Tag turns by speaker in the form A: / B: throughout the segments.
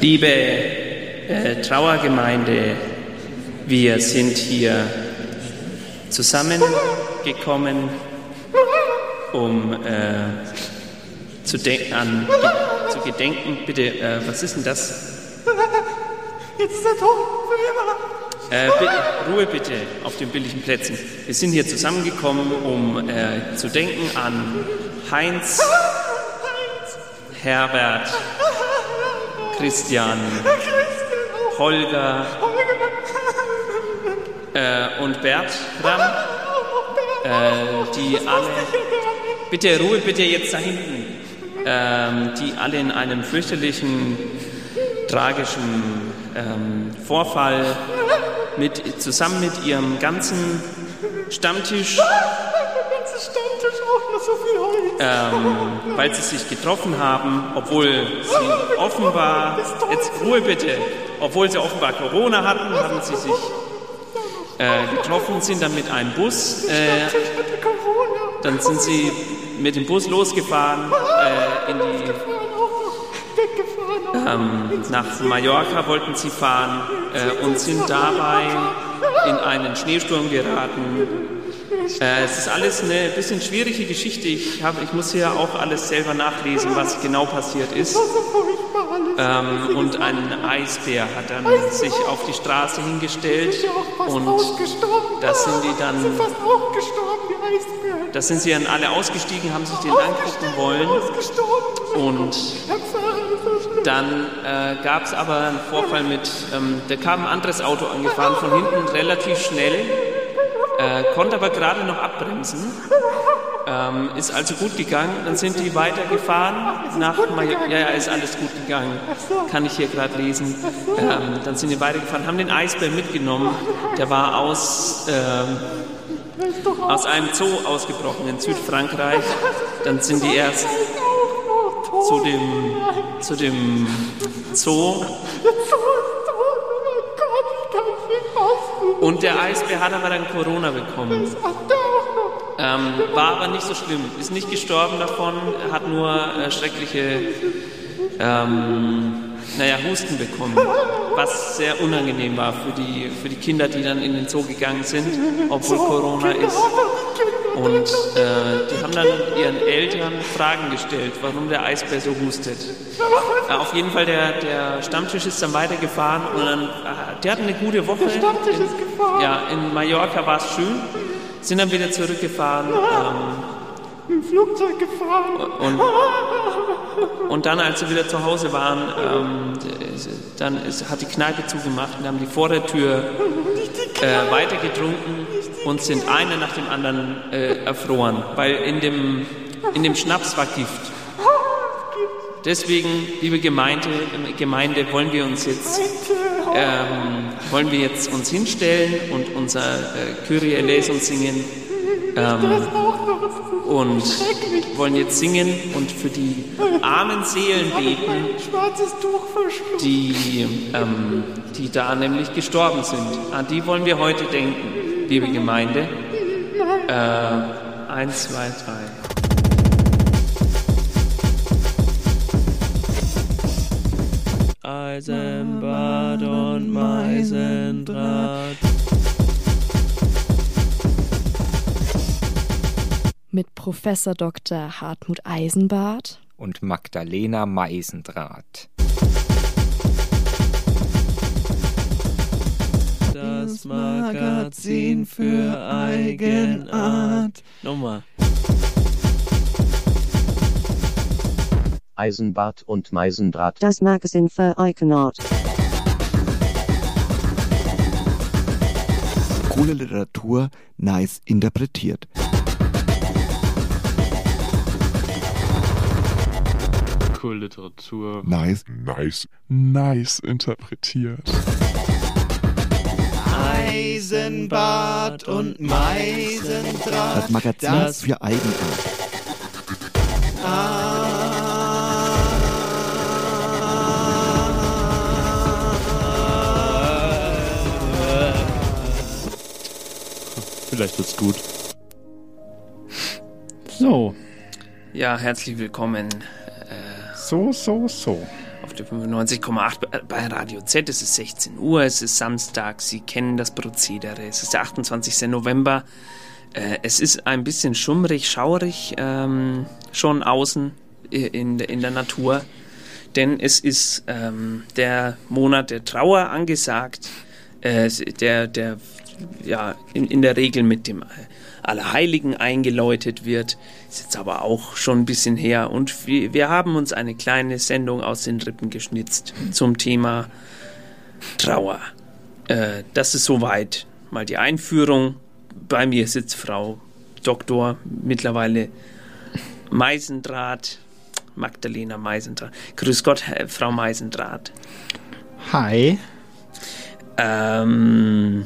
A: Liebe äh, Trauergemeinde, wir sind hier zusammengekommen, um äh, zu, denk an, ge zu gedenken. Bitte, äh, was ist denn das?
B: Jetzt ist er tot, für immer.
A: Äh, bitte, Ruhe bitte auf den billigen Plätzen. Wir sind hier zusammengekommen, um äh, zu denken an Heinz, Herbert, Christian,
B: oh.
A: Holger äh, und Bertram, äh, die alle. Bitte Ruhe, bitte jetzt da hinten. Ähm, die alle in einem fürchterlichen, tragischen ähm, Vorfall mit, zusammen mit ihrem ganzen Stammtisch
B: Der ganze Stammtisch auch noch so viel Holz.
A: ähm, weil sie sich getroffen haben, obwohl sie offenbar, jetzt Ruhe bitte, obwohl sie offenbar Corona hatten, haben sie sich äh, getroffen, sind dann mit einem Bus, äh,
B: Ich hatte Corona.
A: dann sind sie mit dem Bus losgefahren äh, in die
B: Fahren auch noch weggefahren. Auch.
A: ähm, nach Mallorca wollten sie fahren äh, und sind dabei in einen Schneesturm geraten. Äh, es ist alles eine bisschen schwierige Geschichte. Ich, hab, ich muss hier auch alles selber nachlesen, was genau passiert ist.
B: So furchtbar alles.
A: Ähm, und ein Eisbär hat dann sich auf die Straße hingestellt
B: Ich bin ja auch fast
A: und
B: ausgestorben.
A: das sind die dann-
B: sind fast auch gestorben, die Eisbären.
A: da sind sie dann alle ausgestiegen, haben sich den angucken wollen
B: Ausgestorben.
A: und
B: Herr Pfarrer, ist so schlimm.
A: Dann äh, gab es aber einen Vorfall mit, ähm, da kam ein anderes Auto angefahren von hinten relativ schnell, äh, konnte aber gerade noch abbremsen, ähm, ist also gut gegangen, dann sind die weitergefahren nach Mallorca, ja, ja, ist alles gut gegangen, kann ich hier gerade lesen, ähm, dann sind die weitergefahren, haben den Eisbär mitgenommen, der war aus, ähm, aus einem Zoo ausgebrochen in Südfrankreich, dann sind die erst zu dem, zu dem Zoo. Und der Eisbär hat aber dann Corona bekommen. Ähm, war aber nicht so schlimm. Ist nicht gestorben davon, hat nur äh, schreckliche, ähm, naja, Husten bekommen. Was sehr unangenehm war für die, für die Kinder, die dann in den Zoo gegangen sind, obwohl Corona ist. Und äh, die haben dann ihren Eltern Fragen gestellt, warum der Eisbär so hustet. Äh, auf jeden Fall, der, der Stammtisch ist dann weitergefahren und dann, äh, der hat eine gute Woche. Der
B: Stammtisch
A: in,
B: ist gefahren.
A: Ja, in Mallorca war es schön, sind dann wieder zurückgefahren. Ähm,
B: Mit dem Flugzeug gefahren.
A: und, und dann, als sie wieder zu Hause waren, ähm, dann ist, hat die Kneipe zugemacht und haben die Vordertür äh, weitergetrunken und sind einer nach dem anderen äh, erfroren, weil in dem, in dem Schnaps war Gift. Deswegen, liebe Gemeinde, Gemeinde wollen wir uns jetzt ähm, wollen wir jetzt uns hinstellen und unser äh, Kyrie eleison singen ähm, und wollen jetzt singen und für die armen Seelen beten,
B: Ein schwarzes Tuch verschlungen.
A: die, ähm, die da nämlich gestorben sind. An die wollen wir heute denken, liebe Gemeinde. Äh, eins, zwei, drei. Eisenbad und Meisendraht.
C: mit Professor Dr. Hartmut Eisenbart
D: und Magdalena Meisendraht.
A: Das Magazin für Eigenart. Nochmal.
E: Eisenbart und Meisendraht.
F: Das Magazin für Eukenort.
G: Coole Literatur, nice interpretiert.
H: Cool Literatur.
G: Nice,
I: nice, nice interpretiert.
J: Eisenbart und Meisendraht.
G: das Magazin
J: Das-
G: für Eigenart.
K: Äh.
H: Vielleicht wird's gut.
L: So,
A: Ja, herzlich willkommen
L: So, so, so.
A: äh, Auf der 95,8 bei Radio Z. Es ist 16 Uhr, es ist Samstag. Sie kennen das Prozedere. Es ist der 28. November. Äh, es ist ein bisschen schummrig, schaurig, ähm, schon außen äh, in, in der Natur. Denn es ist ähm, der Monat der Trauer angesagt, äh, der, der ja, in, in der Regel mit dem Allerheiligen eingeläutet wird. Ist jetzt aber auch schon ein bisschen her. Und wir, wir haben uns eine kleine Sendung aus den Rippen geschnitzt zum Thema Trauer. Äh, das ist soweit mal die Einführung. Bei mir sitzt Frau Doktor, mittlerweile Meisendraht, Magdalena Meisendraht. Grüß Gott, Herr- Frau Meisendraht.
L: Hi.
A: Ähm,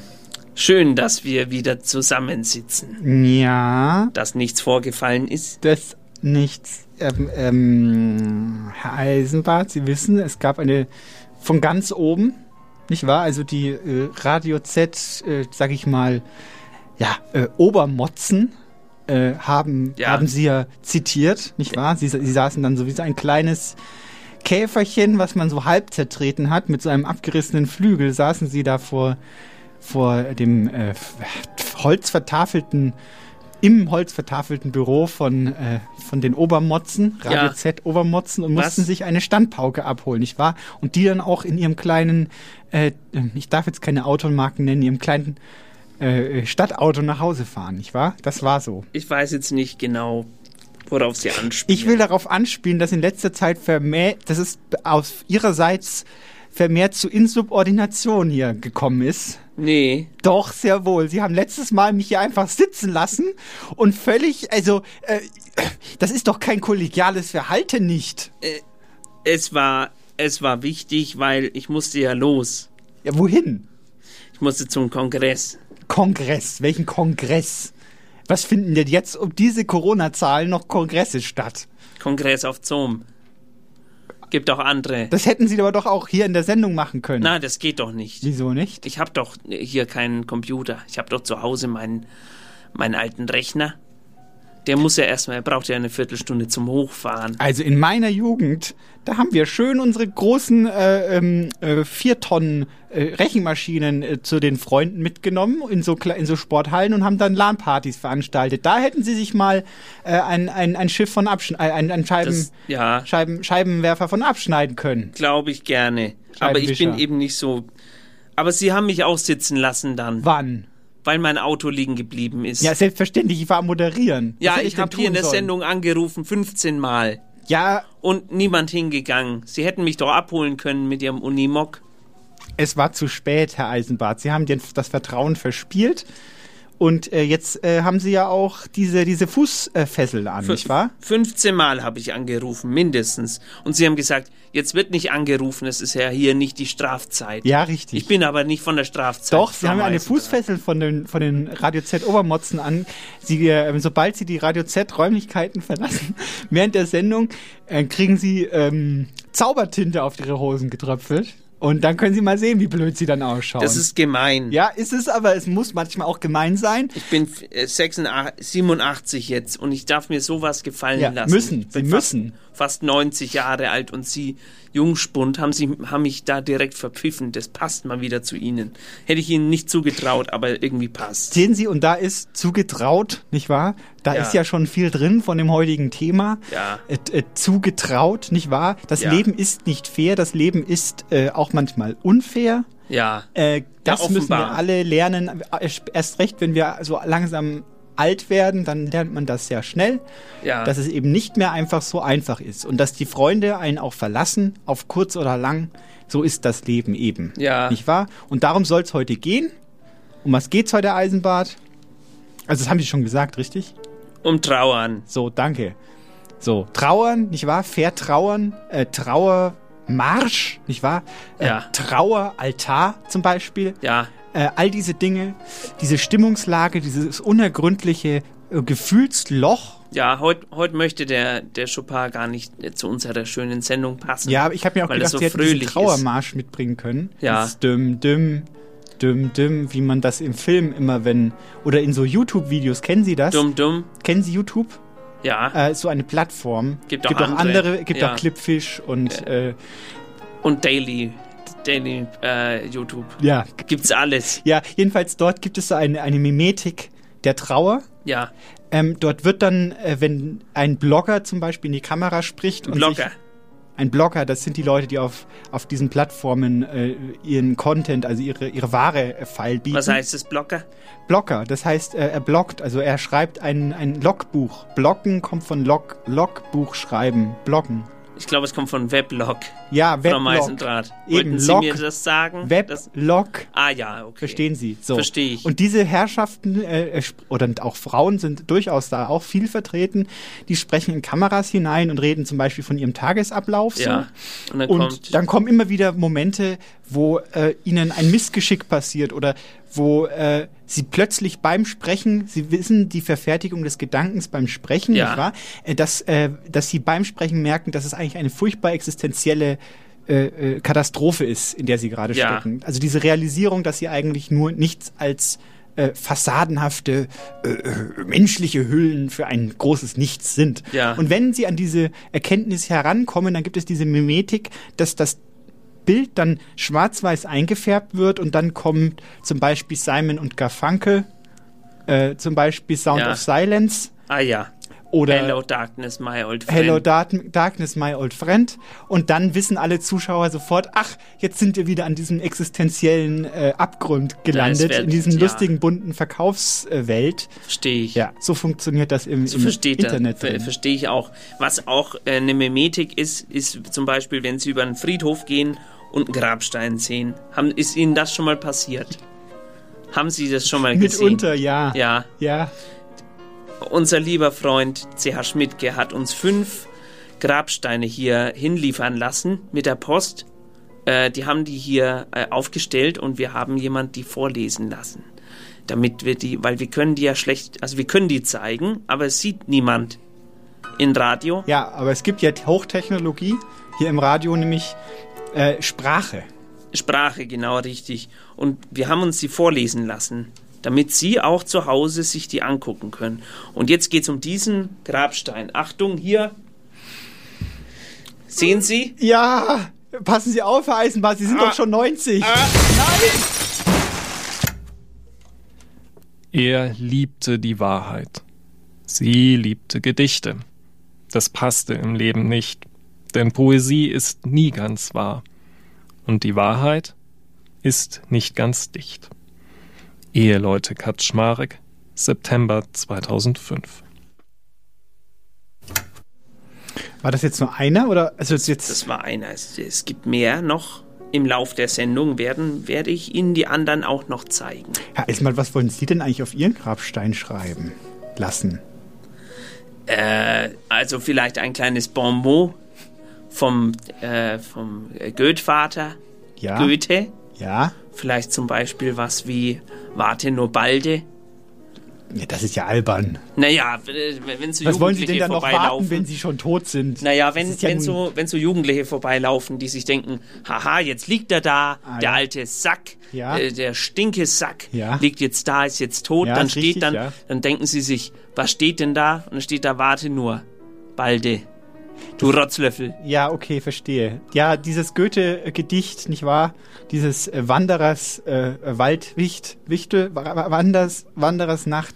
A: schön, dass wir wieder zusammensitzen.
L: Ja,
A: Dass nichts vorgefallen ist.
L: das nichts. Ähm, ähm, Herr Eisenbart, Sie wissen, es gab eine von ganz oben, nicht wahr? Also die äh, Radio Z, äh, sag ich mal, ja, äh, Obermotzen äh, haben,
A: Ja.
L: haben Sie ja zitiert, nicht wahr? Sie, sie saßen dann so wie so ein kleines Käferchen, was man so halb zertreten hat, mit so einem abgerissenen Flügel, saßen Sie da vor, vor dem äh, holzvertafelten im holzvertafelten Büro von, äh, von den Obermotzen, Radio
A: Ja.
L: Z Obermotzen und
A: Was?
L: mussten sich eine Standpauke abholen, nicht wahr? Und die dann auch in ihrem kleinen, äh, ich darf jetzt keine Automarken nennen, ihrem kleinen äh, Stadtauto nach Hause fahren, nicht wahr? Das war so.
A: Ich weiß jetzt nicht genau, worauf Sie anspielen.
L: Ich will darauf anspielen, dass in letzter Zeit vermehrt, dass es auf ihrerseits vermehrt zu Insubordination hier gekommen ist.
A: Nee.
L: Doch, sehr wohl. Sie haben letztes Mal mich hier einfach sitzen lassen und völlig, also, äh, das ist doch kein kollegiales Verhalten nicht.
A: Äh, Es war, es war wichtig, weil ich musste ja los.
L: Ja, wohin?
A: Ich musste zum Kongress.
L: Kongress. Welchen Kongress? Was finden denn jetzt um diese Corona-Zahlen noch Kongresse statt?
A: Kongress auf Zoom. Gibt auch andere.
L: Das hätten Sie aber doch auch hier in der Sendung machen können.
A: Nein, das geht doch nicht.
L: Wieso nicht?
A: Ich habe doch hier keinen Computer. Ich habe doch zu Hause meinen, meinen alten Rechner. Der muss ja erstmal, er braucht ja eine Viertelstunde zum Hochfahren.
L: Also in meiner Jugend, da haben wir schön unsere großen äh, ähm, äh, vier Tonnen äh, Rechenmaschinen äh, zu den Freunden mitgenommen in so kle- in so Sporthallen und haben dann LAN-Partys veranstaltet. Da hätten sie sich mal äh, ein, ein, ein Schiff von abschneiden, äh, ein, ein Scheiben,
A: Das, ja,
L: Scheiben, Scheibenwerfer von abschneiden können.
A: glaube ich gerne. Aber ich bin
L: Scheibenwischer.
A: eben nicht so. Aber Sie haben mich auch sitzen lassen dann,
L: Wann?
A: weil mein Auto liegen geblieben ist.
L: Ja, selbstverständlich, ich war am moderieren. Was
A: Ja,
L: hätte
A: ich
L: denn
A: habe hier
L: tun
A: in der
L: sollen?
A: Sendung angerufen, 15 Mal.
L: Ja,
A: Und niemand hingegangen. Sie hätten mich doch abholen können mit ihrem Unimog.
L: Es war zu spät, Herr Eisenbart. Sie haben dir das Vertrauen verspielt. Und äh, jetzt äh, haben Sie ja auch diese, diese Fußfessel äh, Fessel an, nicht wahr?
A: 15 Mal habe ich angerufen, mindestens. Und sie haben gesagt, jetzt wird nicht angerufen, es ist ja hier nicht die Strafzeit.
L: Ja, richtig.
A: Ich bin aber nicht von der Strafzeit.
L: Doch, Sie haben ja eine
A: verweisen.
L: Fußfessel von den, von den Radio Z Obermotzen an. Sie, äh, sobald Sie die Radio Z Räumlichkeiten verlassen, während der Sendung, äh, kriegen Sie ähm, Zaubertinte auf Ihre Hosen getröpfelt. Und dann können Sie mal sehen, wie blöd Sie dann ausschauen.
A: Das ist gemein.
L: ja, ist es, aber es muss manchmal auch gemein sein.
A: Ich bin äh, 86, 87 jetzt und ich darf mir sowas gefallen
L: Ja,
A: lassen.
L: müssen.
A: Ich bin
L: Sie
A: fast,
L: müssen.
A: Fast 90 Jahre alt und Sie, Jungspund, haben, Sie, haben mich da direkt verpfiffen. Das passt mal wieder zu Ihnen. Hätte ich Ihnen nicht zugetraut, aber irgendwie passt.
L: Sehen Sie, und da ist zugetraut, nicht wahr? Da
A: Ja.
L: ist ja schon viel drin von dem heutigen Thema.
A: Ja.
L: Äh, äh, zugetraut, nicht wahr? Das
A: Ja.
L: Leben ist nicht fair, das Leben ist äh, auch manchmal unfair.
A: Ja.
L: Äh, das müssen wir
A: offenbar.
L: alle lernen. Äh, Erst recht, wenn wir so langsam alt werden, dann lernt man das sehr schnell,
A: ja.
L: dass es eben nicht mehr einfach so einfach ist und dass die Freunde einen auch verlassen, auf kurz oder lang. So ist das Leben eben.
A: Ja.
L: Nicht wahr? Und darum soll es heute gehen. Um was geht's heute, Eisenbart? Also, das haben Sie schon gesagt, richtig?
A: um Trauern.
L: So, danke. So, trauern, nicht wahr? Vertrauern, äh, Trauermarsch, nicht wahr? Äh,
A: Ja.
L: Traueraltar zum Beispiel.
A: Ja.
L: Äh, all diese Dinge, diese Stimmungslage, dieses unergründliche äh, Gefühlsloch.
A: Ja, heute heut möchte der, der Chopin gar nicht äh, zu unserer schönen Sendung passen.
L: Ja, aber ich habe mir auch
A: Weil
L: gedacht,
A: das so
L: sie hätten diesen
A: fröhlich ist.
L: Trauermarsch mitbringen können.
A: Ja.
L: Dieses Düm, düm, düm, düm, wie man das im Film immer, wenn, oder in so YouTube-Videos, kennen Sie das?
A: Dumm, dumm.
L: Kennen Sie YouTube?
A: Ja.
L: Äh, so eine Plattform.
A: Gibt auch
L: auch
A: andere.
L: andere, gibt
A: Ja.
L: auch Clipfish und äh,
A: Und Daily, Daily äh, YouTube.
L: ja.
A: Gibt's alles.
L: Ja, jedenfalls dort gibt es so eine, eine Mimetik der Trauer.
A: Ja.
L: Ähm, dort wird dann, äh, wenn ein Blogger zum Beispiel in die Kamera spricht und sich
A: Blogger.
L: Ein Blogger, das sind die Leute, die auf, auf diesen Plattformen äh, ihren Content, also ihre, ihre Ware äh, feil bieten.
A: Was heißt das, Blogger?
L: Blogger, das heißt, äh, er bloggt, also er schreibt ein, ein Logbuch. Bloggen kommt von Log, Logbuch schreiben, bloggen.
A: Ich glaube, es kommt von Weblog.
L: Ja,
A: Von
L: Weblog.
A: Meisendraht.
L: Eben,
A: Wollten Sie
L: Log.
A: mir das sagen? Das,
L: Weblog,
A: ah ja, okay.
L: verstehen Sie. So.
A: Verstehe ich.
L: Und diese Herrschaften äh, sp- oder auch Frauen sind durchaus da auch viel vertreten. Die sprechen in Kameras hinein und reden zum Beispiel von ihrem Tagesablauf.
A: ja.
L: So.
A: Und dann
L: Und
A: kommt.
L: dann kommen immer wieder Momente, wo äh, ihnen ein Missgeschick passiert oder wo äh, sie plötzlich beim Sprechen, sie wissen die Verfertigung des Gedankens beim Sprechen,
A: Ja.
L: nicht wahr? Äh, dass, äh, dass sie beim Sprechen merken, dass es eigentlich eine furchtbar existenzielle äh, äh, Katastrophe ist, in der sie gerade
A: Ja.
L: stecken. Also diese Realisierung, dass sie eigentlich nur nichts als äh, fassadenhafte äh, äh, menschliche Hüllen für ein großes Nichts sind.
A: Ja.
L: Und wenn sie an diese Erkenntnis herankommen, dann gibt es diese Mimetik, dass das Bild dann schwarz-weiß eingefärbt wird und dann kommt zum Beispiel Simon und Garfunkel, äh, zum Beispiel Sound
A: Ja.
L: of Silence
A: ah ja.
L: oder
A: Hello Darkness, my old friend.
L: Hello Dark Darkness, my old friend. Und dann wissen alle Zuschauer sofort, ach, jetzt sind wir wieder an diesem existenziellen äh, Abgrund gelandet,
A: wird-
L: in diesem
A: ja.
L: lustigen, bunten Verkaufswelt.
A: Verstehe ich.
L: Ja, so funktioniert das im,
A: So
L: im
A: versteht er.
L: Internet.
A: Ver
L: drin.
A: Verstehe ich auch. Was auch äh, eine Mimetik ist, ist zum Beispiel, wenn Sie über einen Friedhof gehen und einen Grabstein sehen. Haben, ist Ihnen das schon mal passiert? Haben Sie das schon mal gesehen?
L: Mitunter, ja.
A: Ja.
L: Ja,
A: Unser lieber Freund CH Schmidtke hat uns fünf Grabsteine hier hinliefern lassen mit der Post. Äh, die haben die hier äh, aufgestellt und wir haben jemand die vorlesen lassen. Damit wir die, weil wir können die ja schlecht, also wir können die zeigen, aber es sieht niemand in Radio.
L: ja, aber es gibt ja Hochtechnologie, hier im Radio nämlich äh, Sprache.
A: Sprache, genau richtig. Und wir haben uns die vorlesen lassen, damit Sie auch zu Hause sich die angucken können. Und jetzt geht es um diesen Grabstein. Achtung, hier. Sehen Sie?
L: Ja, passen Sie auf, Herr Eisenbart, Sie sind
A: Ah.
L: doch schon 90.
H: Er liebte die Wahrheit. Sie liebte Gedichte. Das passte im Leben nicht, denn Poesie ist nie ganz wahr. Und die Wahrheit ist nicht ganz dicht. Eheleute Kaczmarek, September 2005.
L: War das jetzt nur einer oder? Also das ist jetzt
A: Das war einer. Es, es gibt mehr noch. Im Lauf der Sendung werden, werde ich Ihnen die anderen auch noch zeigen.
L: Herr Eismann, was wollen Sie denn eigentlich auf Ihren Grabstein schreiben lassen?
A: Äh, also vielleicht ein kleines Bonbon vom, äh, vom äh, Goethe-Vater,
L: Ja.
A: Goethe.
L: Ja.
A: Vielleicht zum Beispiel was wie Warte nur balde.
L: ja. Das ist ja albern.
A: Naja, w- wenn so
L: Was wollen Sie
A: Jugendliche
L: denn dann noch warten,
A: vorbeilaufen.
L: wenn Sie schon tot sind?
A: naja, wenn,
L: Das ist ja
A: wenn,
L: nun-
A: so, wenn so Jugendliche vorbeilaufen, die sich denken, haha, jetzt liegt er da,
L: Ah,
A: der
L: ja.
A: alte Sack,
L: Ja.
A: äh, der stinke Sack,
L: Ja.
A: liegt jetzt da, ist jetzt tot,
L: Ja,
A: dann
L: ist
A: steht
L: richtig,
A: dann,
L: ja.
A: dann denken sie sich, was steht denn da? Und dann steht da, warte nur, balde, du Rotzlöffel.
L: Ja, okay, verstehe. Ja, dieses Goethe-Gedicht, nicht wahr? Dieses äh, Wanderers, äh, äh, Waldwicht, Wichte, Wa- Wa- Wanders, Wanderers Nacht,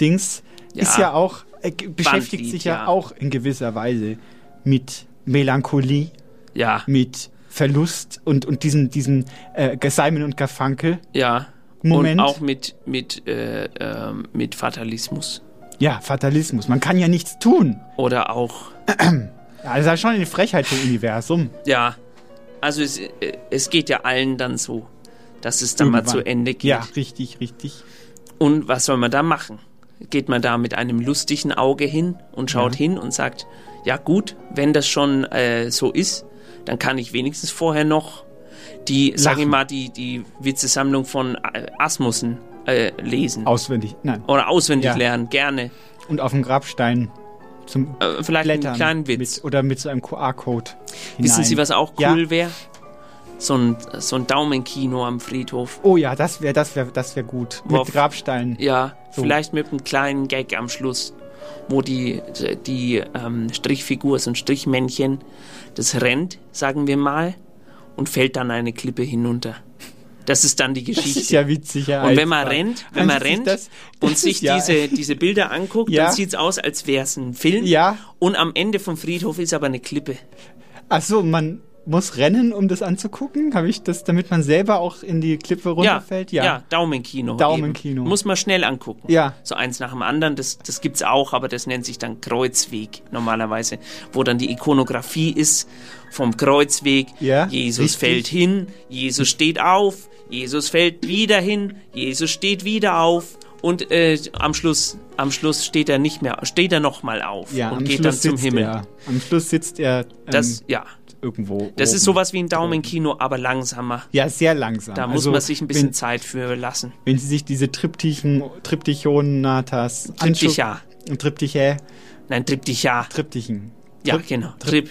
L: Dings, ist
A: Ja.
L: ja auch, äh, g- beschäftigt sich ja,
A: ja.
L: auch in gewisser Weise mit Melancholie,
A: Ja,
L: mit Verlust und, und diesen, diesen äh, Simon und Garfunkel.
A: ja.
L: Moment.
A: Und auch mit, mit, äh, ähm, mit Fatalismus.
L: Ja, Fatalismus. Man kann ja nichts tun.
A: Oder auch
L: Ja, das ist ja schon eine Frechheit vom Universum.
A: Ja, also es, äh, es geht ja allen dann so, dass es dann mal
L: Irgendwann.
A: zu Ende geht.
L: Ja, richtig, richtig.
A: Und was soll man da machen? Geht man da mit einem lustigen Auge hin und schaut hin und sagt, ja gut, wenn das schon äh, so ist, dann kann ich wenigstens vorher noch die, sag ich
L: Lachen.
A: mal, die, die Witzesammlung von äh, Asmussen äh, lesen.
L: Auswendig. Nein.
A: Oder auswendig
L: Ja.
A: lernen, gerne.
L: Und auf dem Grabstein zum
A: Äh, vielleicht
L: Blättern.
A: einen kleinen Witz.
L: Mit, oder mit so einem QR-Code.
A: Wissen
L: hinein.
A: Sie, was auch
L: Ja.
A: cool wäre? So ein, so ein Daumenkino am Friedhof.
L: Oh ja, das wäre das wär, das wär gut.
A: Worauf-
L: Mit Grabstein.
A: Ja,
L: So.
A: vielleicht mit einem kleinen Gag am Schluss. wo die, die ähm, Strichfigur, so ein Strichmännchen, das rennt, sagen wir mal, und fällt dann eine Klippe hinunter. Das ist dann die Geschichte.
L: Das ist ja witzig, ja.
A: Und wenn man rennt, wenn man
L: Hans,
A: rennt
L: das-
A: und
L: das
A: sich
L: ist ja-
A: diese, diese Bilder anguckt,
L: Ja.
A: dann sieht es aus, als wäre es ein Film.
L: Ja.
A: Und am Ende vom Friedhof ist aber eine Klippe.
L: Ach so, man muss rennen, um das anzugucken? Habe ich das, damit man selber auch in die Klippe runterfällt?
A: Ja, ja Daumenkino.
L: Daumenkino.
A: eben. Muss man schnell angucken.
L: Ja.
A: So eins nach dem anderen, das, das gibt's auch, aber das nennt sich dann Kreuzweg normalerweise, wo dann die Ikonografie ist vom Kreuzweg.
L: Ja,
A: Jesus
L: richtig.
A: fällt hin, Jesus steht auf, Jesus fällt wieder hin, Jesus steht wieder auf und äh, am Schluss am Schluss steht er nicht mehr, steht er noch mal auf
L: Ja,
A: und
L: am
A: geht
L: Schluss
A: dann zum
L: sitzt
A: Himmel.
L: Er, am Schluss sitzt er ähm,
A: Das ja,
L: irgendwo.
A: das
L: oben.
A: ist sowas wie ein Daumenkino, aber langsamer.
L: Ja, sehr langsam.
A: Da muss
L: Also,
A: man sich ein bisschen
L: Wenn,
A: Zeit für lassen.
L: wenn Sie sich diese Triptychen, Triptychonatas.
A: Triptycha.
L: anschauen- Triptyche.
A: Nein, Triptycha.
L: Triptychen.
A: Ja,
L: Trip-
A: genau. Trip.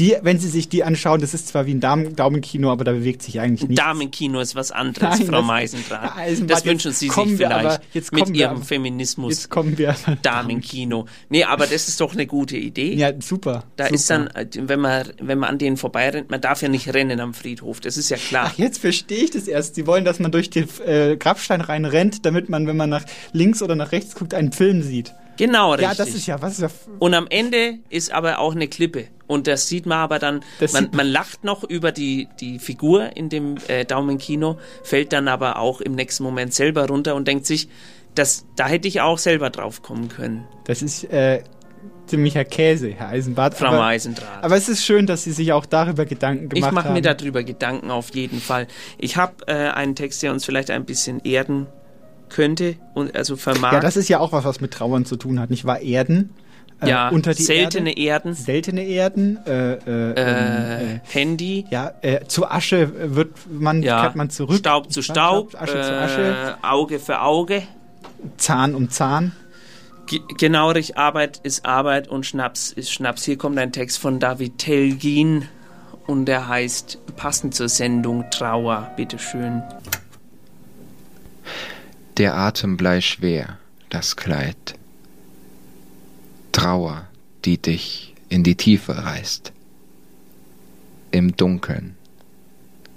L: Die, wenn Sie sich die anschauen, das ist zwar wie ein Daumen, Daumenkino, aber da bewegt sich eigentlich nichts.
A: Damenkino ist was anderes,
L: Nein,
A: Frau
L: das-
A: Meisendraht.
L: Ja, Eisenbart,
A: Das
L: jetzt
A: wünschen Sie sich
L: kommen wir
A: vielleicht
L: aber- jetzt
A: mit
L: kommen wir
A: Ihrem
L: aber-
A: Feminismus.
L: Jetzt kommen wir.
A: Damenkino. Nee, aber das ist doch eine gute Idee.
L: Ja, super.
A: da
L: super.
A: ist dann, äh, wenn man, wenn man an denen vorbeirennt, man darf ja nicht rennen am Friedhof, das ist ja klar.
L: Ach, jetzt verstehe ich das erst. Sie wollen, dass man durch den äh, Grabstein reinrennt, damit man, wenn man nach links oder nach rechts guckt, einen Film sieht.
A: Genau, richtig.
L: Ja, das ist ja, was ist ja. f-
A: Und am Ende ist aber auch eine Klippe. Und das sieht man aber dann,
L: Das
A: man,
L: sieht man.
A: man lacht noch über die, die Figur in dem äh, Daumenkino, fällt dann aber auch im nächsten Moment selber runter und denkt sich, das, da hätte ich auch selber drauf kommen können,
L: Das ist äh, ziemlicher Käse, Herr Eisenbart.
A: Frau
L: aber,
A: Eisendraht.
L: aber es ist schön, dass Sie sich auch darüber Gedanken
A: Ich
L: gemacht
A: mache
L: haben.
A: mir darüber Gedanken auf jeden Fall. Ich habe äh, einen Text, der uns vielleicht ein bisschen erden könnte und also vermag.
L: ja, das ist ja auch was, was mit Trauern zu tun hat, nicht wahr? Erden. äh,
A: Ja,
L: unter die
A: seltene
L: Erde,
A: Erden,
L: seltene Erden. Äh, äh, ähm,
A: äh,
L: äh,
A: Handy,
L: ja, äh, zu Asche äh, wird man,
A: ja,
L: kehrt man zurück.
A: Staub zu
L: Nicht wahr?
A: Staub,
L: Asche zu Asche,
A: äh, Auge für Auge.
L: Zahn um Zahn.
A: Ge- Genau, richtig, Arbeit ist Arbeit und Schnaps ist Schnaps. Hier kommt ein Text von David Telgin und der heißt passend zur Sendung Trauer, bitteschön.
D: Der Atem bleischwer, das Kleid. Trauer, die dich in die Tiefe reißt. Im Dunkeln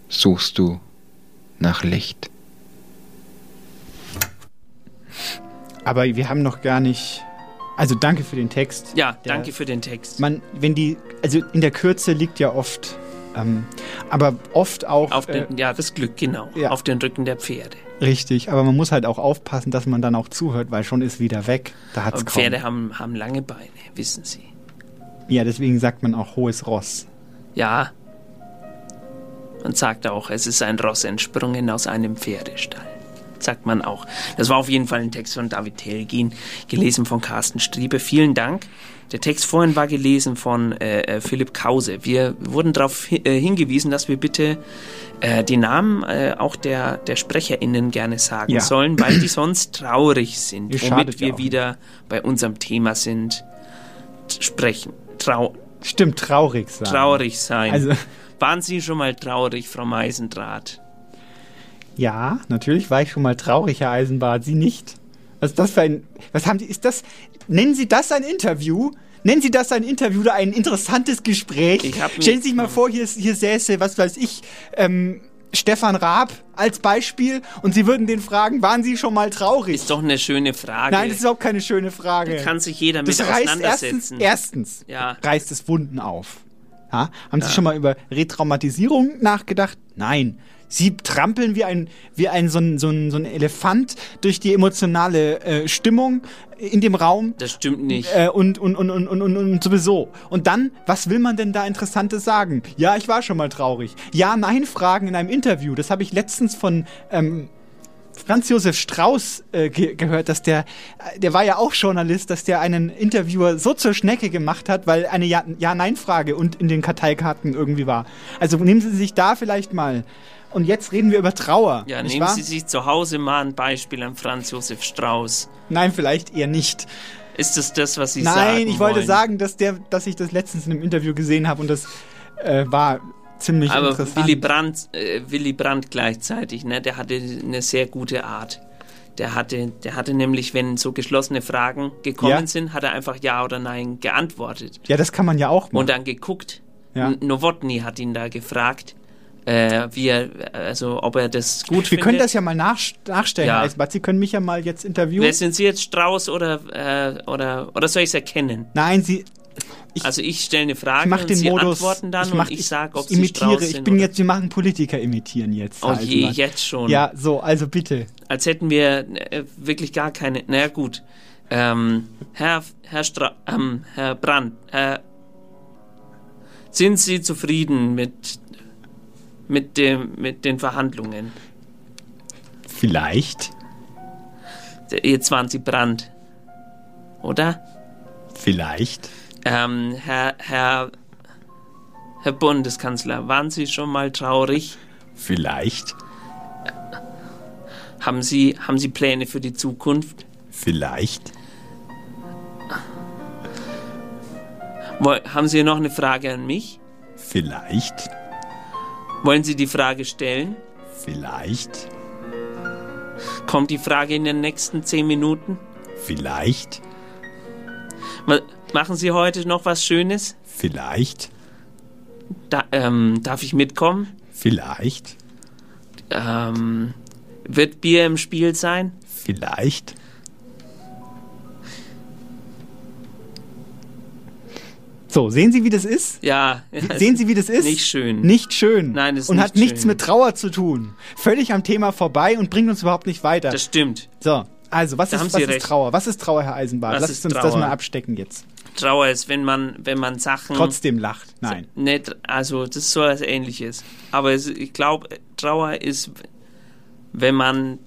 D: suchst du nach Licht.
L: Aber wir haben noch gar nicht. Also danke für den Text.
A: Ja,
L: Der-
A: danke für den Text.
L: Man, wenn die, also in der Kürze liegt ja oft, ähm, aber oft auch
A: Auf den, ja, das Glück, genau.
L: äh, ja.
A: Auf den Rücken der Pferde.
L: äh, richtig. Aber man muss halt auch aufpassen, dass man dann auch zuhört, weil schon ist wieder weg. Da hat's
A: Und
L: kaum.
A: Pferde haben, haben lange Beine, wissen Sie.
L: Ja, deswegen sagt man auch hohes Ross.
A: Ja. Man sagt auch, es ist ein Ross entsprungen aus einem Pferdestall. Sagt man auch. Das war auf jeden Fall ein Text von David Telgin, gelesen von Carsten Striebe. Vielen Dank. Der Text vorhin war gelesen von äh, äh, Philipp Krause. Wir wurden darauf hi äh, hingewiesen, dass wir bitte äh, die Namen äh, auch der, der SprecherInnen gerne sagen
L: Ja.
A: sollen, weil die sonst traurig sind,
L: Ihr
A: womit
L: schadet ja
A: wir
L: auch
A: wieder bei unserem Thema sind. T- Sprechen. Trau
L: Stimmt, traurig sein.
A: traurig sein.
L: Also
A: Waren Sie schon mal traurig, Frau Meisendraht?
L: ja, natürlich war ich schon mal traurig, Herr Eisenbart. Sie nicht. Was ist das für ein? Was haben Sie? Ist das? Nennen Sie das ein Interview? Nennen Sie das ein Interview oder ein interessantes Gespräch?
A: Ich hab mich-
L: Stellen Sie sich mal vor, hier, hier säße, was weiß ich, ähm, Stefan Raab als Beispiel und Sie würden den fragen, waren Sie schon mal traurig?
A: Ist doch eine schöne Frage.
L: Nein, das ist überhaupt keine schöne Frage.
A: Kann sich jeder mit
L: das reißt erstens,
A: auseinandersetzen.
L: erstens
A: Ja.
L: reißt es Wunden auf. Ja? Haben Sie schon mal über Retraumatisierung nachgedacht? Nein. Sie trampeln wie ein, wie ein, so ein, so ein, so ein Elefant durch die emotionale äh, Stimmung in dem Raum.
A: das stimmt nicht.
L: Äh, und, und, und, und, und, und, und sowieso. Und dann, was will man denn da Interessantes sagen? Ja, ich war schon mal traurig. Ja-Nein-Fragen in einem Interview. Das habe ich letztens von ähm, Franz Josef Strauß äh, ge gehört, dass der, äh, der war ja auch Journalist, dass der einen Interviewer so zur Schnecke gemacht hat, weil eine Ja- Ja-Nein-Frage und in den Karteikarten irgendwie war. Also nehmen Sie sich da vielleicht mal. Und jetzt reden wir über Trauer.
A: ja,
L: nicht
A: nehmen
L: wahr?
A: Sie sich zu Hause mal ein Beispiel an Franz Josef Strauß.
L: Nein, vielleicht eher nicht.
A: Ist das das, was Sie
L: Nein,
A: sagen
L: ich wollte
A: wollen?
L: sagen, dass, der, dass ich das letztens in einem Interview gesehen habe und das äh, war ziemlich
A: Aber
L: interessant.
A: Willy Brandt, äh, Willy Brandt gleichzeitig, ne? der hatte eine sehr gute Art. Der hatte, der hatte nämlich, wenn so geschlossene Fragen gekommen
L: Ja.
A: sind, hat er einfach Ja oder Nein geantwortet.
L: Ja, das kann man ja auch machen.
A: Und dann geguckt.
L: Ja.
A: N- Nowotny hat ihn da gefragt, äh, wie er, also ob er das gut
L: Wir
A: findet.
L: können das ja mal nach, nachstellen,
A: Ja.
L: ja. Eisbart. Sie können mich ja mal jetzt interviewen.
A: Wer sind Sie jetzt, Strauß oder, äh, oder, oder soll ich es erkennen?
L: Nein, Sie,
A: also ich stelle eine Frage
L: ich mache
A: und
L: den
A: Sie
L: Modus.
A: antworten dann
L: mach-
A: und ich sage, ob
L: ich imitiere.
A: Sie Strauß
L: ich
A: sind
L: bin
A: oder
L: jetzt, wir machen Politiker imitieren jetzt.
A: Oh
L: Herr
A: je,
L: Eisenbart.
A: jetzt schon.
L: Ja, so, also bitte.
A: als hätten wir äh, wirklich gar keine. Na ja, gut. Ähm, Herr, Herr, Stra ähm, Herr Brandt, Herr, sind Sie zufrieden mit, mit, dem, mit den Verhandlungen?
L: Vielleicht.
A: Jetzt waren Sie Brandt, oder?
L: Vielleicht.
A: Ähm, Herr, Herr, Herr Bundeskanzler, waren Sie schon mal traurig?
L: Vielleicht.
A: Haben Sie, haben Sie Pläne für die Zukunft?
L: Vielleicht.
A: Woll- Haben Sie noch eine Frage an mich?
L: Vielleicht.
A: Wollen Sie die Frage stellen?
L: Vielleicht.
A: Kommt die Frage in den nächsten zehn Minuten?
L: Vielleicht.
A: Ma- Machen Sie heute noch was Schönes?
L: Vielleicht.
A: Da, ähm, darf ich mitkommen?
L: Vielleicht.
A: Ähm, wird Bier im Spiel sein?
L: Vielleicht. So, sehen Sie, wie das ist?
A: Ja.
L: Sehen Sie, wie das ist?
A: Nicht schön.
L: Nicht schön.
A: Nein, das ist
L: und
A: nicht
L: hat nichts
A: schön.
L: mit Trauer zu tun. Völlig am Thema vorbei und bringt uns überhaupt nicht weiter.
A: Das stimmt.
L: so, also, was,
A: Da haben
L: ist,
A: Sie
L: was ist
A: recht.
L: Trauer? Was ist Trauer, Herr Eisenbart?
A: Was
L: Lass
A: ist
L: uns das
A: Trauer? Hm.
L: mal abstecken jetzt.
A: Trauer ist, wenn man, wenn man Sachen.
L: Trotzdem lacht. Nein.
A: Nicht, also, das ist so was ähnliches. Aber es, ich glaube, Trauer ist, wenn man.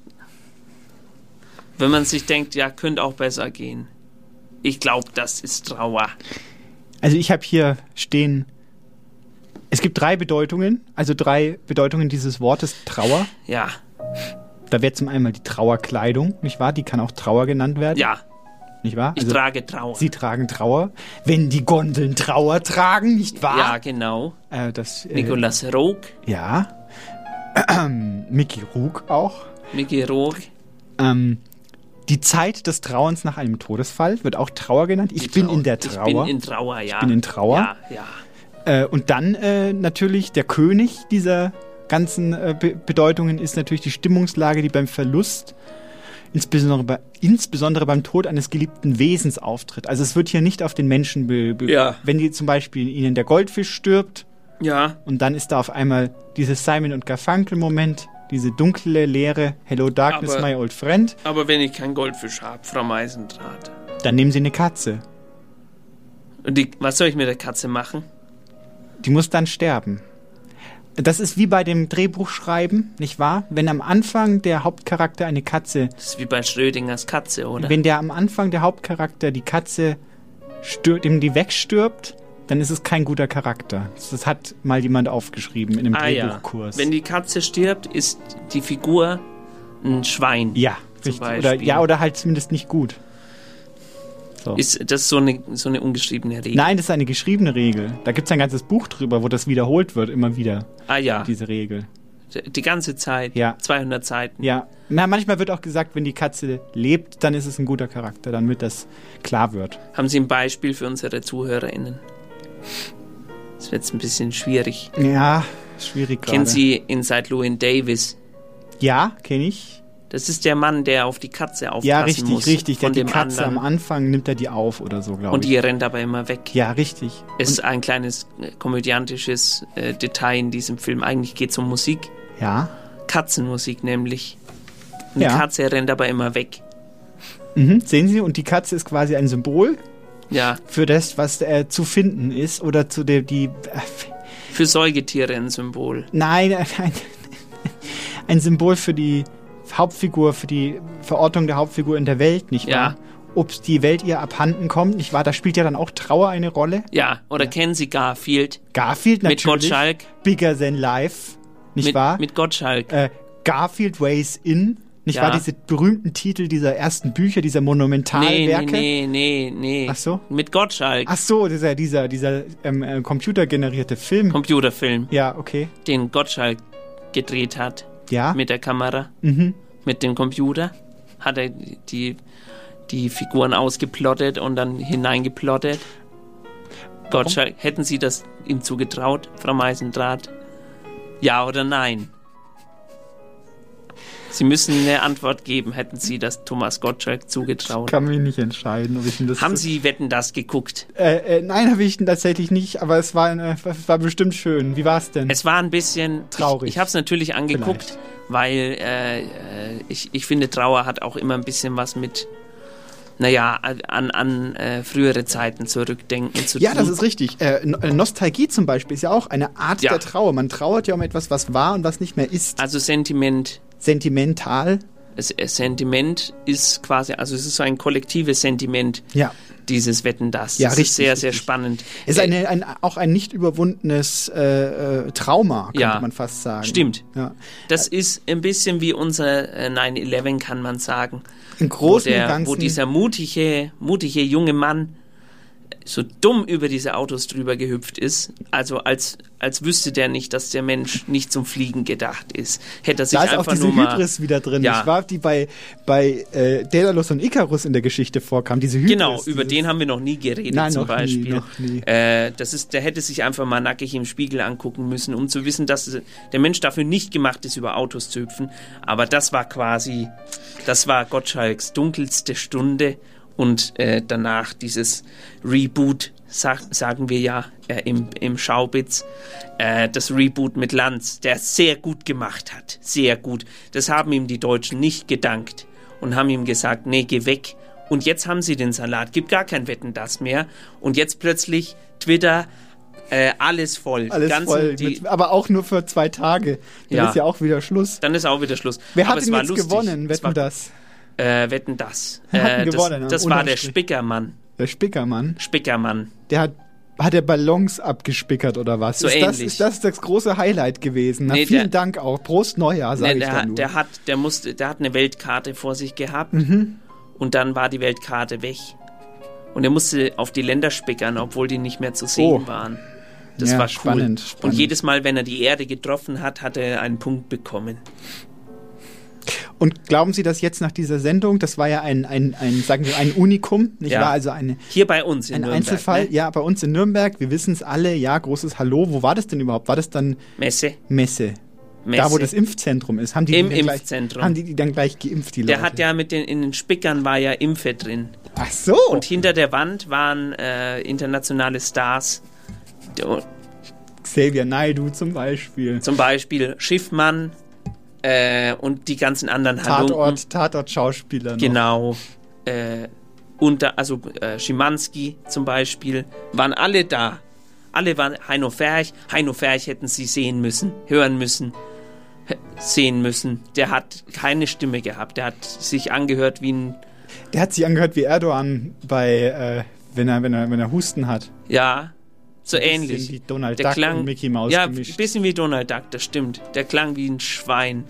A: Wenn man sich denkt, ja, könnte auch besser gehen. Ich glaube, das ist Trauer.
L: Also, ich habe hier stehen. Es gibt drei Bedeutungen, also drei Bedeutungen dieses Wortes Trauer.
A: Ja,
L: Da wäre zum einen mal die Trauerkleidung, nicht wahr? Die kann auch Trauer genannt werden.
A: ja.
L: Nicht wahr? Also
A: Ich trage Trauer.
L: Sie tragen Trauer. Wenn die Gondeln Trauer tragen, nicht wahr?
A: Ja, genau.
L: Äh, das, äh,
A: Nikolaus Rog,
L: Ja. Mickey Rook auch.
A: Mickey Rog.
L: Ähm, die Zeit des Trauerns nach einem Todesfall wird auch Trauer genannt. Ich bin in der Trauer.
A: Ich bin in Trauer, ja.
L: Ich bin in Trauer.
A: Ja, ja.
L: Äh, und dann äh, natürlich der König dieser ganzen äh, Be Bedeutungen ist natürlich die Stimmungslage, die beim Verlust, insbesondere, bei, insbesondere beim Tod eines geliebten Wesens auftritt. Also es wird hier nicht auf den Menschen, be be
A: Ja.
L: wenn die zum Beispiel ihnen der Goldfisch stirbt
A: Ja,
L: und dann ist da auf einmal dieses Simon und Garfunkel Moment, diese dunkle Leere, Hello Darkness,
A: Aber-
L: my old friend,
A: aber wenn ich keinen Goldfisch habe, Frau Meisendraht.
L: dann nehmen sie eine Katze.
A: Und die, was soll ich mit der Katze machen?
L: Die muss dann sterben. Das ist wie bei dem Drehbuchschreiben, nicht wahr? Wenn am Anfang der Hauptcharakter eine Katze,
A: Das ist wie bei Schrödingers Katze, oder?
L: wenn der am Anfang der Hauptcharakter die Katze stirbt, dem die wegstirbt, dann ist es kein guter Charakter. Das hat mal jemand aufgeschrieben in einem
A: ah ja.
L: Drehbuchkurs.
A: Wenn die Katze stirbt, ist die Figur ein Schwein.
L: ja,
A: Zum
L: richtig. Oder,
A: Beispiel.
L: ja, oder halt zumindest nicht gut. So.
A: Ist das so eine, so eine ungeschriebene Regel?
L: Nein, das ist eine geschriebene Regel. Da gibt es ein ganzes Buch drüber, wo das wiederholt wird, immer wieder,
A: Ah ja, die,
L: diese Regel.
A: ganze Zeit.
L: Ja.
A: 200 Seiten.
L: Ja, na, manchmal wird auch gesagt, wenn die Katze lebt, dann ist es ein guter Charakter, damit das klar wird.
A: Haben Sie ein Beispiel für unsere ZuhörerInnen? Das wird jetzt ein bisschen schwierig.
L: Ja, ist schwierig gerade.
A: Kennen Sie Inside Llewyn Davis?
L: Ja, kenne ich.
A: Das ist der Mann, der auf die Katze aufpassen
L: Ja, richtig,
A: muss.
L: richtig. Der
A: Von
L: hat die
A: dem
L: Katze
A: anderen.
L: am Anfang nimmt er die auf oder so, glaube
A: Und
L: ich.
A: die rennt dabei immer weg.
L: Ja, richtig.
A: Ist ein kleines äh, komödiantisches äh, Detail in diesem Film. Eigentlich geht es um Musik.
L: Ja.
A: Katzenmusik nämlich. Und
L: Ja.
A: die Katze rennt dabei immer weg.
L: Mhm. Sehen Sie, und die Katze ist quasi ein Symbol
A: Ja,
L: für das, was äh, zu finden ist oder zu der, die. Äh,
A: für Säugetiere ein Symbol.
L: nein, äh, ein, ein Symbol für die Hauptfigur, für die Verortung der Hauptfigur in der Welt, nicht
A: Ja.
L: wahr? Ob die Welt ihr abhanden kommt, nicht wahr? Da spielt ja dann auch Trauer eine Rolle.
A: Ja, oder kennen Sie Garfield?
L: Garfield
A: Mit
L: natürlich.
A: Gottschalk.
L: Bigger Than Life, nicht
A: mit,
L: wahr?
A: Mit Gottschalk.
L: äh, Garfield Ways In, nicht
A: Ja.
L: wahr? Diese berühmten Titel dieser ersten Bücher, dieser Monumentalwerke.
A: nee, nee, nee, nee.
L: Ach so?
A: Mit Gottschalk.
L: Ach so, dieser, dieser, dieser ähm, äh, computergenerierte Film.
A: Computerfilm,
L: ja, okay.
A: den Gottschalk gedreht hat.
L: Ja.
A: Mit der Kamera.
L: Mhm.
A: Mit dem Computer. hat er die, die Figuren ausgeplottet und dann hineingeplottet. Gottschalk, hätten Sie das ihm zugetraut, Frau Meisendraht? Ja oder nein? Sie müssen eine Antwort geben, hätten Sie das Thomas Gottschalk zugetraut.
M: Kann mich nicht entscheiden, ob ich ihm das.
A: Haben Sie Wetten das geguckt?
M: Äh, äh, nein, habe ich ihn tatsächlich nicht, aber es war, äh, es war bestimmt schön. Wie war es denn?
A: Es war ein bisschen
M: Traurig.
A: Ich, ich habe es natürlich angeguckt, weil äh, äh, ich, ich finde, Trauer hat auch immer ein bisschen was mit, naja, an, an äh, frühere Zeiten zurückdenken zu
L: Ja,
A: tun.
L: das ist richtig. Äh, No- äh, Nostalgie zum Beispiel ist ja auch eine Art
A: Ja.
L: der Trauer. Man trauert ja um etwas, was war und was nicht mehr ist.
A: Also Sentiment.
L: Sentimental.
A: Es, es Sentiment ist quasi, also es ist so ein kollektives Sentiment,
L: Ja.
A: dieses Wetten das.
L: Ja,
A: das
L: richtig,
A: ist sehr, sehr
L: richtig.
A: spannend.
L: Ist eine, ein, auch ein nicht überwundenes äh, äh, Trauma, könnte
A: Ja.
L: man fast sagen.
A: Stimmt.
L: Ja.
A: Das ist ein bisschen wie unser äh, 9-11, kann man sagen.
L: Im Großen
A: wo der,
L: und Ganzen-
A: Wo dieser mutige, mutige junge Mann so dumm über diese Autos drüber gehüpft ist, also als, als wüsste der nicht, dass der Mensch nicht zum Fliegen gedacht ist. Hätte er sich
L: Da ist auch
A: einfach
L: diese
A: nur mal...
L: Hybris wieder drin,
A: Ja.
L: nicht wahr? Die bei, bei äh, Daedalus und Icarus in der Geschichte vorkam. Diese Hybris.
A: Genau, über den haben wir noch nie geredet
L: Nein,
A: zum
L: noch nie,
A: Beispiel.
L: noch nie.
A: Äh, das ist, der hätte sich einfach mal nackig im Spiegel angucken müssen, um zu wissen, dass der Mensch dafür nicht gemacht ist, über Autos zu hüpfen. Aber das war quasi, das war Gottschalks dunkelste Stunde und äh, danach dieses Reboot, sag, sagen wir ja äh, im, im Schaubitz, äh, das Reboot mit Lanz, der es sehr gut gemacht hat, sehr gut. Das haben ihm die Deutschen nicht gedankt und haben ihm gesagt, nee, geh weg. Und jetzt haben sie den Salat, gibt gar kein Wetten das mehr. Und jetzt plötzlich Twitter, äh, alles voll. Die
L: Alles
A: ganzen-
L: voll,
A: die,
L: mit, aber auch nur für zwei Tage. Dann
A: Ja.
L: ist ja auch wieder Schluss.
A: dann ist auch wieder Schluss.
L: Wer
A: Aber
L: hat
A: es
L: denn
A: war
L: jetzt
A: lustig.
L: gewonnen? Wetten
A: war-
L: das?
A: Äh, wetten das.
L: Wer hat denn
A: Äh, das
L: gewonnen?
A: das war der
L: Unterstrich.
A: Spickermann.
L: Der Spickermann,
A: Spickermann.
L: der hat, hat der Ballons abgespickert oder was?
A: So
L: ist, das,
A: ähnlich.
L: ist das das große Highlight gewesen? Na,
A: Nee,
L: vielen
A: der-
L: Dank auch. Prost Neujahr, sage
A: Nee,
L: Ah, ich
A: Ne, der,
L: dann nur.
A: der hat, der musste, der hat eine Weltkarte vor sich gehabt
L: Mhm.
A: und dann war die Weltkarte weg. Und er musste auf die Länder spickern, obwohl die nicht mehr zu sehen
L: Oh.
A: waren. Das
L: Ja,
A: war cool.
L: spannend,
A: Und
L: spannend.
A: jedes Mal, wenn er die Erde getroffen hat, hat er einen Punkt bekommen.
L: Und glauben Sie, dass jetzt nach dieser Sendung, das war ja ein, ein, ein sagen wir, ein Unikum, nicht
A: Ja.
L: wahr? Also eine,
A: Hier bei uns in
L: ein
A: Nürnberg.
L: Einzelfall,
A: Ne?
L: ja, bei uns in Nürnberg, wir wissen es alle, ja, großes Hallo. Wo war das denn überhaupt? War das dann
A: Messe.
L: Messe?
A: Messe.
L: Da, wo das Impfzentrum ist. Haben die
A: Im
L: die dann
A: Impfzentrum.
L: Gleich, haben die, die dann gleich geimpft, die
A: Der
L: Leute?
A: hat ja mit den, in den Spickern war ja Impfe drin.
L: Ach so.
A: Und hinter der Wand waren äh, internationale Stars. Der-
L: Xavier Naidu zum Beispiel.
A: Zum Beispiel Schiffmann äh, und die ganzen anderen Halunken.
L: Tatort, Tatort-Schauspieler. noch.
A: Genau. Äh, unter, also äh, Schimanski zum Beispiel, waren alle da. Alle waren Heino Ferch. Heino Ferch hätten sie sehen müssen, hören müssen, h- sehen müssen. Der hat keine Stimme gehabt. Der hat sich angehört wie ein,
L: Der hat sich angehört wie Erdogan bei, äh, wenn, er, wenn, er, wenn er Husten hat.
A: ja, so
L: Ein bisschen
A: ähnlich.
L: wie Donald
A: der
L: Duck
A: klang,
L: und Mickey Mouse
A: Ja,
L: gemischt.
A: ein bisschen wie Donald Duck, das stimmt. Der klang wie ein Schwein.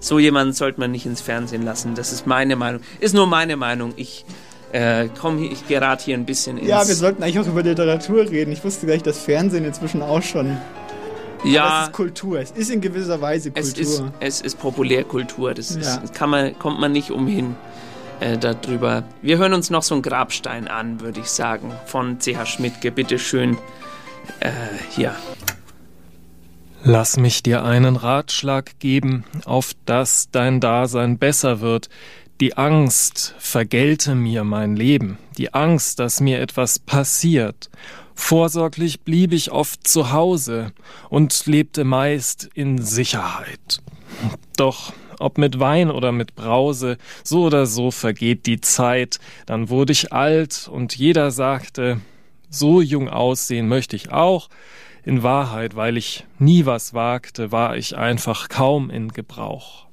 A: So jemanden sollte man nicht ins Fernsehen lassen. Das ist meine Meinung. Ist nur meine Meinung. Ich äh, komme, ich gerate hier ein bisschen ins...
L: Ja, wir sollten eigentlich auch über Literatur reden. Ich wusste gleich, dass Fernsehen inzwischen auch schon. Aber es
A: ja,
L: ist Kultur. Es ist in gewisser Weise Kultur.
A: es ist, es ist Populärkultur. Das ist,
L: Ja.
A: kann man, kommt man nicht umhin äh, darüber. Wir hören uns noch so einen Grabstein an, würde ich sagen, von C.H. Schmidtke. Bitte schön. Äh, hier.
H: Lass mich dir einen Ratschlag geben, auf dass dein Dasein besser wird. Die Angst vergelte mir mein Leben, die Angst, dass mir etwas passiert. Vorsorglich blieb ich oft zu Hause und lebte meist in Sicherheit. Doch ob mit Wein oder mit Brause, so oder so vergeht die Zeit. Dann wurde ich alt und jeder sagte, so jung aussehen möchte ich auch. In Wahrheit, weil ich nie was wagte, war ich einfach kaum in Gebrauch.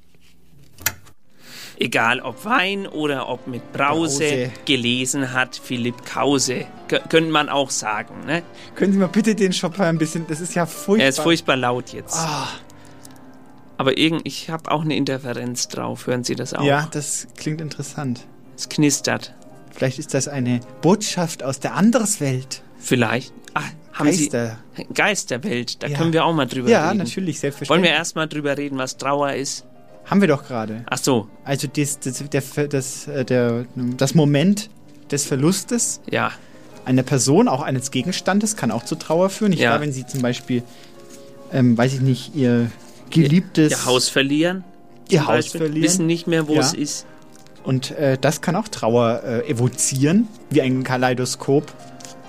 A: Egal ob Wein oder ob mit Brause,
L: Brause.
A: gelesen hat Philipp Krause. Kö- könnte man auch sagen. Ne?
L: Können Sie mal bitte den Chopin ein bisschen. Das ist ja furchtbar.
A: Er ist furchtbar laut jetzt.
L: Ah.
A: Aber irgend, ich habe auch eine Interferenz drauf. Hören Sie das auch?
L: Ja, das klingt interessant.
A: Es knistert.
L: Vielleicht ist das eine Botschaft aus der Anderswelt.
A: Vielleicht. Ah, haben
L: Geister.
A: Sie Geisterwelt? Da
L: Ja.
A: können wir auch mal drüber
L: Ja,
A: reden.
L: natürlich,
A: Wollen wir
L: selbstverständlich.
A: erstmal drüber reden, was Trauer ist?
L: Haben wir doch gerade.
A: Ach so.
L: Also das, das, der, das, äh, der, das Moment des Verlustes
A: Ja.
L: einer Person, auch eines Gegenstandes, kann auch zu Trauer führen. Ich
A: Ja.
L: glaube, wenn sie zum Beispiel, ähm, weiß ich nicht, ihr geliebtes
A: Ihr Haus verlieren.
L: ihr
A: zum
L: Haus
A: Beispiel,
L: verlieren.
A: Wissen nicht mehr, wo
L: Ja.
A: es ist.
L: Und äh, das kann auch Trauer äh, evozieren, wie ein Kaleidoskop.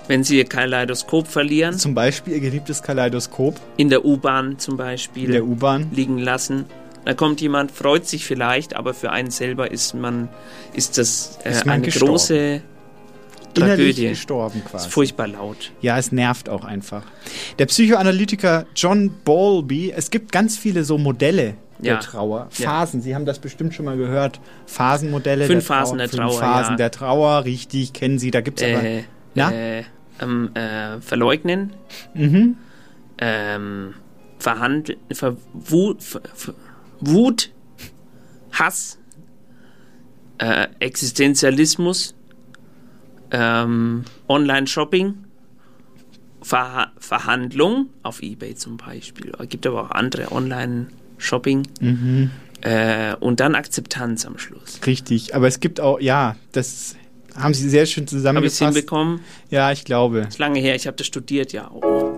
A: Wenn sie ihr Kaleidoskop verlieren.
L: Zum Beispiel ihr geliebtes Kaleidoskop.
A: In der U-Bahn zum Beispiel.
L: In der U-Bahn.
A: Liegen lassen. Da kommt jemand, freut sich vielleicht, aber für einen selber ist man, ist das äh,
L: Ist man
A: eine
L: gestorben.
A: große
L: Innerlich
A: Tragödie.
L: gestorben quasi.
A: Ist furchtbar laut.
L: Ja, es nervt auch einfach. Der Psychoanalytiker John Bowlby, es gibt ganz viele so Modelle der
A: Ja.
L: Trauer.
A: Ja.
L: Phasen, Sie haben das bestimmt schon mal gehört. Phasenmodelle
A: Fünf Phasen der
L: Fünf
A: Trauer,
L: Phasen
A: ja.
L: der Trauer, richtig, kennen Sie, da gibt es aber...
A: Äh,
L: Ja?
A: äh, ähm, äh, verleugnen.
L: Mhm.
A: Ähm, verhand, ver, Wut, ver, ver, Wut, Hass, äh, Existenzialismus, ähm, Online-Shopping, Verha Verhandlung auf Ebay zum Beispiel. Es gibt aber auch andere Online-Shopping.
L: Mhm.
A: Äh, und dann Akzeptanz am Schluss.
L: Richtig, aber es gibt auch, ja, das haben Sie sehr schön
A: Habe ich es
L: zusammengefasst.
A: hinbekommen?
L: Ja, ich glaube.
A: Ist lange her, ich habe das studiert, ja. Oh.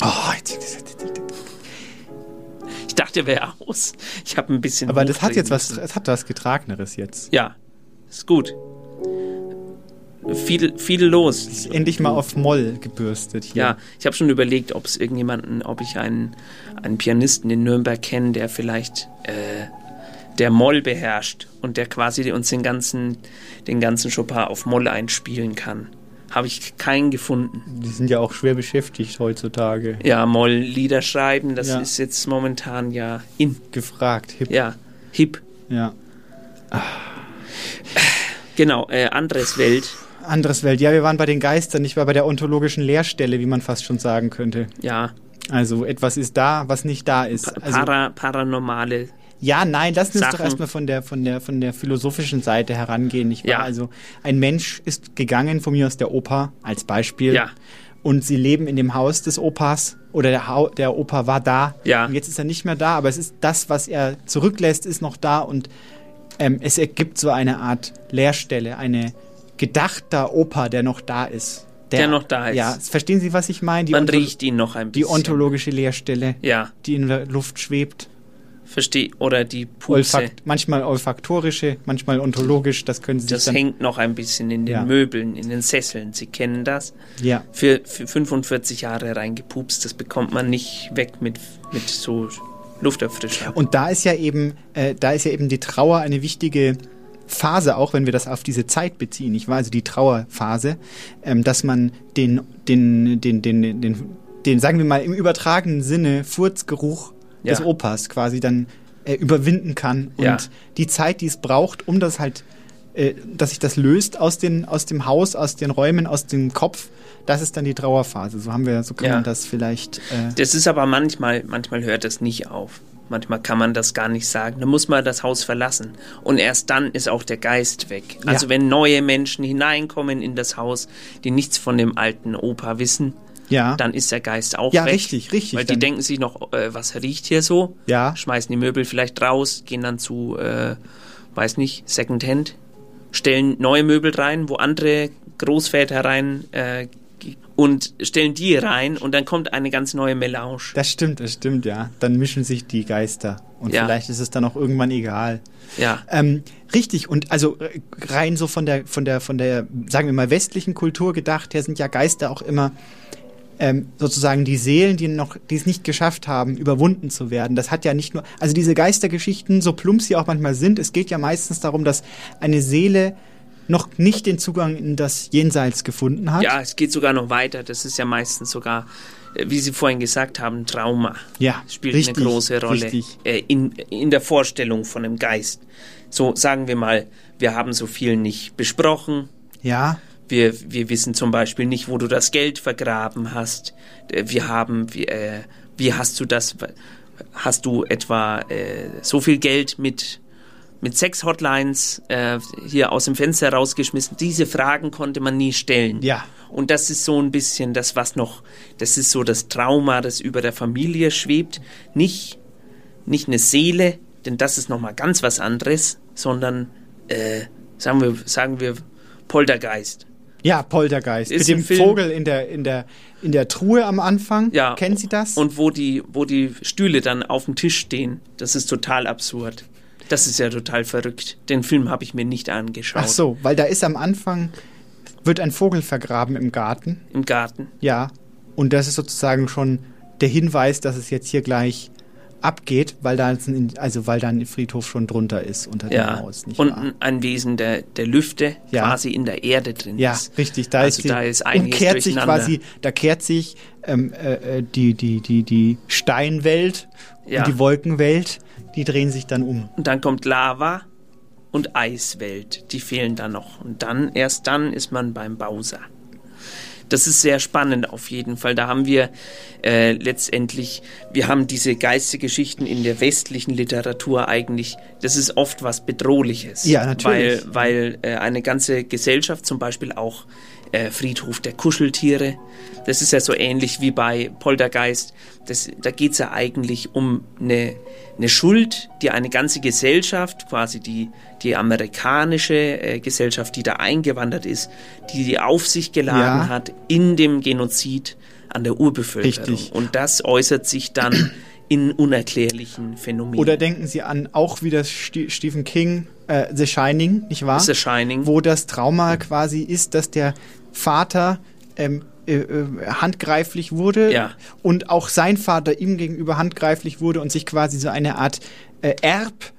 L: Ah,
A: Ich dachte, wäre aus. Ich habe ein bisschen.
L: Aber das hat
A: hochdrehen
L: jetzt was,
A: müssen.
L: es hat was Getrageneres jetzt.
A: Ja, ist gut. Viel, viel los.
L: Endlich mal auf Moll gebürstet hier.
A: Ja, ich habe schon überlegt, ob es irgendjemanden, ob ich einen, einen Pianisten in Nürnberg kenne, der vielleicht äh, der Moll beherrscht und der quasi uns den ganzen, den ganzen Chopin auf Moll einspielen kann. Habe ich keinen gefunden.
L: Die sind ja auch schwer beschäftigt heutzutage.
A: Ja, Moll-Lieder schreiben, das
L: Ja.
A: ist jetzt momentan ja in.
L: Gefragt, hip.
A: Ja, hip.
L: Ja.
A: Genau, äh, anderes Welt.
L: Anderes Welt. Ja, wir waren bei den Geistern, ich war bei der ontologischen Leerstelle, wie man fast schon sagen könnte.
A: Ja,
L: Also etwas ist da, was nicht da ist. Also,
A: para, paranormale.
L: ja, nein, lassen wir uns doch
A: Sachen.
L: erstmal von der, von, der, von der philosophischen Seite herangehen. Ich war
A: Ja.
L: also, ein Mensch ist gegangen von mir aus der Oper als Beispiel.
A: Ja.
L: Und sie leben in dem Haus des Opas oder der, Hau- der Opa war da.
A: Ja.
L: Und jetzt ist er nicht mehr da, aber es ist das, was er zurücklässt, ist noch da und ähm, es ergibt so eine Art Leerstelle, eine gedachter Opa, der noch da ist.
A: Der noch da ist.
L: Ja, verstehen Sie, was ich meine? Die
A: Man
L: Ontolo-
A: riecht ihn noch ein
L: Die
A: bisschen.
L: ontologische Leerstelle,
A: Ja,
L: die in der Luft schwebt.
A: verstehe. Oder die Pupse.
L: Olfakt, manchmal olfaktorische, manchmal ontologisch, das können Sie sich
A: Das
L: dann...
A: hängt noch ein bisschen in den
L: Ja.
A: Möbeln, in den Sesseln. Sie kennen das.
L: Ja.
A: Für, für 45 Jahre reingepupst, das bekommt man nicht weg mit, mit so Lufterfrischer.
L: Und da ist ja eben, äh, da ist ja eben die Trauer eine wichtige Phase, auch wenn wir das auf diese Zeit beziehen, nicht wahr? Also die Trauerphase, ähm, dass man den, den, den, den, den, den, den, sagen wir mal, im übertragenen Sinne Furzgeruch
A: Ja.
L: des Opas quasi dann äh, überwinden kann und
A: Ja.
L: die Zeit, die es braucht, um das halt, äh, dass sich das löst aus, den, aus dem Haus, aus den Räumen, aus dem Kopf, das ist dann die Trauerphase. So haben wir, so kann
A: Ja.
L: man das vielleicht. Äh,
A: Das ist aber manchmal, manchmal hört das nicht auf. Manchmal kann man das gar nicht sagen. Da muss man das Haus verlassen. Und erst dann ist auch der Geist weg. Also wenn neue Menschen hineinkommen in das Haus, die nichts von dem alten Opa wissen,
L: ja.
A: dann ist der Geist auch
L: Ja,
A: weg.
L: richtig, richtig.
A: Weil die
L: Dann-
A: denken sich noch, äh, was riecht hier so?
L: Ja.
A: Schmeißen die Möbel vielleicht raus, gehen dann zu, äh, weiß nicht, Secondhand, stellen neue Möbel rein, wo andere Großväter rein äh, ge- und stellen die rein und dann kommt eine ganz neue Melange.
L: Das stimmt, das stimmt, ja. Dann mischen sich die Geister. Und
A: Ja.
L: vielleicht ist es dann auch irgendwann egal.
A: Ja,
L: Ähm, richtig, und also äh, rein so von der, von der, von der, sagen wir mal, westlichen Kultur gedacht her, sind ja Geister auch immer ähm, sozusagen die Seelen, die noch, die es nicht geschafft haben, überwunden zu werden. Das hat ja nicht nur, also diese Geistergeschichten, so plump sie auch manchmal sind, es geht ja meistens darum, dass eine Seele noch nicht den Zugang in das Jenseits gefunden hat.
A: ja, es geht sogar noch weiter. Das ist ja meistens sogar, äh, wie Sie vorhin gesagt haben, Trauma.
L: Ja,
A: spielt
L: richtig,
A: eine große Rolle
L: Richtig.
A: äh, in, in der Vorstellung von dem Geist. So sagen wir mal, wir haben so viel nicht besprochen.
L: Ja.
A: Wir, wir wissen zum Beispiel nicht, wo du das Geld vergraben hast. Äh, Wir haben, wie, äh, wie hast du das? Hast du etwa äh, so viel Geld mit, mit Sex-Hotlines äh, hier aus dem Fenster rausgeschmissen? Diese Fragen konnte man nie stellen.
L: Ja.
A: Und das ist so ein bisschen das, was noch, das ist so das Trauma, das über der Familie schwebt. Nicht, nicht eine Seele, denn das ist nochmal ganz was anderes, sondern äh, sagen, wir, sagen wir Poltergeist.
L: Ja, Poltergeist.
A: Ist
L: mit dem
A: ein Film-
L: Vogel in der, in, der, in der Truhe am Anfang.
A: Ja.
L: Kennen Sie das?
A: Und wo die, wo die Stühle dann auf dem Tisch stehen, das ist total absurd. Das ist ja total verrückt. Den Film habe ich mir nicht angeschaut.
L: Ach so, weil da ist am Anfang, wird ein Vogel vergraben im Garten.
A: Im Garten.
L: Ja. Und das ist sozusagen schon der Hinweis, dass es jetzt hier gleich abgeht, weil da jetzt ein, also weil da ein Friedhof schon drunter genau, ist unter dem
A: Ja.
L: Haus. Nicht
A: Und
L: wahr?
A: ein- ein Wesen der, der Lüfte
L: Ja.
A: quasi in der Erde drin
L: Ja,
A: ist.
L: richtig. Da
A: also
L: ist, die,
A: da ist
L: und
A: einiges
L: kehrt sich
A: durcheinander.
L: quasi, da kehrt sich ähm, äh, äh, die, die, die, die Steinwelt
A: Ja.
L: und die Wolkenwelt, die drehen sich dann um.
A: Und dann kommt Lava und Eiswelt. Die fehlen dann noch. Und dann, erst dann ist man beim Bowser. Das ist sehr spannend auf jeden Fall. Da haben wir äh, letztendlich, wir haben diese Geistergeschichten in der westlichen Literatur eigentlich, das ist oft was Bedrohliches.
L: Ja, natürlich.
A: Weil, weil äh, eine ganze Gesellschaft, zum Beispiel auch äh, Friedhof der Kuscheltiere, das ist ja so ähnlich wie bei Poltergeist, das, da geht es ja eigentlich um eine, eine Schuld, die eine ganze Gesellschaft, quasi die, die amerikanische äh, Gesellschaft, die da eingewandert ist, die die auf sich
L: Ja.
A: geladen hat in dem Genozid an der Urbevölkerung.
L: Richtig.
A: Und das äußert sich dann in unerklärlichen Phänomenen.
L: Oder denken Sie an auch wieder Sti- Stephen King, äh, The Shining, nicht wahr?
A: The Shining.
L: Wo das Trauma quasi ist, dass der Vater ähm, äh, äh, handgreiflich wurde
A: Ja.
L: und auch sein Vater ihm gegenüber handgreiflich wurde und sich quasi so eine Art äh, Erb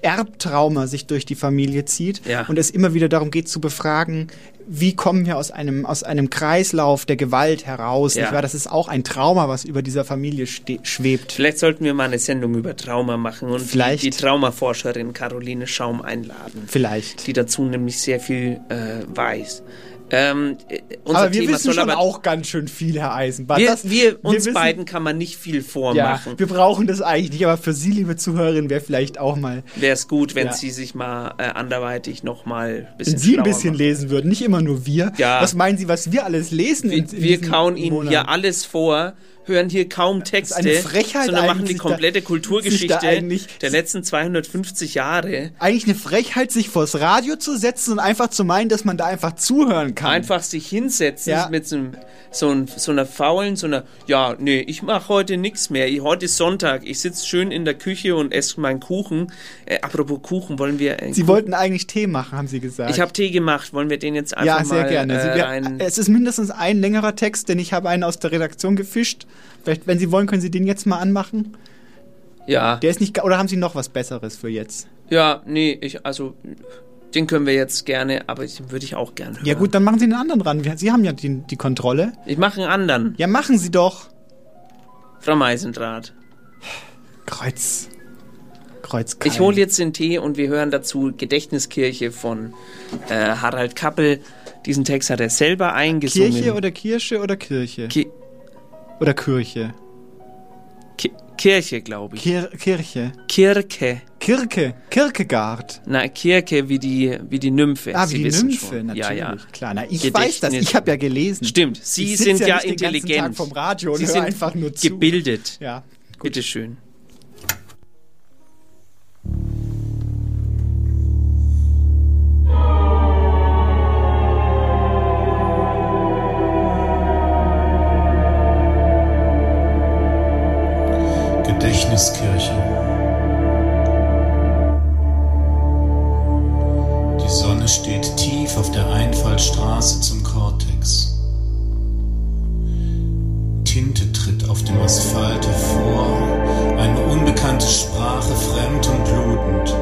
L: Erbtrauma sich durch die Familie zieht
A: Ja.
L: und es immer wieder darum geht zu befragen, wie kommen wir aus einem, aus einem Kreislauf der Gewalt heraus?
A: Ja.
L: Nicht wahr? Das ist auch ein Trauma, was über dieser Familie ste- schwebt.
A: Vielleicht sollten wir mal eine Sendung über Trauma machen und
L: Vielleicht.
A: die Traumaforscherin Caroline Schaum einladen.
L: Vielleicht.
A: Die dazu nämlich sehr viel äh, weiß. Ähm, äh, unser
L: aber wir
A: Thema
L: wissen
A: soll
L: schon
A: aber
L: auch ganz schön viel, Herr Eisenbart.
A: wir,
L: Das-
A: wir uns
L: wissen-
A: beiden kann man nicht viel
L: Ja,
A: vormachen.
L: wir brauchen das eigentlich nicht, aber für Sie, liebe Zuhörerin, wäre vielleicht auch mal,
A: Wäre es gut, wenn
L: Ja.
A: Sie sich mal äh, anderweitig nochmal ein bisschen
L: wenn Sie ein
A: schlauer
L: bisschen lesen würden, nicht immer nur wir.
A: Ja.
L: Was meinen Sie, was wir alles lesen? in- in
A: Wir
L: diesen
A: kauen Ihnen
L: Monaten?
A: hier alles vor, hören hier kaum Texte,
L: eine Frechheit
A: sondern machen
L: eigentlich,
A: die
L: sich da-
A: komplette
L: sich da
A: Kulturgeschichte
L: eigentlich-
A: der letzten 250 Jahre.
L: Eigentlich eine Frechheit, sich vors Radio zu setzen und einfach zu meinen, dass man da einfach zuhören kann.
A: Einfach sich hinsetzen
L: Ja.
A: mit so, einem, so, ein, so einer faulen, so einer, ja, nee, ich mache heute nichts mehr. Ich- Heute ist Sonntag, ich sitze schön in der Küche und esse meinen Kuchen. Äh, apropos Kuchen, wollen wir... Äh,
L: Sie
A: Kuchen-
L: wollten eigentlich Tee machen, haben Sie gesagt.
A: ich habe Tee gemacht, wollen wir den jetzt einfach
L: ja, sehr
A: mal
L: gerne. Sie-
A: Äh,
L: wir-
A: rein...
L: es ist mindestens ein längerer Text, denn ich habe einen aus der Redaktion gefischt. Vielleicht, wenn Sie wollen, können Sie den jetzt mal anmachen.
A: Ja,
L: Der ist nicht, ga- oder haben Sie noch was Besseres für jetzt?
A: ja, nee, ich, also, den können wir jetzt gerne, aber den würde ich auch gerne hören.
L: Ja gut, dann machen Sie einen anderen ran. Wir- Sie haben ja die, die Kontrolle.
A: Ich mache einen anderen.
L: Ja, machen Sie doch.
A: Frau Meisendraht.
L: Kreuz. Kreuz.
A: Ich hole jetzt den Tee und wir hören dazu Gedächtniskirche von äh, Harald Kappel. Diesen Text hat er selber eingesungen.
L: Kirche oder Kirsche oder Kirche?
A: Ki
L: oder Kirche.
A: Ki Kirche, glaube ich.
L: Kir Kirche.
A: Kirke.
L: Kirke. Kirkegard.
A: Na, Kirke wie die, wie die Nymphe.
L: Ah,
A: Sie
L: wie die
A: wissen
L: Nymphe,
A: schon.
L: natürlich.
A: Ja, ja.
L: Klar, na, ich
A: Gedächtnis-
L: weiß das. Ich habe ja gelesen.
A: Stimmt, Sie
L: Ich sitz
A: sind ja,
L: nicht den ganzen
A: intelligent.
L: Tag vom Radio und
A: Sie
L: höre
A: sind
L: einfach nur zu.
A: gebildet.
L: Ja.
A: Bitteschön.
K: Gedächtniskirche. Die Sonne steht tief auf der Einfallstraße zum Cortex. Tinte tritt auf dem Asphalt hervor, eine unbekannte Sprache fremd und blutend.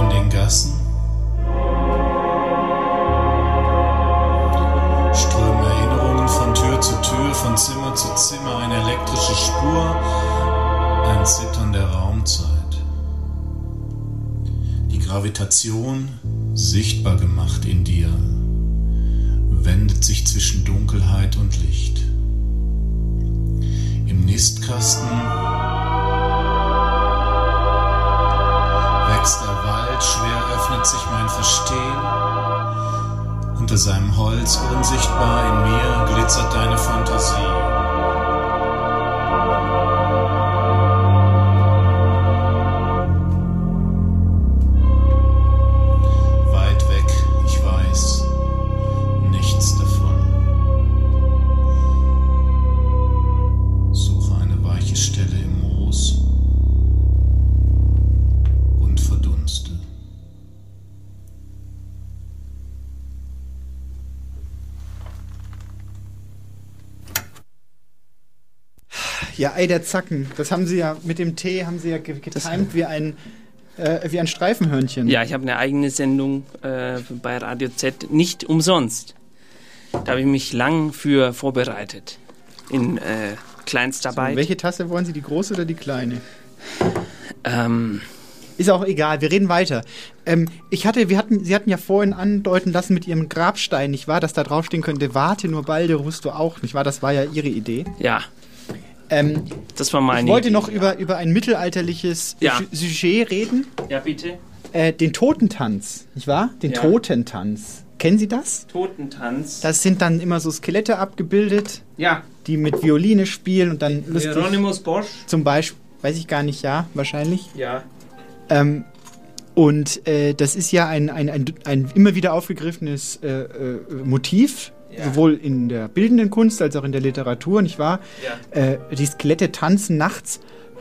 K: In den Gassen strömen Erinnerungen von Tür zu Tür, von Zimmer zu Zimmer, eine elektrische Spur, ein Zittern der Raumzeit. Die Gravitation, sichtbar gemacht in dir, wendet sich zwischen Dunkelheit und Licht. Im Nistkasten wächst der Wald, schwer öffnet sich mein Verstehen. Unter seinem Holz unsichtbar in mir glitzert deine Fantasie.
L: Ja, Ei der Zacken. Das haben sie ja mit dem Tee haben sie ja ge- getimt wie ein, äh, wie ein Streifenhörnchen.
A: Ja, ich habe eine eigene Sendung äh, bei Radio Z, nicht umsonst. Da habe ich mich lang für vorbereitet. In äh, Kleinstarbeit.
L: So, welche Tasse wollen Sie, die große oder die kleine?
A: Ähm.
L: Ist auch egal, wir reden weiter. Ähm, ich hatte, wir hatten, Sie hatten ja vorhin andeuten lassen mit Ihrem Grabstein, nicht wahr, dass da draufstehen könnte, warte nur balde, ruhst du auch, nicht wahr? Das war ja Ihre Idee.
A: Ja.
L: Ähm,
A: das war meine
L: Ich wollte
A: Idee,
L: noch
A: ja.
L: über, über ein mittelalterliches
A: Ja.
L: Su- Sujet reden.
A: Ja, bitte.
L: Äh, den Totentanz, nicht wahr? Den
A: Ja.
L: Totentanz. Kennen Sie das?
A: Totentanz.
L: Das sind dann immer so Skelette abgebildet,
A: Ja.
L: die mit Violine spielen und dann lustig.
A: Hieronymus Bosch.
L: Zum Beispiel, weiß ich gar nicht, ja, wahrscheinlich.
A: Ja.
L: Ähm, und äh, das ist ja ein, ein, ein, ein immer wieder aufgegriffenes äh, äh, Motiv, sowohl in der bildenden Kunst als auch in der Literatur, nicht wahr? Äh, die Skelette tanzen nachts.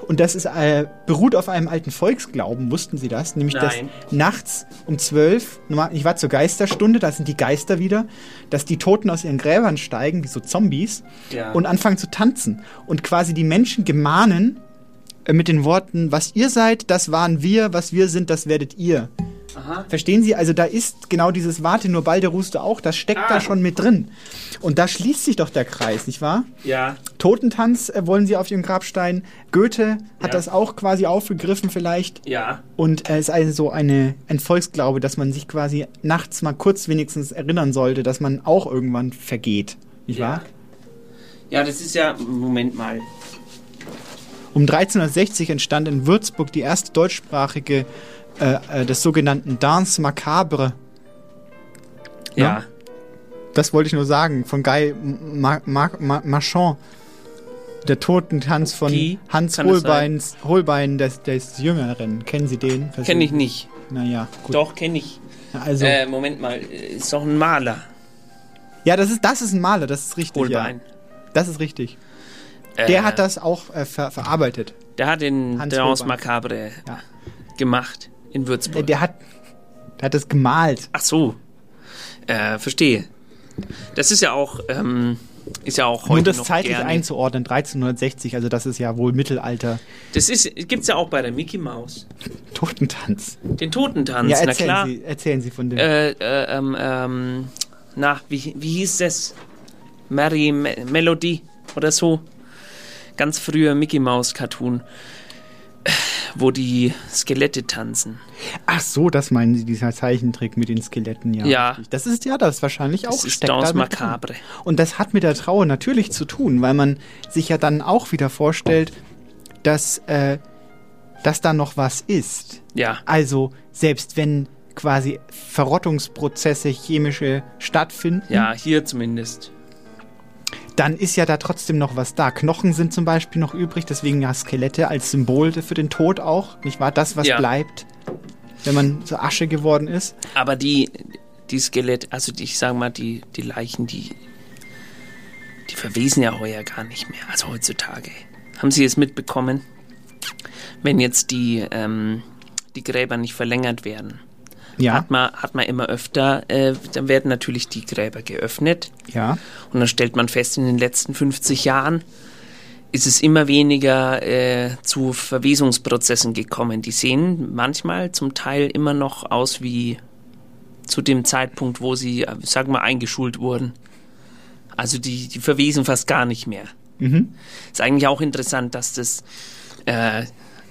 L: Und das ist, äh, beruht auf einem alten Volksglauben, wussten Sie das? Nämlich,
A: Nein.
L: dass nachts um zwölf, ich war zur Geisterstunde, da sind die Geister wieder, dass die Toten aus ihren Gräbern steigen, wie so Zombies,
A: Ja.
L: und anfangen zu tanzen. Und quasi die Menschen gemahnen, äh, mit den Worten, was ihr seid, das waren wir, was wir sind, das werdet ihr.
A: Aha.
L: Verstehen Sie? Also da ist genau dieses Warte, nur bald der Ruste auch, das steckt
A: Ah.
L: da schon mit drin. Und da schließt sich doch der Kreis, nicht wahr?
A: Ja.
L: Totentanz äh, wollen Sie auf Ihrem Grabstein. Goethe hat
A: Ja.
L: das auch quasi aufgegriffen vielleicht.
A: Ja.
L: Und äh, es ist also so eine, ein Volksglaube, dass man sich quasi nachts mal kurz wenigstens erinnern sollte, dass man auch irgendwann vergeht. Nicht wahr?
A: Ja, das ist ja. Moment mal.
L: Um 1360 entstand in Würzburg die erste deutschsprachige äh, äh, des sogenannten Dance Macabre. ne?
A: Ja.
L: Das wollte ich nur sagen, von Guy Ma Ma Ma Marchand. Der Totentanz von
A: Die?
L: Hans
A: Kann das
L: Holbeins, Holbein des, des Jüngeren. Kennen Sie den?
A: Kenn ich nicht.
L: Naja, Also gut.
A: Doch, kenne ich.
L: Also-
A: Äh, Moment mal. Ist doch ein Maler.
L: Ja, das ist, das ist ein Maler, das ist richtig.
A: Holbein.
L: Ja. Das ist richtig.
A: Äh,
L: Der hat das auch äh, ver verarbeitet.
A: Der hat den
L: Hans
A: Dance
L: Holbein.
A: Macabre gemacht in Würzburg.
L: Der hat, der hat das gemalt.
A: Ach so. Äh, verstehe. Das ist ja auch, ähm, ist ja auch
L: Nur
A: heute
L: um das
A: noch
L: zeitlich
A: gerne.
L: einzuordnen, 1360, also das ist ja wohl Mittelalter.
A: Das ist, gibt's ja auch bei der Mickey Mouse.
L: Totentanz.
A: Den Totentanz,
L: ja,
A: na
L: erzählen
A: klar.
L: Sie, erzählen Sie von dem.
A: Äh, äh, ähm, ähm, na, wie, wie hieß das? Mary Me Melody oder so. Ganz früher Mickey Mouse Cartoon, wo die Skelette tanzen.
L: Ach so, das meinen Sie, dieser Zeichentrick mit den Skeletten, ja.
A: Ja.
L: richtig. Das ist ja das wahrscheinlich
A: Das
L: auch
A: ist
L: steckt
A: Dance
L: damit drin.
A: Macabre.
L: Und das hat mit der Trauer natürlich zu tun, weil man sich ja dann auch wieder vorstellt, dass, äh, dass da noch was ist.
A: Ja.
L: Also, selbst wenn quasi Verrottungsprozesse chemische stattfinden,
A: Ja, hier zumindest.
L: dann ist ja da trotzdem noch was da. Knochen sind zum Beispiel noch übrig, deswegen ja Skelette als Symbol für den Tod auch, nicht wahr? Das, was
A: Ja.
L: bleibt, wenn man so Asche geworden ist.
A: Aber die, die Skelette, also die, ich sag mal, die, die Leichen, die, die verwesen ja heuer gar nicht mehr, also heutzutage. Haben Sie es mitbekommen? Wenn jetzt die, ähm, die Gräber nicht verlängert werden,
L: Ja.
A: hat, man, hat man immer öfter, äh, dann werden natürlich die Gräber geöffnet.
L: Ja.
A: Und dann stellt man fest, in den letzten 50 Jahren ist es immer weniger äh, zu Verwesungsprozessen gekommen. Die sehen manchmal zum Teil immer noch aus wie zu dem Zeitpunkt, wo sie, äh, sagen wir, eingeschult wurden. Also die, die verwesen fast gar nicht mehr.
L: Mhm.
A: Ist eigentlich auch interessant, dass das äh,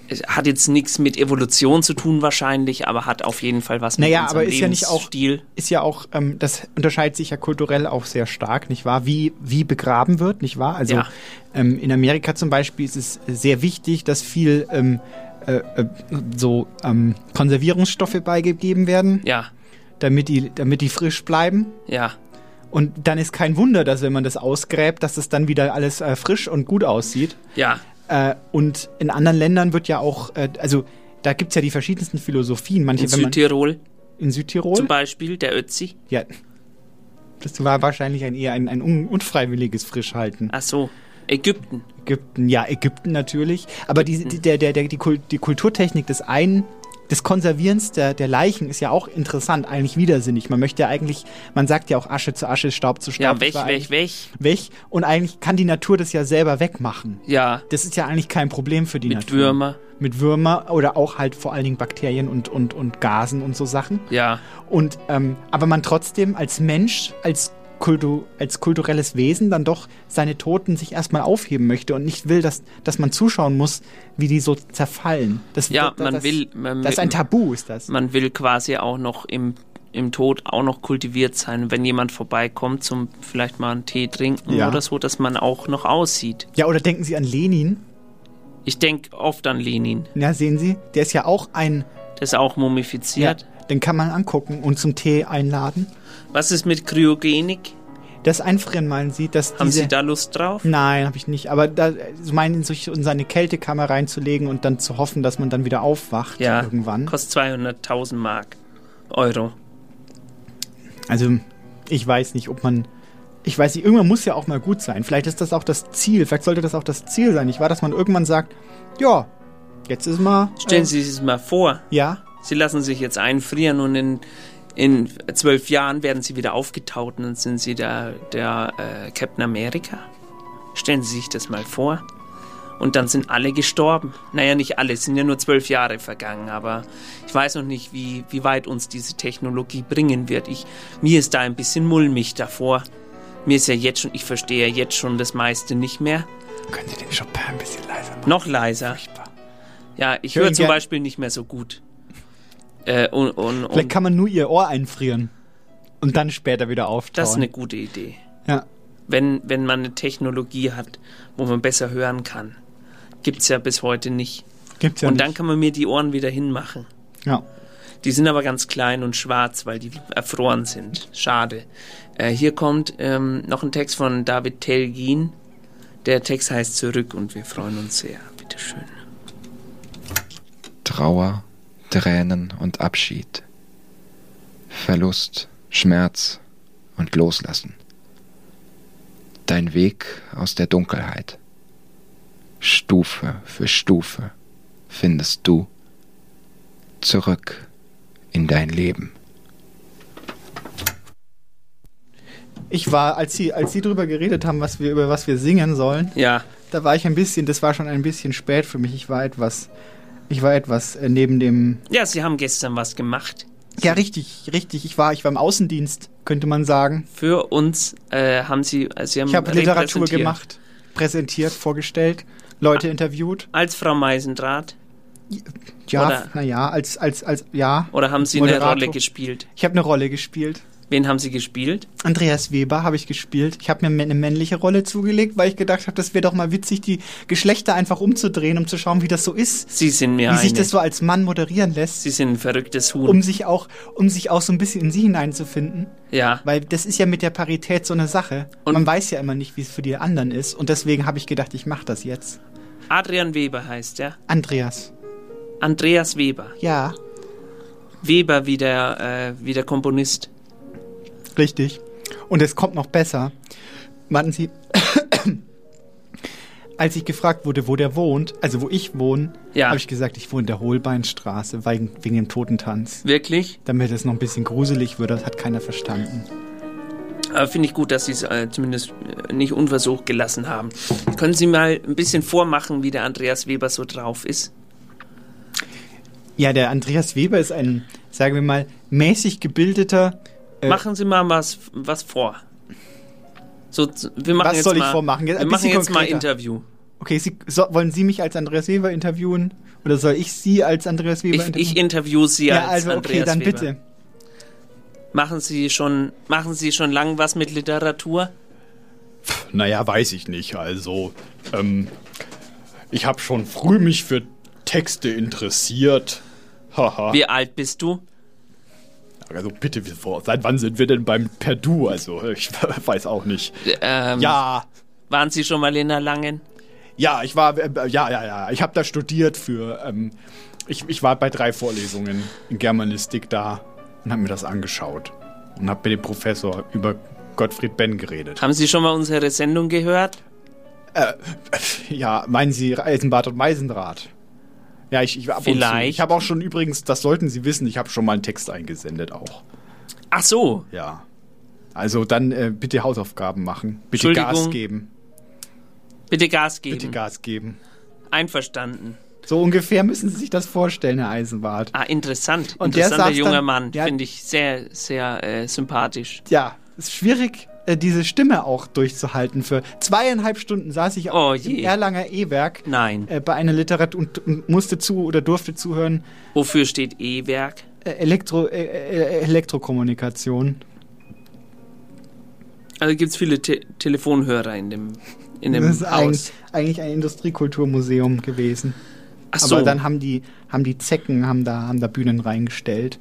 A: es hat jetzt nichts mit Evolution zu tun wahrscheinlich, aber hat auf jeden Fall was
L: Naja,
A: mit unserem
L: aber ist ja nicht auch,
A: Lebensstil.
L: ist ja auch, ähm, das unterscheidet sich ja kulturell auch sehr stark, nicht wahr? Wie, wie begraben wird, nicht wahr? Also
A: Ja.
L: ähm, in Amerika zum Beispiel ist es sehr wichtig, dass viel ähm, äh, äh, so ähm, Konservierungsstoffe beigegeben werden.
A: Ja.
L: Damit die, damit die frisch bleiben.
A: Ja.
L: Und dann ist kein Wunder, dass wenn man das ausgräbt, dass es dann wieder alles äh, frisch und gut aussieht.
A: Ja.
L: Äh, und in anderen Ländern wird ja auch, äh, also da gibt es ja die verschiedensten Philosophien. Manche,
A: In
L: wenn man-
A: Südtirol
L: in Südtirol?
A: zum Beispiel, der Ötzi.
L: Ja. Das war wahrscheinlich ein eher ein, ein un unfreiwilliges Frischhalten.
A: Ach so. Ägypten.
L: Ägypten, ja, Ägypten natürlich. Aber die, die, der, der, der, die, Kul die Kulturtechnik des einen des Konservierens der, der Leichen ist ja auch interessant, eigentlich widersinnig. Man möchte ja eigentlich, man sagt ja auch Asche zu Asche, Staub zu Staub.
A: Ja, weg, weg, weg.
L: Weg. Und eigentlich kann die Natur das ja selber wegmachen.
A: Ja.
L: Das ist ja eigentlich kein Problem für die
A: Mit
L: Natur.
A: Würmer.
L: Mit Würmer oder auch halt vor allen Dingen Bakterien und, und, und Gasen und so Sachen.
A: Ja.
L: Und, ähm, aber man trotzdem als Mensch, als Kultu als kulturelles Wesen dann doch seine Toten sich erstmal aufheben möchte und nicht will, dass, dass man zuschauen muss, wie die so zerfallen. Das,
A: Ja,
L: das,
A: man
L: das,
A: will. Man
L: das ist
A: will-
L: ein Tabu, ist das.
A: Man will quasi auch noch im, im Tod auch noch kultiviert sein. Wenn jemand vorbeikommt, zum vielleicht mal einen Tee trinken
L: Ja.
A: oder so, dass man auch noch aussieht.
L: Ja, oder denken Sie an Lenin.
A: Ich denke oft an Lenin.
L: Ja, sehen Sie, der ist ja auch ein.
A: Der ist auch mumifiziert.
L: Ja, den kann man angucken und zum Tee einladen.
A: Was ist mit Kryogenik?
L: Das Einfrieren meinen Sie, dass
A: Haben
L: diese,
A: Sie da Lust drauf?
L: Nein, habe ich nicht. Aber da Sie meinen, sich in seine Kältekammer reinzulegen und dann zu hoffen, dass man dann wieder aufwacht
A: Ja.
L: irgendwann.
A: Kostet 200.000 Mark. Euro.
L: Also, ich weiß nicht, ob man. Ich weiß nicht, irgendwann muss ja auch mal gut sein. Vielleicht ist das auch das Ziel. Vielleicht sollte das auch das Ziel sein. Ich war, dass man irgendwann sagt: Ja, jetzt ist mal. äh,
A: Stellen Sie sich das mal vor.
L: Ja.
A: Sie lassen sich jetzt einfrieren und in, in zwölf Jahren werden Sie wieder aufgetaut und dann sind Sie der, der äh, Captain America. Stellen Sie sich das mal vor. Und dann sind alle gestorben. Naja, nicht alle, es sind ja nur zwölf Jahre vergangen, aber ich weiß noch nicht, wie, wie weit uns diese Technologie bringen wird. Ich, mir ist da ein bisschen mulmig davor. Mir ist ja jetzt schon, ich verstehe ja jetzt schon das meiste nicht mehr.
L: Können Sie den Chopin ein bisschen leiser machen?
A: Noch leiser. Ja, ich
L: Hör
A: höre
L: ihn
A: zum
L: gern.
A: Beispiel nicht mehr so gut. Äh, und, und,
L: Vielleicht
A: und
L: kann man nur ihr Ohr einfrieren und dann später wieder auftauen.
A: das ist eine gute Idee.
L: Ja.
A: Wenn, wenn man eine Technologie hat, wo man besser hören kann. Gibt es ja bis heute nicht.
L: Gibt's ja
A: und
L: nicht.
A: dann kann man mir die Ohren wieder hinmachen.
L: Ja.
A: Die sind aber ganz klein und schwarz, weil die erfroren sind. Schade. Äh, hier kommt ähm, noch ein Text von David Telgin. Der Text heißt Zurück und wir freuen uns sehr. Bitteschön.
D: Trauer, Tränen und Abschied. Verlust, Schmerz und Loslassen. Dein Weg aus der Dunkelheit. Stufe für Stufe findest du zurück in dein Leben.
L: Ich war, als sie, als sie drüber geredet haben, was wir, über was wir singen sollen,
A: Ja,
L: da war ich ein bisschen, das war schon ein bisschen spät für mich. Ich war etwas, ich war etwas äh, neben dem.
A: ja Sie haben gestern was gemacht.
L: Ja, richtig, richtig. Ich war, ich war im Außendienst, könnte man sagen.
A: Für uns äh, haben Sie, äh, Sie haben
L: Ich habe Literatur
A: repräsentiert. Ah.
L: gemacht, präsentiert, vorgestellt, Leute interviewt.
A: Als Frau Meisendraht?
L: Ja,
A: Oder,
L: naja, als, als, als, ja.
A: oder haben Sie
L: Moderator.
A: eine Rolle gespielt?
L: Ich habe eine Rolle gespielt.
A: Wen haben Sie gespielt?
L: Andreas Weber habe ich gespielt. Ich habe mir eine männliche Rolle zugelegt, weil ich gedacht habe, das wäre doch mal witzig, die Geschlechter einfach umzudrehen, um zu schauen, wie das so ist.
A: Sie sind mir
L: wie sich
A: eine.
L: das so als Mann moderieren lässt,
A: Sie sind ein verrücktes Huhn.
L: um sich auch, um sich auch so ein bisschen in sie hineinzufinden.
A: ja.
L: Weil das ist ja mit der Parität so eine Sache. Man weiß ja immer nicht, wie es für die anderen ist. Und deswegen habe ich gedacht, ich mache das jetzt.
A: Adrian Weber heißt er.
L: Andreas.
A: Andreas Weber.
L: Ja.
A: Weber wie der, äh, wie der Komponist.
L: Richtig. Und es kommt noch besser. Warten Sie. Als ich gefragt wurde, wo der wohnt, also wo ich wohne,
A: Ja.
L: habe ich gesagt, ich wohne in der Hohlbeinstraße wegen, wegen dem Totentanz.
A: Wirklich?
L: Damit es noch ein bisschen gruselig wird, das hat keiner verstanden.
A: Aber finde ich gut, dass Sie es äh, zumindest äh, nicht unversucht gelassen haben. Können Sie mal ein bisschen vormachen, wie der Andreas Weber so drauf ist?
L: Ja, der Andreas Weber ist ein, sagen wir mal, mäßig gebildeter. äh,
A: machen Sie mal was, was vor. So, z- wir machen
L: Was
A: jetzt
L: soll ich
A: mal,
L: vormachen? Jetzt
A: Wir
L: ein
A: machen
L: bisschen
A: jetzt mal
L: konkreter.
A: Interview.
L: Okay, Sie, so, wollen Sie mich als Andreas Weber interviewen? Oder soll ich Sie als Andreas Weber
A: Ich, ich interviewe Sie
L: ja,
A: als
L: also okay,
A: Andreas
L: dann
A: Weber.
L: bitte.
A: Machen Sie schon, machen Sie schon lang was mit Literatur?
N: Naja, weiß ich nicht. Also, ähm, ich habe schon früh mich für Texte interessiert. Haha.
A: Wie alt bist du?
N: Also bitte, wir- wo- seit wann sind wir denn beim Perdu? Also, ich weiß auch nicht.
A: Ähm,
N: Ja.
A: Waren Sie schon mal in Erlangen?
N: Ja, ich war, äh, ja, ja, ja. Ich habe da studiert für, ähm, ich, ich war bei drei Vorlesungen in Germanistik da und habe mir das angeschaut und habe mit dem Professor über Gottfried Benn geredet.
A: Haben Sie schon mal unsere Sendung gehört?
N: Äh, ja, meinen Sie Eisenbart und Meisendraht?
L: Ja, ich, ich, ab und zu.
A: Vielleicht.
L: Ich habe auch schon übrigens, das sollten Sie wissen, ich habe schon mal einen Text eingesendet auch.
A: Ach so.
L: Ja. Also dann äh, bitte Hausaufgaben machen. Bitte
A: Entschuldigung.
L: Gas geben.
A: Bitte Gas geben.
L: Bitte Gas geben.
A: Einverstanden.
L: So ungefähr müssen Sie sich das vorstellen, Herr Eisenbart.
A: Ah, interessant.
L: Und der
A: Interessanter
L: saß
A: junger
L: dann-
A: Mann. Finde ich sehr, sehr äh, sympathisch.
L: Ja, ist schwierig, äh, diese Stimme auch durchzuhalten. Für zweieinhalb Stunden saß ich auch
A: Oh je.
L: im Erlanger E-Werk
A: Nein.
L: äh, bei einer Literatur und, und musste zu oder durfte zuhören.
A: Wofür steht E-Werk?
L: Äh, Elektro, äh, äh, Elektrokommunikation.
A: Also gibt es viele Te Telefonhörer in dem, in dem
L: das ist
A: Haus.
L: eigentlich, eigentlich ein Industriekulturmuseum gewesen.
A: Ach
L: Aber
A: so.
L: dann haben die, haben die Zecken haben da, haben da Bühnen reingestellt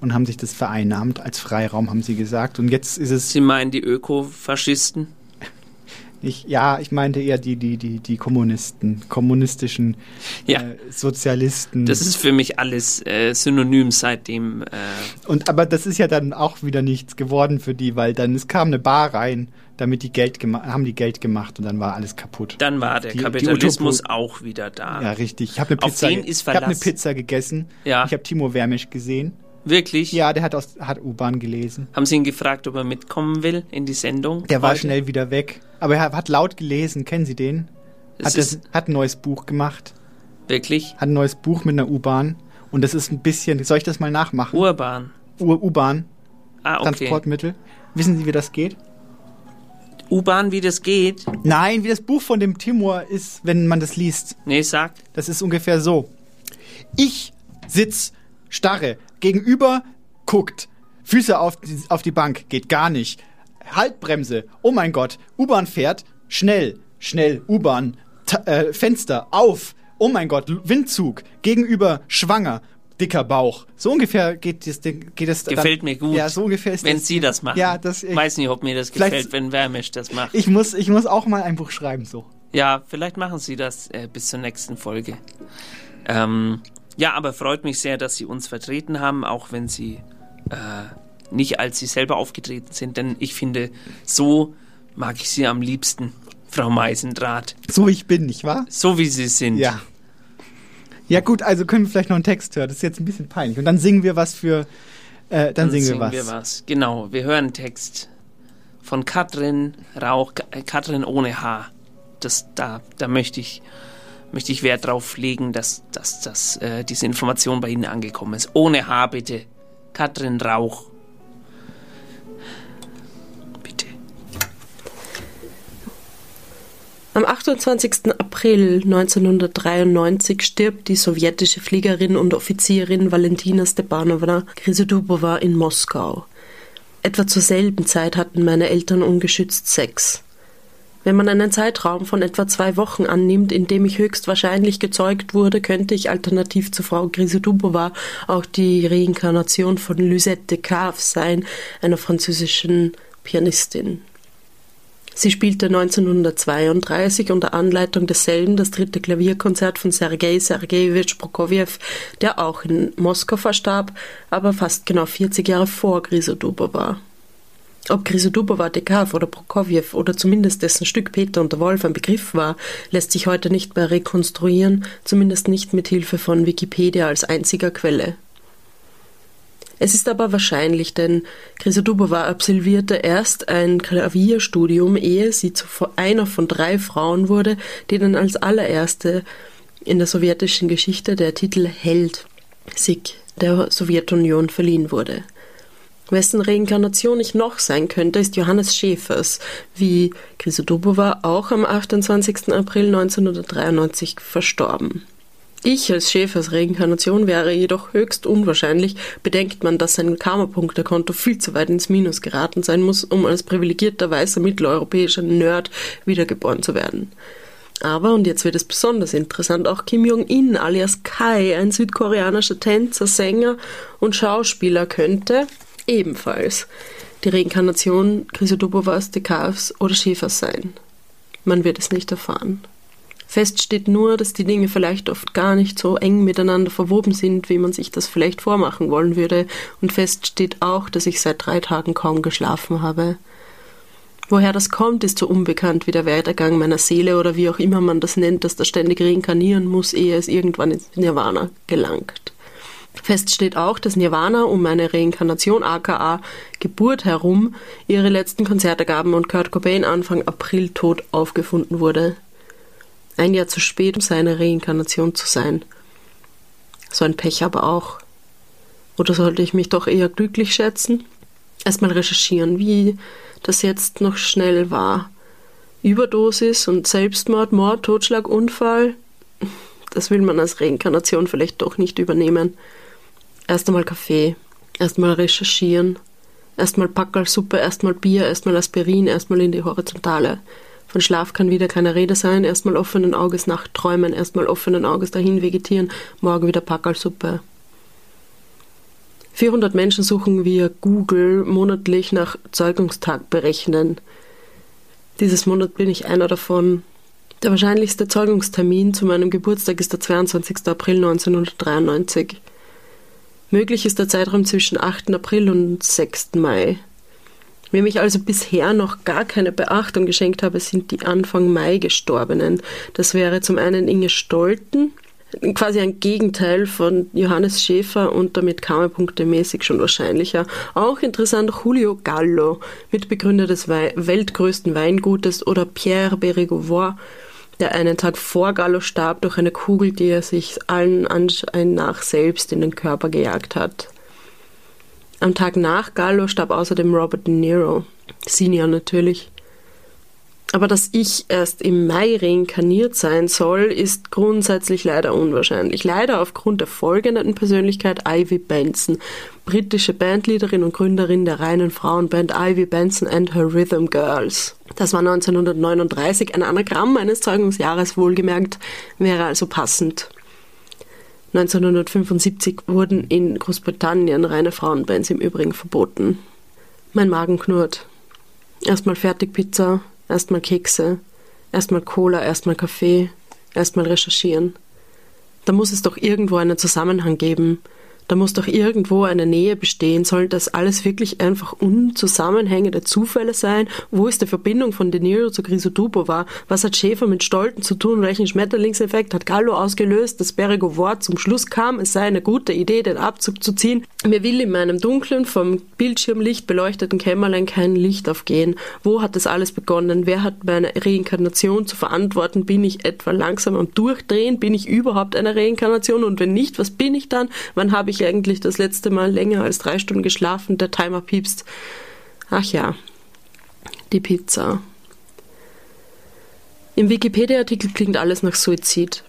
L: und haben sich das vereinnahmt als Freiraum, haben sie gesagt. Und jetzt ist es
A: Sie meinen die Öko-Faschisten?
L: Ich, ja, ich meinte eher die, die, die, die Kommunisten, kommunistischen
A: Ja.
L: äh, Sozialisten.
A: Das ist für mich alles äh, synonym seitdem. Äh,
L: und aber das ist ja dann auch wieder nichts geworden für die, weil dann es kam eine Bar rein, damit die Geld gemacht haben die Geld gemacht und dann war alles kaputt.
A: dann war der
L: Die- die
A: Kapitalismus
L: Utopie-
A: auch wieder da.
L: Ja, richtig. Ich habe eine
A: Ah. Auf
L: Pizza.
A: den ist
L: ich habe eine
A: Verlass.
L: Pizza gegessen.
A: Ja.
L: Ich habe Timo Wermisch gesehen.
A: Wirklich?
L: Ja, der hat aus hat U-Bahn gelesen.
A: Haben Sie ihn gefragt, ob er mitkommen will in die Sendung?
L: Der war
A: heute?
L: schnell wieder weg, aber er hat laut gelesen. Kennen Sie den?
A: Es
L: Hat, das,
A: ist-
L: hat ein neues Buch gemacht.
A: Wirklich?
L: Hat ein neues Buch mit einer U-Bahn und das ist ein bisschen, soll ich das mal nachmachen?
A: Urban.
L: U- U-Bahn,
A: Ah, okay.
L: Transportmittel. Wissen Sie, wie das geht?
A: U-Bahn, wie das geht?
L: Nein, wie das Buch von dem Timur ist, wenn man das liest.
A: Nee, sag.
L: Das ist ungefähr so. Ich sitz, starre, gegenüber guckt, Füße auf die, auf die Bank, geht gar nicht. Haltbremse, oh mein Gott, U-Bahn fährt, schnell, schnell, U-Bahn, Ta- äh, Fenster, auf, oh mein Gott, L- Windzug, gegenüber, schwanger, dicker Bauch. So ungefähr geht das Ding, geht es dann-
A: Gefällt mir gut.
L: Ja, so ungefähr ist
A: Wenn
L: das.
A: Sie das machen.
L: Ja, das-
A: ich weiß nicht, ob mir das
L: Vielleicht-
A: gefällt, wenn Wermisch das macht.
L: Ich muss, ich muss auch mal ein Buch schreiben, so.
A: ja, vielleicht machen Sie das äh, bis zur nächsten Folge. Ähm, ja, aber freut mich sehr, dass Sie uns vertreten haben, auch wenn Sie äh, nicht als Sie selber aufgetreten sind, denn ich finde, so mag ich Sie am liebsten, Frau Meisendraht.
L: So ich bin, nicht wahr?
A: So wie Sie sind.
L: Ja. Ja gut, also können wir vielleicht noch einen Text hören. Das ist jetzt ein bisschen peinlich. Und dann singen wir was für. Äh, dann, singen, wir, was.
A: Genau, wir hören einen Text von Katrin Rauch, Ka- äh, Katrin ohne Haar. Das, da da möchte, ich, möchte ich Wert drauf legen, dass, dass, dass äh, diese Information bei Ihnen angekommen ist. Ohne Haar bitte. Katrin Rauch.
O: Am 28. April 1993 stirbt die sowjetische Fliegerin und Offizierin Valentina Stepanowna Krisidubova in Moskau. Etwa zur selben Zeit hatten meine Eltern ungeschützt Sex. Wenn man einen Zeitraum von etwa zwei Wochen annimmt, in dem ich höchstwahrscheinlich gezeugt wurde, könnte ich alternativ zu Frau Grisidubova auch die Reinkarnation von Lucette Descarves sein, einer französischen Pianistin. Sie spielte 1932 unter Anleitung desselben das dritte Klavierkonzert von Sergei Sergejewitsch Prokofjew, der auch in Moskau verstarb, aber fast genau 40 Jahre vor Grisodubow war. Ob Grisodubowa, Dekaf oder Prokofjew oder zumindest dessen Stück Peter und der Wolf ein Begriff war, lässt sich heute nicht mehr rekonstruieren, zumindest nicht mit Hilfe von Wikipedia als einziger Quelle. Es ist aber wahrscheinlich, denn Krisodubowa absolvierte erst ein Klavierstudium, ehe sie zu einer von drei Frauen wurde, denen als allererste in der sowjetischen Geschichte der Titel Held Sig der Sowjetunion verliehen wurde. Wessen Reinkarnation ich noch sein könnte, ist Johannes Schäfers, wie Krisodubowa auch am 28. April 1993 verstorben. Ich als Schäfers Reinkarnation wäre jedoch höchst unwahrscheinlich, bedenkt man, dass sein Karma-Punktekonto viel zu weit ins Minus geraten sein muss, um als privilegierter weißer mitteleuropäischer Nerd wiedergeboren zu werden. Aber, und jetzt wird es besonders interessant, auch Kim Jong-in alias Kai, ein südkoreanischer Tänzer, Sänger und Schauspieler, könnte ebenfalls die Reinkarnation Chrysodopovas, Dekavs oder Schäfers sein. Man wird es nicht erfahren. Fest steht nur, dass die Dinge vielleicht oft gar nicht so eng miteinander verwoben sind, wie man sich das vielleicht vormachen wollen würde, und fest steht auch, dass ich seit drei Tagen kaum geschlafen habe. Woher das kommt, ist so unbekannt wie der Weitergang meiner Seele oder wie auch immer man das nennt, dass das ständig reinkarnieren muss, ehe es irgendwann ins Nirvana gelangt. Fest steht auch, dass Nirvana um meine Reinkarnation aka Geburt herum ihre letzten Konzerte gaben und Kurt Cobain Anfang April tot aufgefunden wurde. Ein Jahr zu spät, um seine Reinkarnation zu sein. So ein Pech aber auch. Oder sollte ich mich doch eher glücklich schätzen? Erstmal recherchieren, wie das jetzt noch schnell war. Überdosis und Selbstmord, Mord, Totschlag, Unfall. Das will man als Reinkarnation vielleicht doch nicht übernehmen. Erst einmal Kaffee, erstmal recherchieren, erstmal Packerlsuppe, erstmal Bier, erstmal Aspirin, erstmal in die Horizontale. Von Schlaf kann wieder keine Rede sein, erstmal offenen Auges nachträumen, erstmal offenen Auges dahin vegetieren, morgen wieder Packerlsuppe. 400 Menschen suchen via Google monatlich nach Zeugungstag berechnen. Dieses Monat bin ich einer davon. Der wahrscheinlichste Zeugungstermin zu meinem Geburtstag ist der 22. April 1993. Möglich ist der Zeitraum zwischen 8. April und 6. Mai. Wem ich also bisher noch gar keine Beachtung geschenkt habe, sind die Anfang Mai Gestorbenen. Das wäre zum einen Inge Stolten, quasi ein Gegenteil von Johannes Schäfer und damit karma-punktemäßig schon wahrscheinlicher. Auch interessant Julio Gallo, Mitbegründer des Wei weltgrößten Weingutes oder Pierre Bérégovois, der einen Tag vor Gallo starb durch eine Kugel, die er sich allen Anschein nach selbst in den Körper gejagt hat. Am Tag nach Gallo starb außerdem Robert De Niro, Senior natürlich. Aber dass ich erst im Mai reinkarniert sein soll, ist grundsätzlich leider unwahrscheinlich. Leider aufgrund der folgenden Persönlichkeit Ivy Benson, britische Bandleaderin und Gründerin der reinen Frauenband Ivy Benson and Her Rhythm Girls. Das war 1939 ein Anagramm meines Zeugungsjahres, wohlgemerkt, wäre also passend. 1975 wurden in Großbritannien reine Frauenbands im Übrigen verboten. Mein Magen knurrt. Erstmal Fertigpizza, Erstmal Kekse, erstmal Cola, erstmal Kaffee, erstmal recherchieren. Da muss es doch irgendwo einen Zusammenhang geben. Da muss doch irgendwo eine Nähe bestehen. Soll das alles wirklich einfach unzusammenhängende Zufälle sein? Wo ist die Verbindung von De Niro zu Grisodubova? Was hat Schäfer mit Stolten zu tun? Welchen Schmetterlingseffekt hat Gallo ausgelöst, dass Berego Wort zum Schluss kam? Es sei eine gute Idee, den Abzug zu ziehen. Mir will in meinem dunklen, vom Bildschirmlicht beleuchteten Kämmerlein kein Licht aufgehen. Wo hat das alles begonnen? Wer hat meine Reinkarnation zu verantworten? Bin ich etwa langsam am Durchdrehen? Bin ich überhaupt eine Reinkarnation? Und wenn nicht, was bin ich dann? Wann habe ich ich eigentlich das letzte Mal länger als drei Stunden geschlafen? Der Timer piepst. Ach ja, die Pizza. Im Wikipedia-Artikel klingt alles nach Suizid.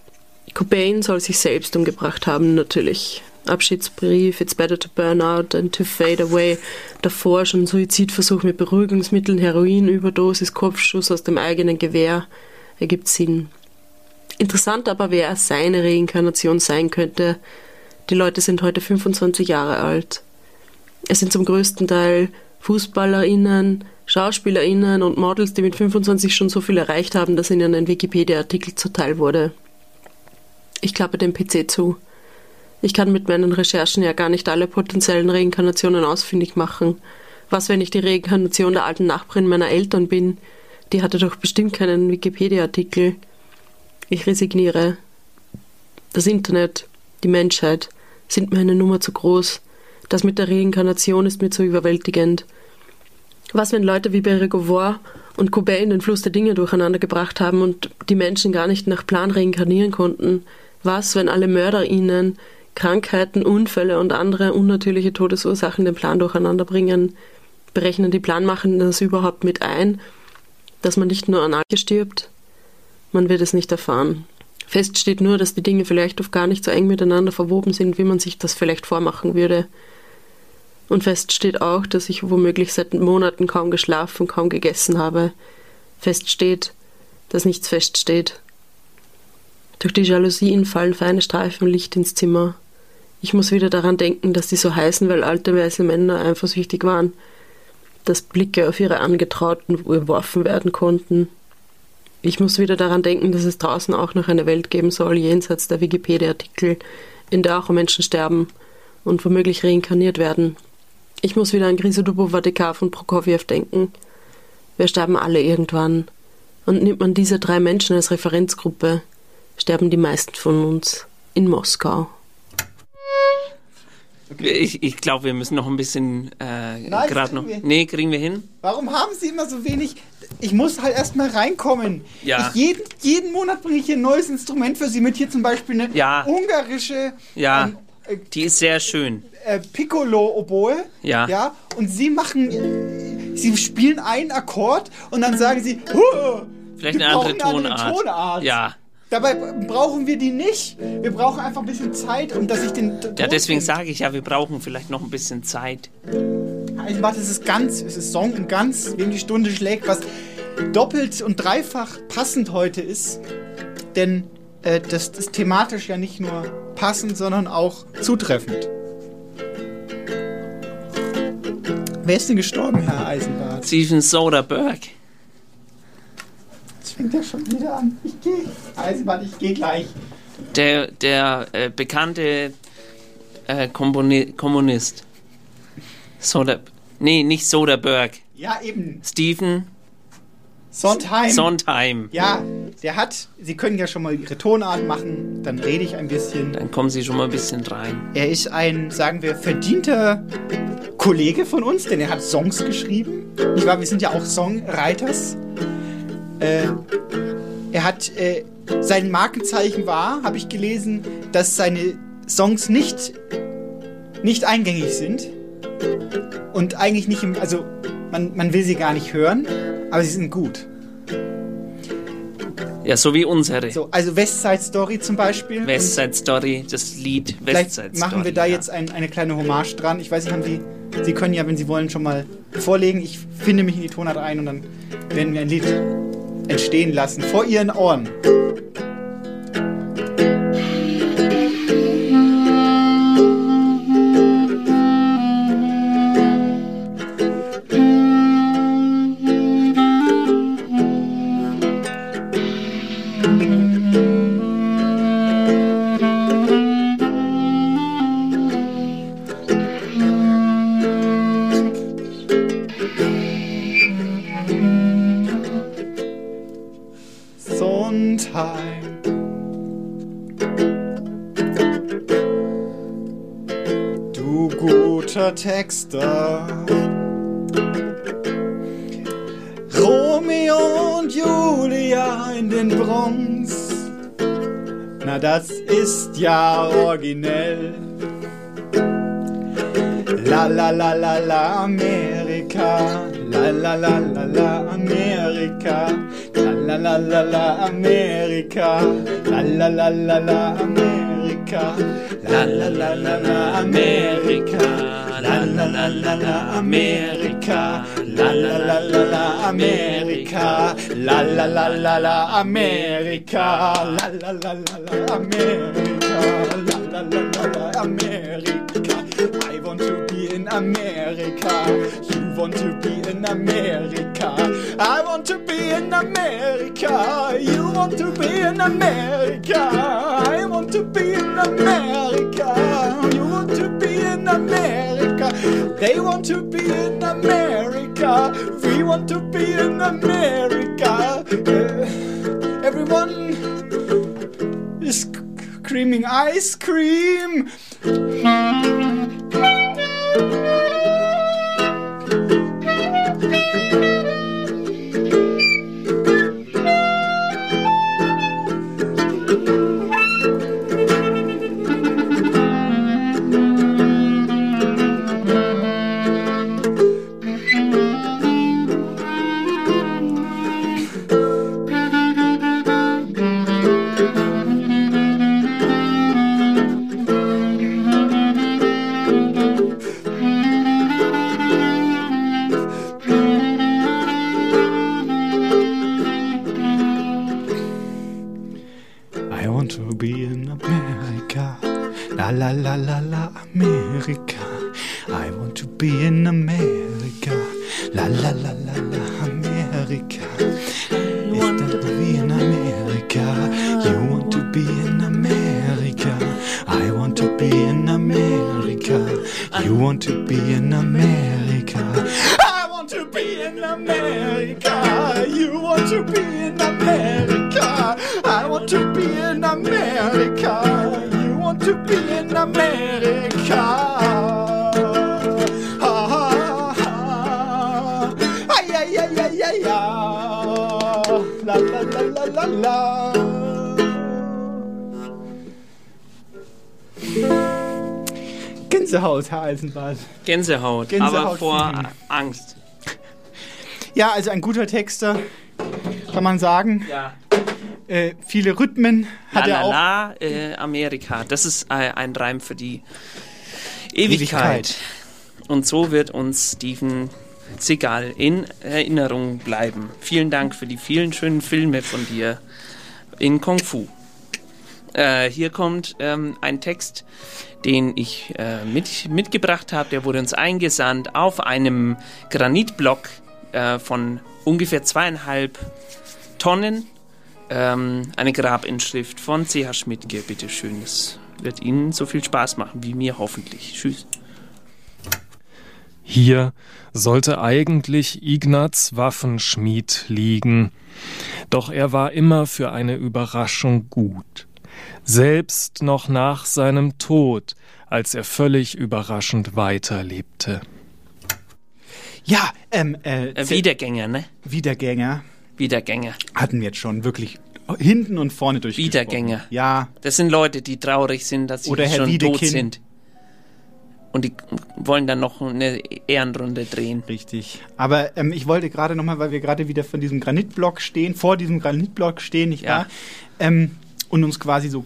O: Cobain soll sich selbst umgebracht haben, natürlich. Abschiedsbrief, It's Better to Burn Out and to Fade Away. Davor schon Suizidversuch mit Beruhigungsmitteln, Heroin, Überdosis, Kopfschuss aus dem eigenen Gewehr. Ergibt Sinn. Interessant aber, wer seine Reinkarnation sein könnte. Die Leute sind heute 25 Jahre alt. Es sind zum größten Teil Fußballerinnen, Schauspielerinnen und Models, die mit 25 schon so viel erreicht haben, dass ihnen ein Wikipedia-Artikel zuteil wurde. Ich klappe dem PC zu. Ich kann mit meinen Recherchen ja gar nicht alle potenziellen Reinkarnationen ausfindig machen. Was, wenn ich die Reinkarnation der alten Nachbarin meiner Eltern bin? Die hatte doch bestimmt keinen Wikipedia-Artikel. Ich resigniere. Das Internet, die Menschheit, sind mir eine Nummer zu groß. Das mit der Reinkarnation ist mir zu überwältigend. Was, wenn Leute wie Beregovoir und Cobain den Fluss der Dinge durcheinander gebracht haben und die Menschen gar nicht nach Plan reinkarnieren konnten? Was, wenn alle Mörder ihnen Krankheiten, Unfälle und andere unnatürliche Todesursachen den Plan durcheinander bringen? Berechnen die Planmachenden das überhaupt mit ein, dass man nicht nur anarchisch stirbt? Man wird es nicht erfahren. Fest steht nur, dass die Dinge vielleicht oft gar nicht so eng miteinander verwoben sind, wie man sich das vielleicht vormachen würde. Und fest steht auch, dass ich womöglich seit Monaten kaum geschlafen, kaum gegessen habe. Fest steht, dass nichts feststeht. Durch die Jalousien fallen feine Streifen Licht ins Zimmer. Ich muss wieder daran denken, dass die so heißen, weil alte weiße Männer eifersüchtig waren, dass Blicke auf ihre Angetrauten geworfen werden konnten. Ich muss wieder daran denken, dass es draußen auch noch eine Welt geben soll, jenseits der Wikipedia-Artikel, in der auch Menschen sterben und womöglich reinkarniert werden. Ich muss wieder an Grise Dubova von Prokofjew denken. Wir sterben alle irgendwann. Und nimmt man diese drei Menschen als Referenzgruppe, sterben die meisten von uns in Moskau.
A: Ich, ich glaube, wir müssen noch ein bisschen äh,
L: das
A: gerade
L: kriegen
A: noch.
L: wir hin.
A: Nee, kriegen wir hin?
L: Warum haben sie immer so wenig? Ich muss halt erstmal reinkommen.
A: Ja.
L: Ich jeden, jeden Monat bringe ich hier ein neues Instrument für sie mit. Hier zum Beispiel eine
A: Ja.
L: ungarische
A: Ja.
L: Ähm,
A: Die ist sehr schön.
L: äh, Piccolo-Oboe.
A: Ja.
L: ja. Und sie machen. Sie spielen einen Akkord und dann sagen sie. "Huh,
A: Vielleicht
L: wir
A: eine andere
L: brauchen eine andere
A: Tonart.
L: Tonart.
A: Ja.
L: Dabei brauchen wir die nicht. Wir brauchen einfach ein bisschen Zeit, um dass ich den.
A: Ja, deswegen
L: Hm.
A: sage ich ja, wir brauchen vielleicht noch ein bisschen Zeit.
L: Ich warte, Also es ist ganz, es ist Song und ganz, wem die Stunde schlägt, was doppelt und dreifach passend heute ist. Denn äh, das ist thematisch ja nicht nur passend, sondern auch zutreffend. Wer ist denn gestorben, Herr Eisenbart?
A: Steven Soderbergh.
L: Jetzt fängt er schon wieder an. Ich gehe. Eisenbart, ich gehe gleich.
A: Der, der äh, bekannte äh, Komponi Kommunist. Soder. Nee, nicht Soderbergh.
L: Ja, eben.
A: Stephen
L: Sondheim.
A: Sondheim.
L: Ja, der hat. Sie können ja schon mal Ihre Tonart machen. Dann rede ich ein bisschen.
A: Dann kommen Sie schon mal ein bisschen rein.
L: Er ist ein, sagen wir, verdienter Kollege von uns, denn er hat Songs geschrieben. Nicht wahr? Wir sind ja auch Songwriters. Äh, er hat, äh, sein Markenzeichen war, habe ich gelesen, dass seine Songs nicht, nicht eingängig sind. Und eigentlich nicht im, also man, man will sie gar nicht hören, aber sie sind gut.
A: Ja, so wie unsere.
L: So, also West Side Story zum Beispiel.
A: West Side Story, das Lied West
L: Vielleicht
A: Side Story.
L: machen wir da jetzt ein, eine kleine Hommage dran. Ich weiß nicht, haben Sie, Sie können ja, wenn Sie wollen, schon mal vorlegen. Ich finde mich in die Tonart ein und dann werden wir ein Lied entstehen lassen. Vor Ihren Ohren. Sondheim. Du guter Texter. Romeo und Julia in den Bronx. Na, das ist ja originell. La la la la la Amerika. La la la la la Amerika. La la la la Amerika. La la la la la Amerika. La la la la la Amerika. La la la la la Amerika. La la la la la Amerika. La la la la la Amerika. La la la la la Amerika. La la la la la Amerika. I want to be in America. You want to be in America. I want to be in America. You want to be in America. I want to be in America. You want to be in America. They want to be in America. We want to be in America. Uh, everyone is screaming ice cream. I want to be in America. La la la la la America. I want to be in America. La la la la la America. You want to be in America. You want to be in America. I want to be in America. You want to be in America. I want to be in America.
P: be in America. I want to be in America. You want to be in America. Ha, ha, ha. Ay, ay, ay, ay, ay, ah. La, la, la, la, la, la.
L: Gänsehaut, Herr Eisenbart.
A: Gänsehaut, aber
L: Gänsehaut
A: vor
L: fühlen.
A: Angst.
L: Ja, also ein guter Texter, kann man sagen.
A: Ja.
L: Äh, viele Rhythmen hat
A: la,
L: er auch.
A: la, la, äh, Amerika. Das ist äh, ein Reim für die Ewigkeit.
L: Ewigkeit.
A: Und so wird uns Steven Seagal in Erinnerung bleiben. Vielen Dank für die vielen schönen Filme von dir in Kung Fu. Äh, hier kommt ähm, ein Text, den ich äh, mit, mitgebracht habe. Der wurde uns eingesandt auf einem Granitblock äh, von ungefähr zweieinhalb Tonnen. Ähm, eine Grabinschrift von C.H. Schmidtke, bitteschön. Das wird Ihnen so viel Spaß machen wie mir hoffentlich. Tschüss.
H: Hier sollte eigentlich Ignaz Waffenschmied liegen, doch er war immer für eine Überraschung gut. Selbst noch nach seinem Tod, als er völlig überraschend weiterlebte.
L: Ja, ähm, äh,
A: Äh, Wiedergänger, ne?
L: Wiedergänger.
A: Wiedergänger.
L: Hatten wir jetzt schon wirklich hinten und vorne durch.
A: Wiedergänger.
L: Ja.
A: Das sind Leute, die traurig sind, dass sie
L: Oder Herr
A: schon tot
L: Wiedekind.
A: sind. Und die wollen dann noch eine Ehrenrunde drehen.
L: Richtig. Aber ähm, ich wollte gerade nochmal, weil wir gerade wieder von diesem Granitblock stehen, vor diesem Granitblock stehen, nicht wahr? Ähm, und uns quasi so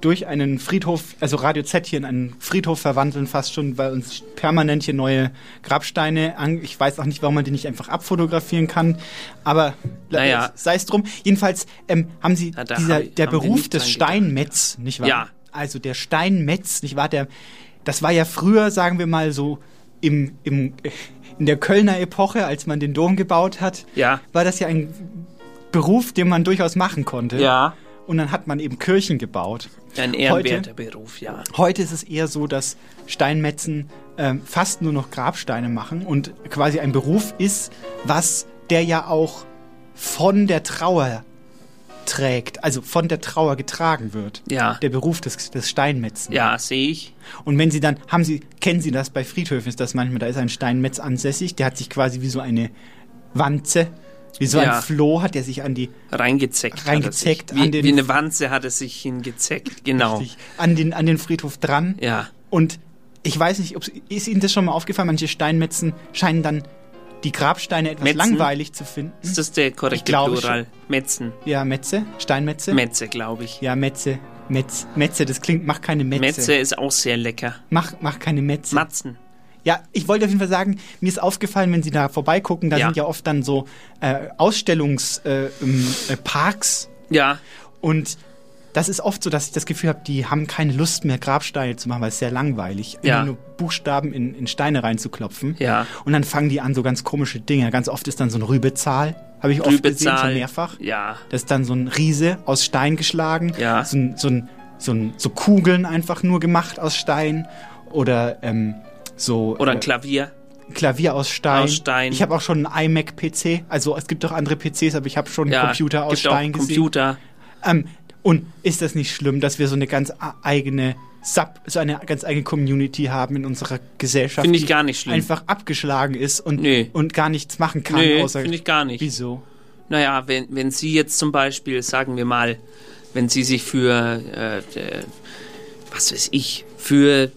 L: durch einen Friedhof, also Radio Z hier in einen Friedhof verwandeln, fast schon, weil uns permanent hier neue Grabsteine an. Ich weiß auch nicht, warum man die nicht einfach abfotografieren kann, aber
A: Naja.
L: sei es drum. Jedenfalls ähm, haben sie
A: da
L: dieser,
A: hab ich-
L: der
A: haben wir
L: Beruf
A: nicht
L: des
A: dran gedacht.
L: Steinmetz, nicht wahr?
A: Ja.
L: Also der Steinmetz, nicht wahr? Der, das war ja früher, sagen wir mal so, im, im, in der Kölner Epoche, als man den Dom gebaut hat,
A: Ja.
L: war das ja ein Beruf, den man durchaus machen konnte.
A: Ja.
L: Und dann hat man eben Kirchen gebaut.
A: Ein ehrenwerter Beruf, ja.
L: Heute ist es eher so, dass Steinmetzen ähm, fast nur noch Grabsteine machen und quasi ein Beruf ist, was der ja auch von der Trauer trägt, also von der Trauer getragen wird.
A: Ja.
L: Der Beruf des, des Steinmetzen.
A: Ja, sehe ich.
L: Und wenn sie dann, haben sie, kennen sie das bei Friedhöfen, ist das manchmal, da ist ein Steinmetz ansässig, der hat sich quasi wie so eine Wanze, wie so
A: Ja.
L: ein Floh hat er sich an die,
A: Reingezeckt.
L: Reingezeckt
A: hat er sich. Wie,
L: an den-
A: wie eine Wanze hat er sich hingezeckt, genau.
L: an den, an den Friedhof dran.
A: Ja.
L: Und ich weiß nicht, ob's, ist Ihnen das schon mal aufgefallen? Manche Steinmetzen scheinen dann die Grabsteine etwas
A: Metzen?
L: langweilig zu finden.
A: Ist das der
L: Ich
A: korrekte
L: glaube
A: Plural? Metzen.
L: Ja, Metze, Steinmetze.
A: Metze, glaube ich.
L: Ja, Metze, Metz, Metze, das klingt, mach keine Metze.
A: Metze ist auch sehr lecker.
L: Mach, mach keine Metze.
A: Matzen.
L: Ja, ich wollte auf jeden Fall sagen, mir ist aufgefallen, wenn Sie da vorbeigucken, da
A: Ja.
L: sind ja oft dann so äh, Ausstellungsparks. Äh, ähm, äh, Parks.
A: Ja.
L: Und das ist oft so, dass ich das Gefühl habe, die haben keine Lust mehr, Grabsteine zu machen, weil es ist sehr langweilig.
A: Ja.
L: Immer nur Buchstaben in, in Steine reinzuklopfen.
A: Ja.
L: Und dann fangen die an, so ganz komische Dinger. Ganz oft ist dann so ein Rübezahl. Habe ich oft gesehen, schon
A: Rübezahl.
L: mehrfach.
A: Ja.
L: Das ist dann so ein Riese aus Stein geschlagen.
A: Ja.
L: So, ein, so, ein, so, ein, so Kugeln einfach nur gemacht aus Stein. Oder ähm, so.
A: Oder ein
L: äh,
A: Klavier.
L: Klavier aus Stein.
A: Aus Stein.
L: Ich habe auch schon einen iMac-PC. Also es gibt auch andere PCs, aber ich habe schon einen
A: Ja,
L: Computer aus
A: gibt auch
L: Stein gesehen.
A: Computer.
L: Ähm, und ist das nicht schlimm, dass wir so eine ganz a- eigene Sub, so eine ganz eigene Community haben in unserer Gesellschaft,
A: Finde ich
L: die
A: gar nicht schlimm.
L: einfach abgeschlagen ist und,
A: Nee.
L: und gar nichts machen kann,
A: Nö,
L: außer
A: finde ich gar nicht.
L: Wieso?
A: Naja, wenn, wenn Sie jetzt zum Beispiel, sagen wir mal, wenn Sie sich für, äh, äh, was weiß ich, für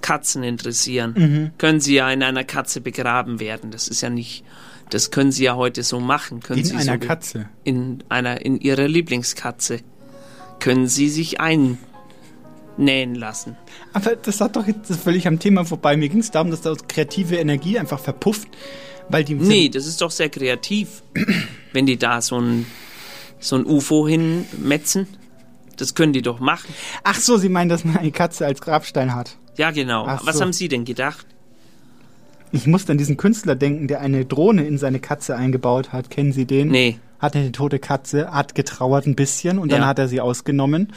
A: Katzen interessieren,
L: Mhm.
A: können Sie ja in einer Katze begraben werden. Das ist ja nicht, das können Sie ja heute so machen. Können
L: In
A: Sie
L: einer
A: so ge-
L: Katze?
A: In einer, in Ihrer Lieblingskatze. Können Sie sich einnähen lassen.
L: Aber das hat doch jetzt völlig am Thema vorbei. Mir ging es darum, dass da kreative Energie einfach verpufft, weil die
A: Nee, das ist doch sehr kreativ, wenn die da so ein, so ein UFO hinmetzen. Das können die doch machen.
L: Ach so, Sie meinen, dass man eine Katze als Grabstein hat.
A: Ja, genau.
L: Ach
A: Was
L: so.
A: haben Sie denn gedacht?
L: Ich musste an diesen Künstler denken, der eine Drohne in seine Katze eingebaut hat. Kennen Sie den?
A: Nee.
L: Hat eine tote Katze, hat getrauert ein bisschen und dann
A: Ja.
L: hat er sie ausgenommen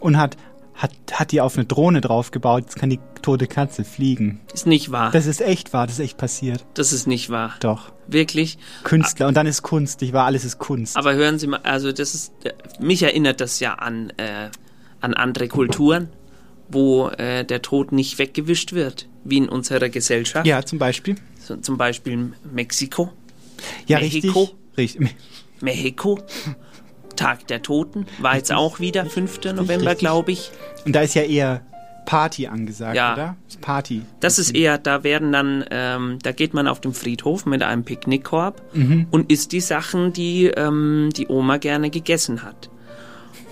L: und hat hat, hat die auf eine Drohne draufgebaut, jetzt kann die tote Katze fliegen.
A: Ist nicht wahr.
L: Das ist echt wahr, das ist echt passiert.
A: Ah. Das ist nicht wahr.
L: Doch.
A: Wirklich.
L: Künstler, und dann ist Kunst, ich war, alles ist Kunst.
A: Aber hören Sie mal, also das ist, mich erinnert das ja an, äh, an andere Kulturen, wo äh, der Tod nicht weggewischt wird, wie in unserer Gesellschaft.
L: Ja, zum Beispiel.
A: So, zum Beispiel Mexiko.
L: Ja, Mexiko. richtig. richtig.
A: Mexiko. Tag der Toten war jetzt auch wieder 5. November, glaube ich.
L: Und da ist ja eher Party angesagt,
A: Ja.
L: oder? Ist Party.
A: Das ist eher, da werden dann, ähm, da geht man auf dem Friedhof mit einem Picknickkorb
L: Mhm.
A: und isst die Sachen, die ähm, die Oma gerne gegessen hat.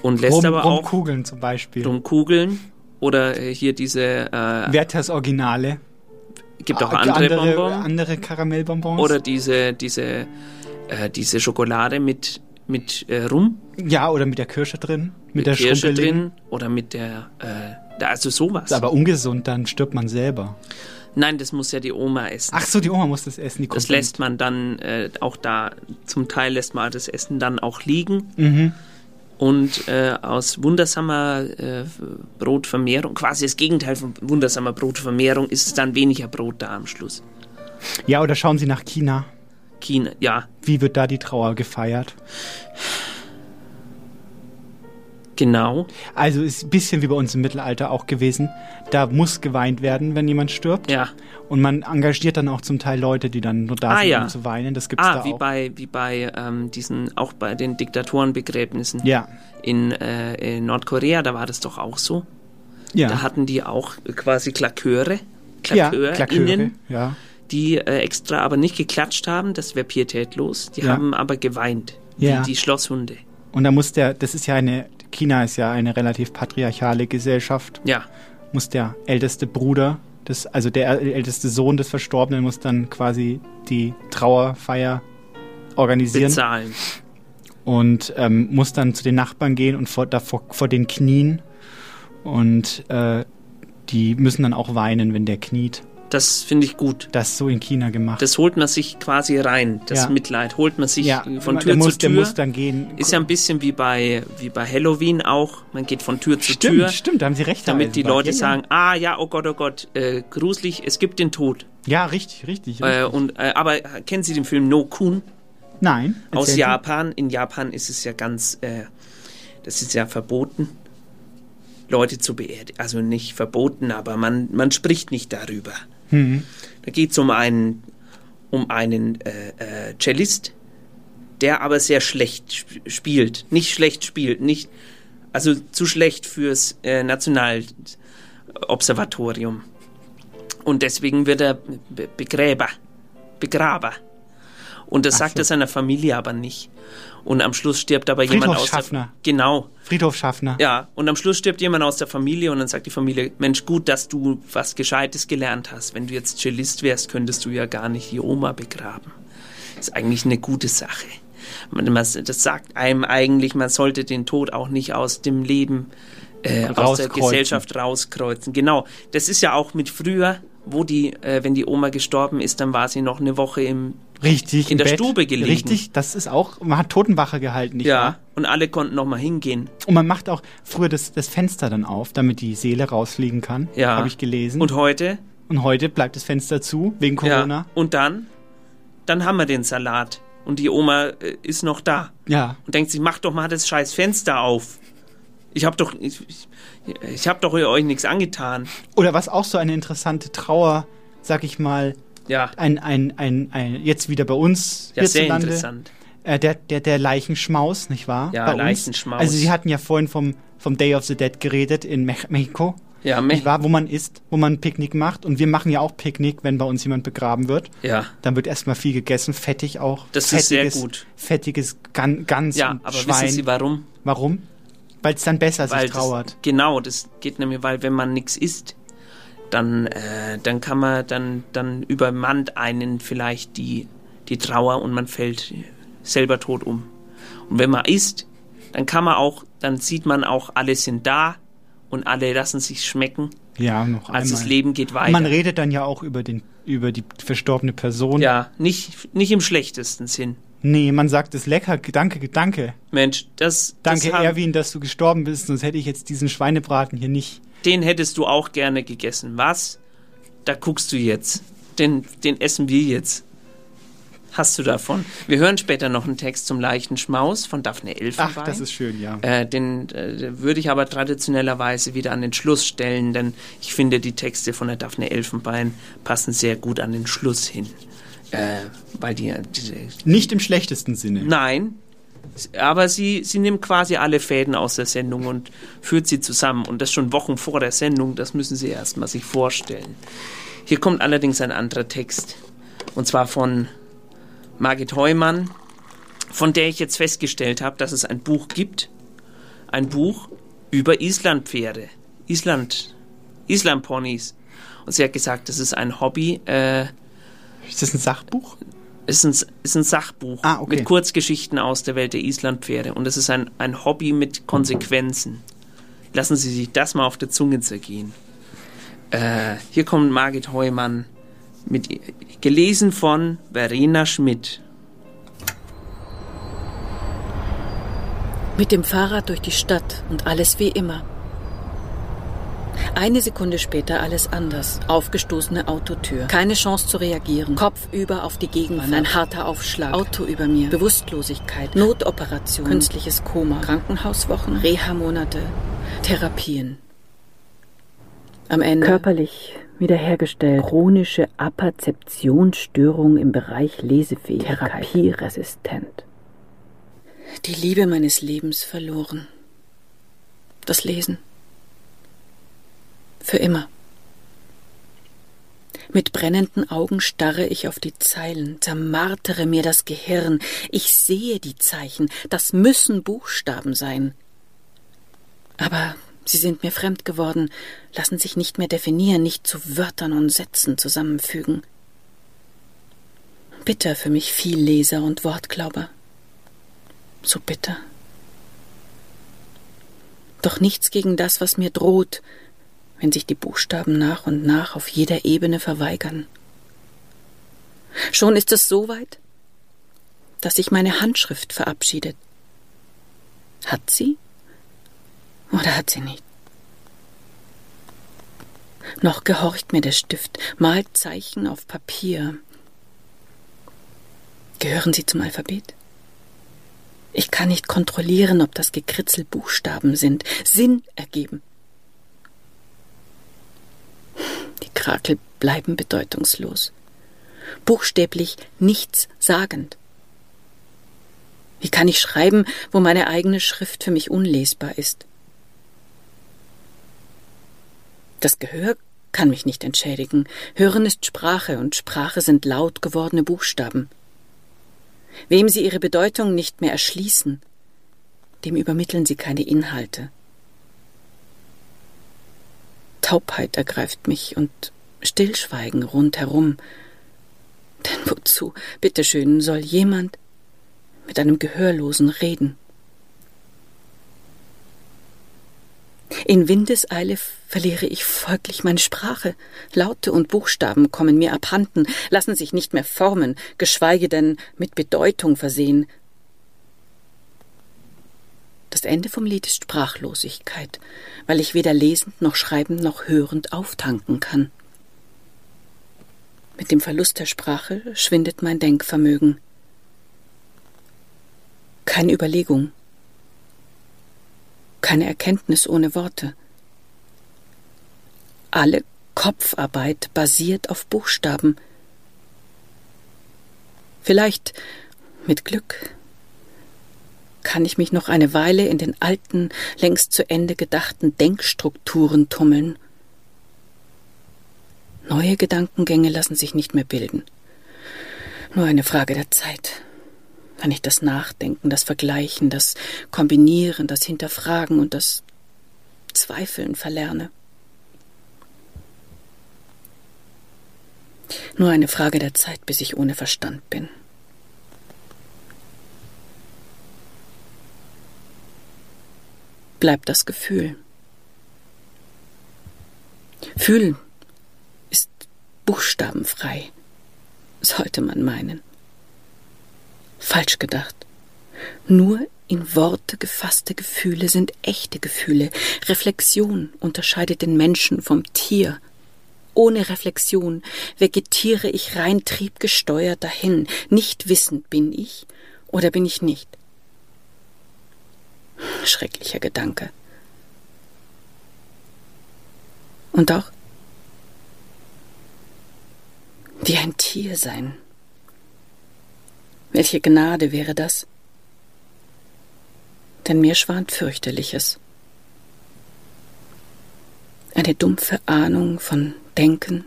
A: Und lässt
L: Rum-
A: aber auch
L: Rumkugeln zum Beispiel.
A: Rumkugeln oder äh, hier diese, äh,
L: Werthers Originale.
A: gibt auch
L: Ah,
A: andere,
L: andere
A: Bonbons
L: Andere Karamellbonbons.
A: oder diese, diese, äh, diese Schokolade mit, mit äh, Rum,
L: ja, oder mit der Kirsche drin. Mit,
A: mit
L: der
A: Kirsche
L: Schrumpelin.
A: drin oder mit der, äh, da- also sowas.
L: Ist aber ungesund, dann stirbt man selber.
A: Nein, das muss ja die Oma essen.
L: Ach so, die Oma muss das essen, die
A: Das
L: kommt
A: lässt man dann äh, auch da, zum Teil lässt man das Essen dann auch liegen.
L: Mhm.
A: Und äh, aus wundersamer äh, Brotvermehrung, quasi das Gegenteil von wundersamer Brotvermehrung, ist dann weniger Brot da am Schluss.
L: Ja, oder schauen Sie nach China.
A: China, ja,
L: Wie wird da die Trauer gefeiert?
A: genau.
L: Also ist ein bisschen wie bei uns im Mittelalter auch gewesen. Da muss geweint werden, wenn jemand stirbt.
A: Ja.
L: Und man engagiert dann auch zum Teil Leute, die dann nur da
A: Ah,
L: sind,
A: ja.
L: um zu weinen. Das gibt's
A: ah,
L: da
A: wie
L: auch.
A: bei, wie bei ähm, diesen, auch bei den Diktatorenbegräbnissen.
L: Ja.
A: In, äh, in Nordkorea, da war das doch auch so.
L: Ja.
A: Da hatten die auch quasi Klaköre.
L: ja,
A: Klakörinnen.
L: Klaköre, ja.
A: die äh, extra aber nicht geklatscht haben, das wäre pietätlos. Die
L: Ja.
A: haben aber geweint,
L: Ja.
A: wie die Schlosshunde.
L: Und da muss der, das ist ja eine, China ist ja eine relativ patriarchale Gesellschaft.
A: Ja.
L: Muss der älteste Bruder, des, also der älteste Sohn des Verstorbenen, muss dann quasi die Trauerfeier organisieren.
A: Bezahlen.
L: Und ähm, muss dann zu den Nachbarn gehen und vor, da vor, vor den knien. Und äh, die müssen dann auch weinen, wenn der kniet.
A: Das finde ich gut.
L: Das ist so in China gemacht.
A: Das holt man sich quasi rein, das
L: Ja.
A: Mitleid. Holt man sich
L: Ja,
A: äh, von
L: der
A: Tür
L: muss-
A: zu
L: der
A: Tür.
L: muss dann gehen.
A: Ist ja ein bisschen wie bei, wie bei Halloween auch. Man geht von Tür zu
L: stimmt,
A: Tür.
L: stimmt, da haben Sie recht. Herr
A: Damit die
L: Eisenbart.
A: Leute
L: Ja, ja.
A: sagen, ah ja, oh Gott, oh Gott, äh, gruselig, es gibt den Tod.
L: Ja, richtig, richtig.
A: Äh,
L: richtig.
A: und, äh, aber kennen Sie den Film No Kun?
L: Nein.
A: aus
L: erzählen Sie.
A: Japan. In Japan ist es ja ganz, äh, das ist ja verboten, Leute zu beerdigen. Also nicht verboten, aber man, man spricht nicht darüber.
L: Hm.
A: Da geht es um einen, um einen äh, äh, Cellist, der aber sehr schlecht sp spielt. Nicht schlecht spielt, nicht, also zu schlecht fürs äh, Nationalobservatorium. Und deswegen wird er Be- Begräber, Begraber. Und das
L: Ach
A: sagt
L: so.
A: er seiner Familie aber nicht. Und am Schluss stirbt aber jemand aus der,
L: Friedhofsschaffner.
A: Genau.
L: Friedhofsschaffner.
A: Ja, und am Schluss stirbt jemand aus der Familie und dann sagt die Familie, Mensch, gut, dass du was Gescheites gelernt hast. Wenn du jetzt Cellist wärst, könntest du ja gar nicht die Oma begraben. Ist eigentlich eine gute Sache. Man, man, das sagt einem eigentlich, man sollte den Tod auch nicht aus dem Leben, äh, aus der
L: Rauskreuzen.
A: Gesellschaft rauskreuzen. Genau, das ist ja auch mit früher, wo die, äh, wenn die Oma gestorben ist, dann war sie noch eine Woche im,
L: Richtig.
A: in
L: im
A: der
L: Bett.
A: Stube gelegen.
L: Richtig, das ist auch, man hat Totenwache gehalten, nicht wahr?
A: ja, und alle konnten nochmal hingehen.
L: Und man macht auch früher das, das Fenster dann auf, damit die Seele rausfliegen kann.
A: Ja.
L: Habe ich gelesen.
A: Und heute?
L: Und heute bleibt das Fenster zu, wegen Corona.
A: Ja. Und dann? Dann haben wir den Salat. Und die Oma äh, ist noch da.
L: Ja.
A: Und denkt sich, mach doch mal das scheiß Fenster auf. Ich hab doch, ich, ich, ich hab doch euch nichts angetan.
L: Oder was auch so eine interessante Trauer, sag ich mal,
A: Ja.
L: ein, ein, ein, ein, jetzt wieder bei uns
A: Ja, sehr
L: hierzulande,
A: interessant.
L: Äh, der, der, der Leichenschmaus, nicht wahr?
A: Ja,
L: bei uns.
A: Leichenschmaus.
L: Also Sie hatten ja vorhin vom, vom Day of the Dead geredet in Mech Mexiko.
A: Ja,
L: nicht wahr, wo man isst, wo man Picknick macht. Und wir machen ja auch Picknick, wenn bei uns jemand begraben wird.
A: Ja.
L: Dann wird erstmal viel gegessen, fettig auch.
A: Das ist sehr
L: fettiges,
A: gut.
L: Fettiges Gan Gans
A: Ja,
L: und
A: aber
L: Schwein.
A: wissen Sie warum?
L: Warum? Weil es dann besser sich
A: das-
L: trauert.
A: genau, das geht nämlich, weil wenn man nichts isst, dann, äh, dann kann man, dann, dann übermannt einen vielleicht die, die Trauer und man fällt selber tot um. Und wenn man isst, dann kann man auch, dann sieht man auch, alle sind da und alle lassen sich schmecken.
L: Ja, noch
A: Also
L: einmal.
A: das Leben geht weiter.
L: Man redet dann ja auch über, den, über die verstorbene Person.
A: Ja, nicht, nicht im schlechtesten Sinn.
L: Nee, man sagt es lecker. Danke, danke.
A: Mensch, das.
L: Danke,
A: das haben-
L: Erwin, dass du gestorben bist, sonst hätte ich jetzt diesen Schweinebraten hier nicht.
A: Den hättest du auch gerne gegessen. Was? Da guckst du jetzt. Den, den essen wir jetzt. Hast du davon? Wir hören später noch einen Text zum leichten Schmaus von Daphne Elfenbein.
L: Ach, das ist schön, ja.
A: Äh, den äh, würde ich aber traditionellerweise wieder an den Schluss stellen, denn ich finde, die Texte von der Daphne Elfenbein passen sehr gut an den Schluss hin. Äh, weil die, die,
L: Nicht im schlechtesten Sinne.
A: Nein, aber sie, sie nimmt quasi alle Fäden aus der Sendung und führt sie zusammen. Und das schon Wochen vor der Sendung, das müssen Sie erstmal sich vorstellen. Hier kommt allerdings ein anderer Text. Und zwar von Margit Heumann, von der ich jetzt festgestellt habe, dass es ein Buch gibt. Ein Buch über Islandpferde. Island. Islandponys. Und sie hat gesagt, das ist ein Hobby. Äh,
L: ist das ein Sachbuch?
A: Ist ein, ist ein Sachbuch
L: Ah,
A: mit Kurzgeschichten aus der Welt der Islandpferde. Und es ist ein, ein Hobby mit Konsequenzen. Lassen Sie sich das mal auf der Zunge zergehen. Äh, hier kommt Margit Heumann mit gelesen von Verena Schmidt.
Q: Mit dem Fahrrad durch die Stadt und alles wie immer. Eine Sekunde später alles anders. Aufgestoßene Autotür. Keine Chance zu reagieren. Kopf über auf die Gegenwand. Ein harter Aufschlag. Auto über mir. Bewusstlosigkeit. Notoperation. Künstliches Koma. Krankenhauswochen. Reha-Monate. Therapien. Am Ende.
R: Körperlich wiederhergestellt. Chronische Apperzeptionsstörung im Bereich Lesefähigkeit. Therapieresistent.
Q: Die Liebe meines Lebens verloren. Das Lesen. Für immer. Mit brennenden Augen starre ich auf die Zeilen, zermartere mir das Gehirn. Ich sehe die Zeichen, das müssen Buchstaben sein. Aber sie sind mir fremd geworden, lassen sich nicht mehr definieren, nicht zu Wörtern und Sätzen zusammenfügen. Bitter für mich viel Leser und Wortglauber so bitter. Doch nichts gegen das, was mir droht, wenn sich die Buchstaben nach und nach auf jeder Ebene verweigern. Schon ist es so weit, dass sich meine Handschrift verabschiedet. Hat sie oder hat sie nicht? Noch gehorcht mir der Stift, malt Zeichen auf Papier. Gehören sie zum Alphabet? Ich kann nicht kontrollieren, ob das Gekritzel Buchstaben sind, Sinn ergeben. Die Krakel bleiben bedeutungslos, buchstäblich nichts sagend. Wie kann ich schreiben, wo meine eigene Schrift für mich unlesbar ist? Das Gehör kann mich nicht entschädigen. Hören ist Sprache und Sprache sind laut gewordene Buchstaben. Wem sie ihre Bedeutung nicht mehr erschließen, dem übermitteln sie keine Inhalte. Taubheit ergreift mich und Stillschweigen rundherum. Denn wozu, bitteschön, soll jemand mit einem Gehörlosen reden? In Windeseile verliere ich folglich meine Sprache. Laute und Buchstaben kommen mir abhanden, lassen sich nicht mehr formen, geschweige denn mit Bedeutung versehen. Das Ende vom Lied ist Sprachlosigkeit, weil ich weder lesend noch schreibend noch hörend auftanken kann. Mit dem Verlust der Sprache schwindet mein Denkvermögen. Keine Überlegung, keine Erkenntnis ohne Worte. Alle Kopfarbeit basiert auf Buchstaben. Vielleicht, mit Glück, kann ich mich noch eine Weile in den alten, längst zu Ende gedachten Denkstrukturen tummeln. Neue Gedankengänge lassen sich nicht mehr bilden. Nur eine Frage der Zeit wenn ich das Nachdenken, das Vergleichen, das Kombinieren, das Hinterfragen und das Zweifeln verlerne. Nur eine Frage der Zeit, bis ich ohne Verstand bin. Bleibt das Gefühl. Fühlen ist buchstabenfrei, sollte man meinen. Falsch gedacht. Nur in Worte gefasste Gefühle sind echte Gefühle. Reflexion unterscheidet den Menschen vom Tier. Ohne Reflexion vegetiere ich rein triebgesteuert dahin. Nicht wissend bin ich oder bin ich nicht. Schrecklicher Gedanke. Und auch wie ein Tier sein. Welche Gnade wäre das? Denn mir schwant fürchterliches. Eine dumpfe Ahnung von Denken,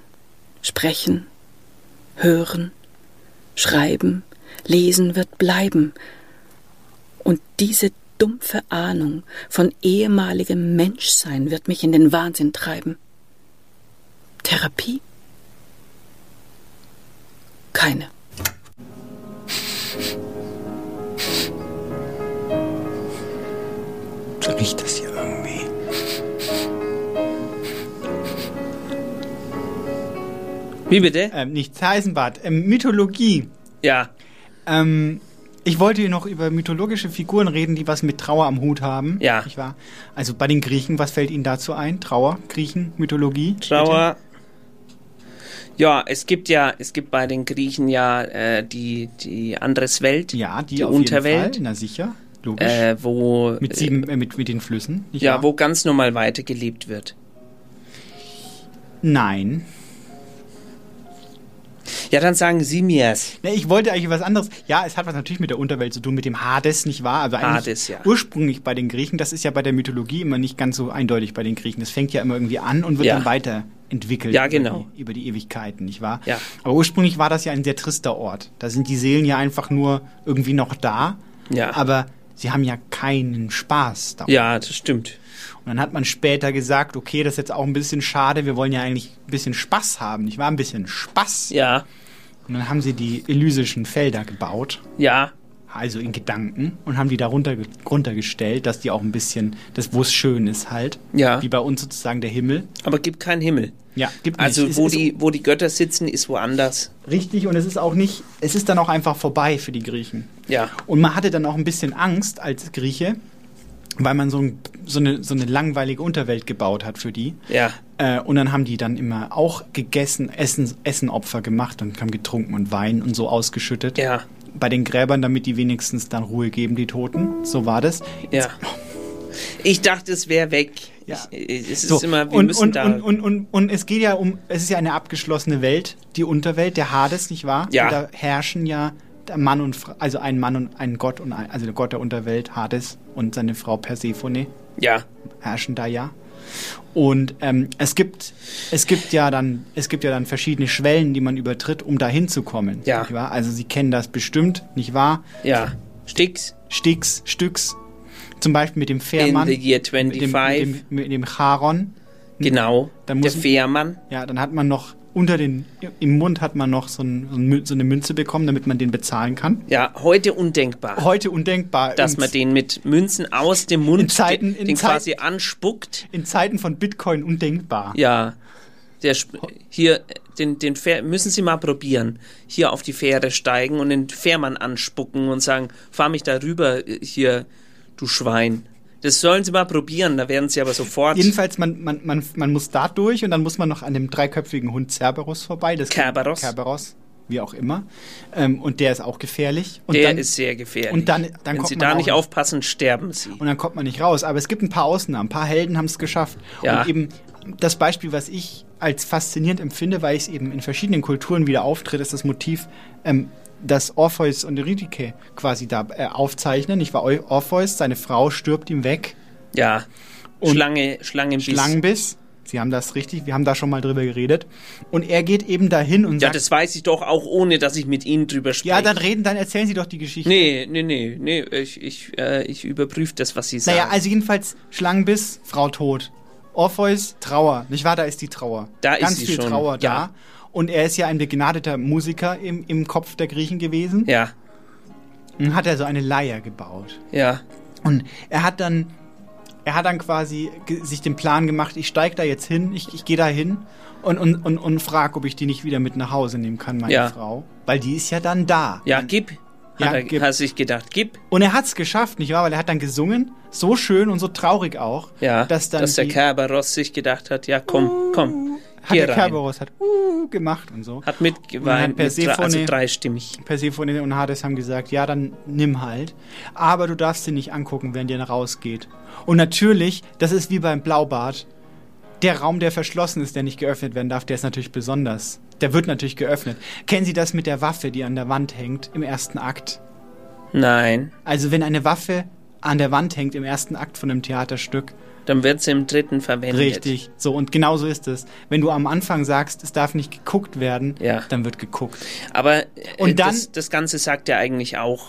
Q: Sprechen, Hören, Schreiben, Lesen wird bleiben. Und diese dumpfe Ahnung von ehemaligem Menschsein wird mich in den Wahnsinn treiben. Therapie? Keine.
S: So riecht das hier irgendwie.
A: Wie bitte?
L: Ähm, nichts Heisenbad. Ähm, Mythologie.
A: Ja.
L: Ähm, ich wollte noch über mythologische Figuren reden, die was mit Trauer am Hut haben.
A: Ja.
L: Ich war. Also bei den Griechen, was fällt Ihnen dazu ein? Trauer, Griechen, Mythologie?
A: Trauer. Ja, es gibt ja, es gibt bei den Griechen ja äh, die die anderes Welt,
L: ja, die, auf jeden
A: Unterwelt,
L: Fall, na sicher, logisch.
A: äh, wo
L: mit,
A: äh,
L: sieben, äh, mit, mit den Flüssen. nicht
A: ja,
L: wahr?
A: wo ganz normal weitergelebt wird.
L: Nein.
A: Ja, dann sagen Sie mir's.
L: Ne, ich wollte eigentlich was anderes. Ja, es hat was natürlich mit der Unterwelt zu tun, mit dem Hades, nicht wahr? Also eigentlich
A: Hades, ja.
L: ursprünglich bei den Griechen, das ist ja bei der Mythologie immer nicht ganz so eindeutig bei den Griechen. Das fängt ja immer irgendwie an und wird
A: Ja.
L: dann weiterentwickelt.
A: Ja, genau.
L: Über die, über die Ewigkeiten, nicht wahr?
A: Ja.
L: Aber ursprünglich war das ja ein sehr trister Ort. Da sind die Seelen ja einfach nur irgendwie noch da.
A: Ja.
L: Aber sie haben ja keinen Spaß da.
A: Ja, das stimmt.
L: Und dann hat man später gesagt, okay, das ist jetzt auch ein bisschen schade, wir wollen ja eigentlich ein bisschen Spaß haben, nicht wahr? Ein bisschen Spaß.
A: Ja.
L: Und dann haben sie die elysischen Felder gebaut.
A: Ja.
L: Also in Gedanken und haben die da runter, runtergestellt, dass die auch ein bisschen, das wo es schön ist halt.
A: Ja.
L: Wie bei uns sozusagen der Himmel.
A: Aber gibt keinen Himmel.
L: Ja, gibt
A: Also
L: nicht. Es
A: wo
L: ist
A: die wo die Götter sitzen, ist woanders.
L: Richtig, und es ist auch nicht, es ist dann auch einfach vorbei für die Griechen.
A: Ja.
L: Und man hatte dann auch ein bisschen Angst als Grieche, weil man so, ein, so, eine, so eine langweilige Unterwelt gebaut hat für die.
A: Ja.
L: Äh, und dann haben die dann immer auch gegessen, Essen, Essenopfer gemacht und haben getrunken und Wein und so ausgeschüttet.
A: Ja.
L: Bei den Gräbern, damit die wenigstens dann Ruhe geben, die Toten. So war das.
A: Ja. Ich dachte, es wäre weg. Ich, ich- es ist
L: So,
A: immer, wir
L: und,
A: müssen
L: und,
A: da.
L: Und, und, und, und es geht ja um, es ist ja eine abgeschlossene Welt, die Unterwelt, der Hades, nicht wahr?
A: Ja.
L: Und da herrschen ja der Mann und Fra- also ein Mann und ein Gott und ein, also der Gott der Unterwelt, Hades und seine Frau Persephone
A: ja.
L: herrschen da ja. Und ähm, es gibt es gibt ja dann es gibt ja dann verschiedene Schwellen, die man übertritt, um dahin zu kommen.
A: Ja.
L: Nicht wahr? Also Sie kennen das bestimmt, nicht wahr?
A: Ja. Sticks.
L: Sticks, Stücks. Zum Beispiel mit dem
A: In
L: Fährmann.
A: the year
L: Mit dem,
A: 25.
L: mit dem, mit dem Charon.
A: Genau.
L: Dann muss
A: der Fährmann.
L: Ja, dann hat man noch unter den im Mund hat man noch so, ein, so, ein, Mü- so eine Münze bekommen, damit man den bezahlen kann.
A: Ja, heute undenkbar.
L: Heute undenkbar.
A: dass
L: In-
A: man den mit Münzen aus dem Mund
L: in Zeiten,
A: den,
L: in
A: den
L: Zeiten,
A: quasi anspuckt.
L: In Zeiten von Bitcoin undenkbar.
A: Ja. Der sp- hier äh, den den Fähr müssen Sie mal probieren. Hier auf die Fähre steigen und den Fährmann anspucken und sagen, fahr mich da rüber äh, hier, du Schwein. Das sollen Sie mal probieren, da werden Sie aber sofort
L: Jedenfalls, man, man, man, man muss da durch und dann muss man noch an dem dreiköpfigen Hund Cerberus vorbei. Das
A: Kerberos.
L: Kerberos, wie auch immer. Ähm, und der ist auch gefährlich. Und
A: der
L: dann,
A: ist sehr gefährlich.
L: und dann- dann
A: Wenn
L: kommt
A: Sie
L: man
A: da
L: auch
A: nicht
L: nicht-
A: aufpassen, sterben Sie.
L: Und dann kommt man nicht raus. Aber es gibt ein paar Ausnahmen. Ein paar Helden haben es geschafft.
A: Ja.
L: Und eben das Beispiel, was ich als faszinierend empfinde, weil es eben in verschiedenen Kulturen wieder auftritt, ist das Motiv, ähm, dass Orpheus und Eurydike quasi da äh, aufzeichnen. Nicht wahr? Eu- Orpheus, seine Frau stirbt ihm weg.
A: Ja.
L: Und-
A: Schlange, Schlangenbiss.
L: Schlangenbiss. Sie haben das richtig, wir haben da schon mal drüber geredet. Und er geht eben dahin und
A: Ja,
L: sagt,
A: das weiß ich doch auch, ohne dass ich mit Ihnen drüber spreche.
L: ja, dann reden, dann erzählen Sie doch die Geschichte.
A: Nee, nee, nee, nee, ich, ich, äh, ich überprüfe das, was Sie sagen.
L: Naja, also jedenfalls Schlangenbiss, Frau tot. Orpheus, Trauer. Nicht wahr? Da ist die Trauer.
A: Da ist
L: Ganz
A: sie
L: viel
A: schon,
L: Trauer
A: ja.
L: da. Und er ist ja ein begnadeter Musiker im, im Kopf der Griechen gewesen.
A: Ja.
L: Und hat er so eine Leier gebaut.
A: Ja.
L: Und er hat dann, er hat dann quasi ge- sich den Plan gemacht, ich steige da jetzt hin, ich, ich gehe da hin und, und, und, und frage, ob ich die nicht wieder mit nach Hause nehmen kann, meine
A: Ja.
L: Frau. Weil die ist also- ja dann da.
A: Ja, gib. Hat er hat sich gedacht, gib.
L: Und er hat es geschafft, nicht wahr? Weil er hat dann gesungen, so schön und so traurig auch,
A: Ja,
L: dass dann
A: der
L: die-
A: Kerberos sich gedacht hat, ja komm, komm,
L: hat
A: hier
L: der
A: rein.
L: Kerberos hat uh, gemacht und so.
A: Hat
L: Und dann
A: mitgeweint,
L: hat
A: mit, drei-
L: Persephone-
A: also dreistimmig.
L: Persephone und Hades haben gesagt, ja, dann nimm halt. Aber du darfst ihn nicht angucken, während er rausgeht. Und natürlich, das ist wie beim Blaubart. Der Raum, der verschlossen ist, der nicht geöffnet werden darf, der ist natürlich besonders. Der wird natürlich geöffnet. Kennen Sie das mit der Waffe, die an der Wand hängt im ersten Akt?
A: Nein.
L: Also wenn eine Waffe an der Wand hängt im ersten Akt von einem Theaterstück,
A: Dann wird sie im dritten verwendet.
L: Richtig. So, und genau so ist es. Wenn du am Anfang sagst, es darf nicht geguckt werden, dann wird geguckt.
A: Aber
L: Und
A: und
L: dann-
A: das, das Ganze sagt ja eigentlich auch,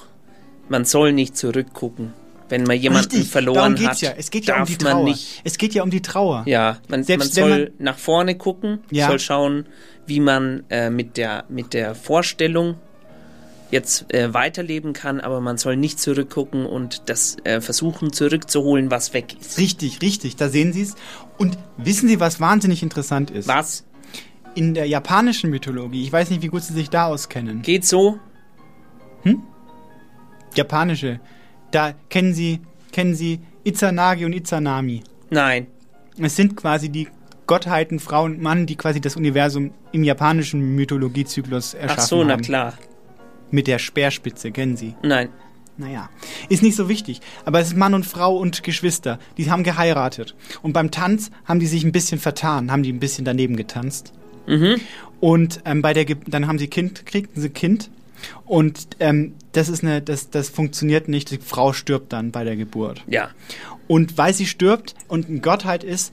A: man soll nicht zurückgucken. Wenn man jemanden
L: Darum
A: verloren
L: geht's
A: hat,
L: ja. Es geht
A: darf
L: ja um die
A: man
L: Trauer.
A: nicht.
L: Es geht ja um die Trauer.
A: Ja, man, man
L: Selbst wenn
A: soll nach vorne gucken,
L: Ja.
A: soll schauen, wie man äh, mit, der, mit der Vorstellung jetzt äh, weiterleben kann, aber man soll nicht zurückgucken und das äh, versuchen zurückzuholen, was weg ist.
L: Richtig, richtig. Da sehen Sie es. Und wissen Sie, was wahnsinnig interessant ist?
A: Was?
L: In der japanischen Mythologie, ich weiß nicht, wie gut Sie sich da auskennen.
A: Geht so?
L: Hm? Japanische. Da kennen Sie, kennen Sie Izanagi und Izanami.
A: Nein.
L: Es sind quasi die Gottheiten, Frau und Mann, die quasi das Universum im japanischen Mythologiezyklus erschaffen
A: Ach so,
L: haben.
A: na klar.
L: Mit der Speerspitze, kennen Sie?
A: Nein.
L: Naja, ist nicht so wichtig. Aber es ist Mann und Frau und Geschwister. Die haben geheiratet. Und beim Tanz haben die sich ein bisschen vertan, haben die ein bisschen daneben getanzt.
A: Mhm.
L: Und ähm, bei der Ge dann haben sie Kind, kriegten sie Kind. Und ähm, das ist eine, das, das funktioniert nicht. Die Frau stirbt dann bei der Geburt.
A: Ja.
L: Und weil sie stirbt und eine Gottheit ist,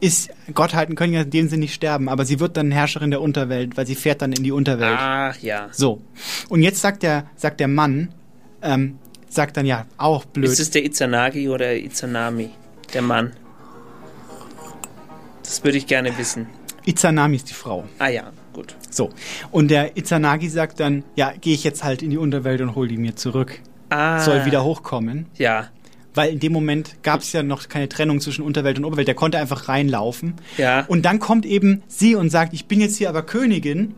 L: ist Gottheiten können ja in dem Sinne nicht sterben, aber sie wird dann Herrscherin der Unterwelt, weil sie fährt dann in die Unterwelt.
A: Ach ja.
L: So. Und jetzt sagt der, sagt der Mann, ähm, sagt dann ja, auch blöd.
A: Ist es der Izanagi oder Izanami, der Mann? Das würde ich gerne wissen.
L: Izanami ist die Frau.
A: Ah ja, gut.
L: So. Und der Izanagi sagt dann, ja, gehe ich jetzt halt in die Unterwelt und hol die mir zurück.
A: Ah.
L: Soll wieder hochkommen.
A: Ja,
L: Weil in dem Moment gab es ja noch keine Trennung zwischen Unterwelt und Oberwelt. Der konnte einfach reinlaufen.
A: ja.
L: Und dann kommt eben sie und sagt, ich bin jetzt hier aber Königin.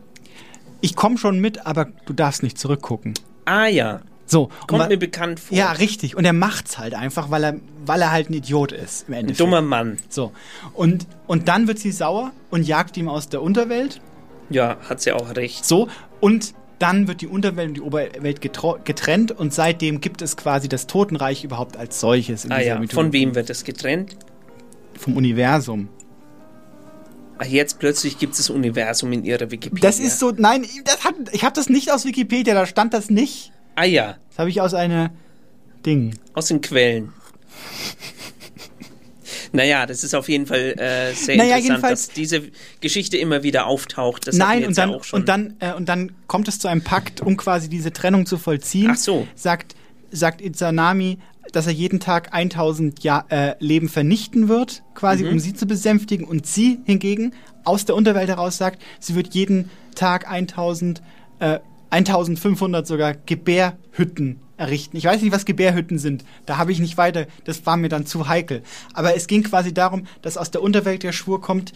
L: Ich komme schon mit, aber du darfst nicht zurückgucken.
A: Ah ja.
L: So. und wa-
A: Kommt mir bekannt vor.
L: Ja, richtig. Und er macht's halt einfach, weil er, weil er halt ein Idiot ist im Endeffekt.
A: dummer Mann.
L: So. Und, und dann wird sie sauer und jagt ihm aus der Unterwelt.
A: Ja, hat sie auch recht.
L: So. Und dann wird die Unterwelt und die Oberwelt getro- getrennt und seitdem gibt es quasi das Totenreich überhaupt als solches in
A: Ah
L: dieser
A: ja, von
L: Mythologie.
A: wem wird das getrennt?
L: Vom Universum.
A: Ach, jetzt plötzlich gibt es das Universum in ihrer Wikipedia.
L: Das ist so, nein, das hat, ich habe das nicht aus Wikipedia, da stand das nicht.
A: Ah ja,
L: Das habe ich aus einer Ding.
A: aus den Quellen. Naja, das ist auf jeden Fall äh, sehr
L: Naja,
A: interessant,
L: jedenfalls-
A: dass diese Geschichte immer wieder auftaucht. Das hatten wir
L: Nein,
A: jetzt
L: und dann,
A: ja auch schon.
L: und, dann, äh, und dann kommt es zu einem Pakt, um quasi diese Trennung zu vollziehen. Ach so. Sagt, sagt Izanami, dass er jeden Tag 1000 ja äh, Leben vernichten wird, quasi,
A: Mhm.
L: um sie zu besänftigen. Und sie hingegen aus der Unterwelt heraus sagt, sie wird jeden Tag 1000, äh, 1500 sogar Gebärhütten errichten. Ich weiß nicht, was Gebärhütten sind. Da habe ich nicht weiter. Das war mir dann zu heikel. Aber es ging quasi darum, dass aus der Unterwelt der Schwur kommt,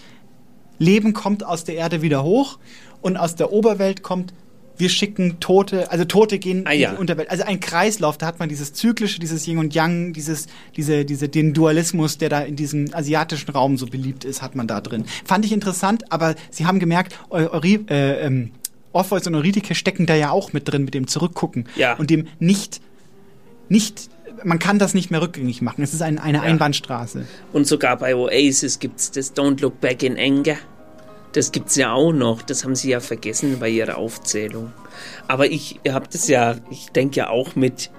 L: Leben kommt aus der Erde wieder hoch und aus der Oberwelt kommt, wir schicken Tote, also Tote gehen in
A: Ah, ja.
L: die Unterwelt. Also ein Kreislauf, da hat man dieses Zyklische, dieses Yin und Yang, dieses, diese, diese, den Dualismus, der da in diesem asiatischen Raum so beliebt ist, hat man da drin. Fand ich interessant, aber Sie haben gemerkt, Eu- Euri, äh, ähm, Orpheus und Euridike stecken da ja auch mit drin, mit dem Zurückgucken
A: Ja.
L: und dem nicht, nicht, man kann das nicht mehr rückgängig machen. Es ist ein, eine Einbahnstraße.
A: Und sogar bei Oasis gibt es das Don't Look Back in Anger. Das gibt es ja auch noch. Das haben sie ja vergessen bei ihrer Aufzählung. Aber ich habe das ja, ich denke ja auch mit.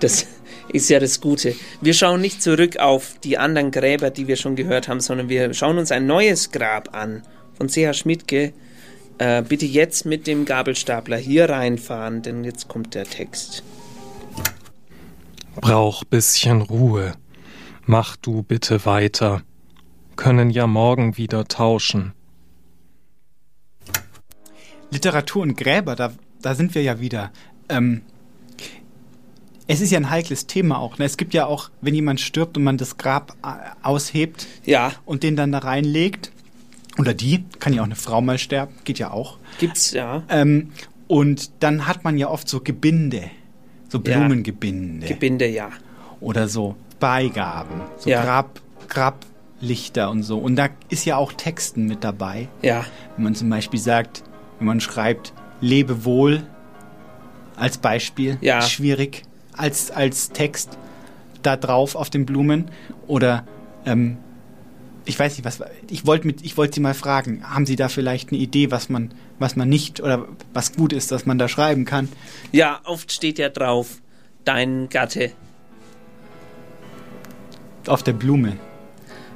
A: Das ist ja das Gute. Wir schauen nicht zurück auf die anderen Gräber, die wir schon gehört haben, sondern wir schauen uns ein neues Grab an. Von C.H. Schmidtke. Äh, bitte jetzt mit dem Gabelstapler hier reinfahren, denn jetzt kommt der Text.
H: Brauch bisschen Ruhe. Mach du bitte weiter. Können ja morgen wieder tauschen.
L: Literatur und Gräber, da, da sind wir ja wieder. Ähm, es ist ja ein heikles Thema auch. Ne? Es gibt ja auch, wenn jemand stirbt und man das Grab äh, aushebt
A: ja.
L: und den dann da reinlegt, oder die, kann ja auch eine Frau mal sterben, geht ja auch.
A: Gibt's, ja.
L: Ähm, Und dann hat man ja oft so Gebinde, so Blumengebinde
A: Gebinde, ja.
L: oder so Beigaben, so
A: Ja.
L: Grab, Grablichter und so. Und da ist ja auch Texten mit dabei.
A: Ja.
L: Wenn man zum Beispiel sagt, wenn man schreibt, lebe wohl als Beispiel,
A: Ja.
L: schwierig, als, als Text da drauf auf den Blumen. Oder ähm, ich weiß nicht, was ich wollte mit, ich wollte Sie mal fragen, haben Sie da vielleicht eine Idee, was man, was man nicht oder was gut ist, dass man da schreiben kann?
A: Ja, oft steht ja drauf, dein Gatte.
L: Auf der Blume.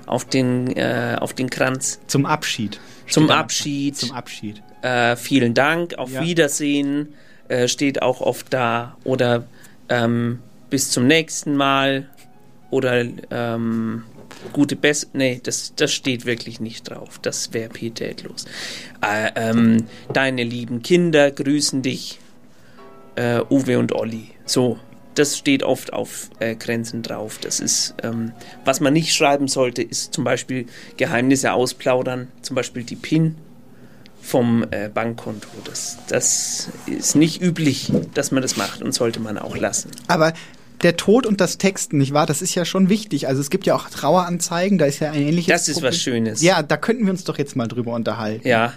A: Auf den, äh, auf den Kranz.
L: Zum Abschied.
A: Zum
L: Steht da-
A: Abschied. Zum
L: Abschied.
A: Äh, vielen Dank, auf
L: Ja.
A: Wiedersehen äh, steht auch oft da. Oder ähm, bis zum nächsten Mal. Oder ähm, gute Best. Nee, das, das steht wirklich nicht drauf. Das wäre pietätlos. Äh, ähm, deine lieben Kinder grüßen dich. Äh, Uwe und Olli. So. Das steht oft auf äh, Grenzen drauf. Das ist, ähm, was man nicht schreiben sollte, ist zum Beispiel Geheimnisse ausplaudern, zum Beispiel die PIN vom äh, Bankkonto. Das, das ist nicht üblich, dass man das macht und sollte man auch lassen.
L: Aber der Tod und das Texten, nicht wahr? Das ist ja schon wichtig. Also es gibt ja auch Traueranzeigen, da ist ja ein ähnliches.
A: Das ist was Schönes.
L: Ja, da könnten wir uns doch jetzt mal drüber unterhalten.
A: Ja.